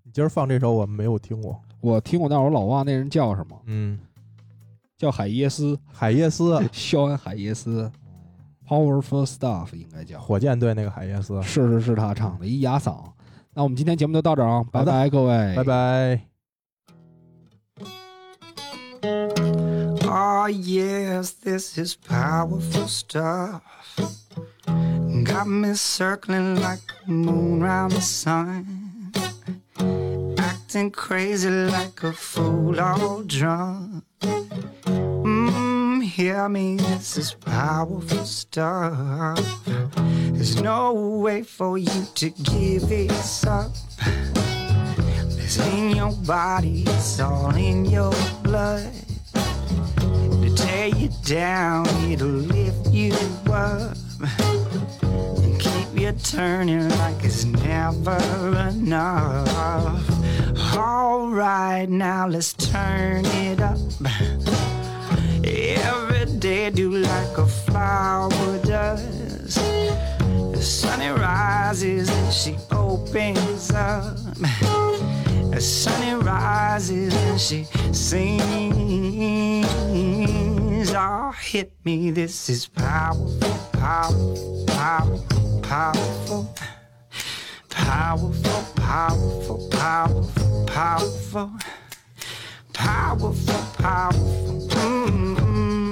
Speaker 3: 你今儿放这首我没有听过，
Speaker 2: 我听过，但是我老忘那人叫什么，
Speaker 3: 嗯，
Speaker 2: 叫海耶 斯，
Speaker 3: 海耶斯，啊
Speaker 2: 肖恩海耶斯，Powerful Stuff 应该叫，
Speaker 3: 火箭队那个海耶斯，啊
Speaker 2: 是是是他唱的，一哑嗓。那我们今天节目就到这儿啊，拜
Speaker 3: 好的
Speaker 2: 拜各位，
Speaker 3: 拜。拜。
Speaker 1: Ah, yes, this is powerful stuff. Got me circling like the moon round the sun. Acting crazy like a fool all drunk. Mmm, hear me, this is powerful stuff. There's no way for you to give this up. It's in your body, it's all in your blood to tear you down, it'll lift you up and keep you turning like it's never enough. All right, now let's turn it up. Every day, do like a flower does. The sun it rises and she opens up. The sun it rises and she sings. Oh, hit me, this is powerful, powerful, powerful, powerful, powerful, powerful, powerful, powerful, powerful, powerful. Mm-hmm.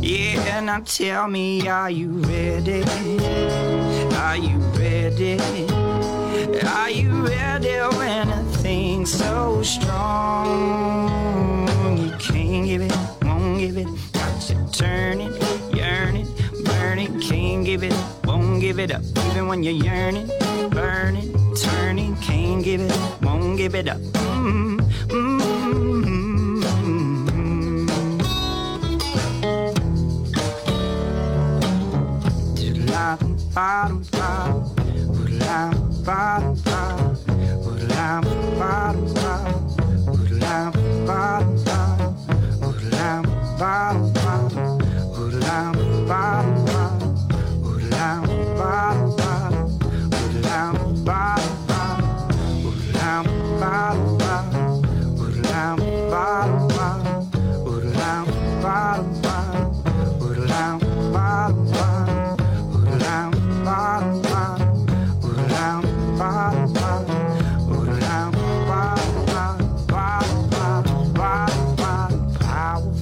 Speaker 1: Yeah, now Tell me, are you ready? Are you ready? Are you ready when a thing's so strong? You can't give it, won't give it, got to turn it, yearn it, burn it. Can't give it, won't give it up, even when you're yearning, burning, turning. Can't give it, won't give it up. Mm, mm, mm, mm. Bottom, bottom, bottom, bottom, bottom, bottom, bottom, bottom, bottom, bottom, bottom, bottom, bottom, bottom, bottom.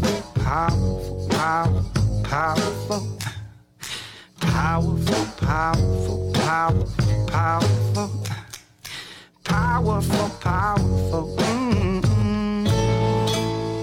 Speaker 1: Powerful, powerful, powerful powerful, powerful, powerful, powerful, powerful, powerful. mm mm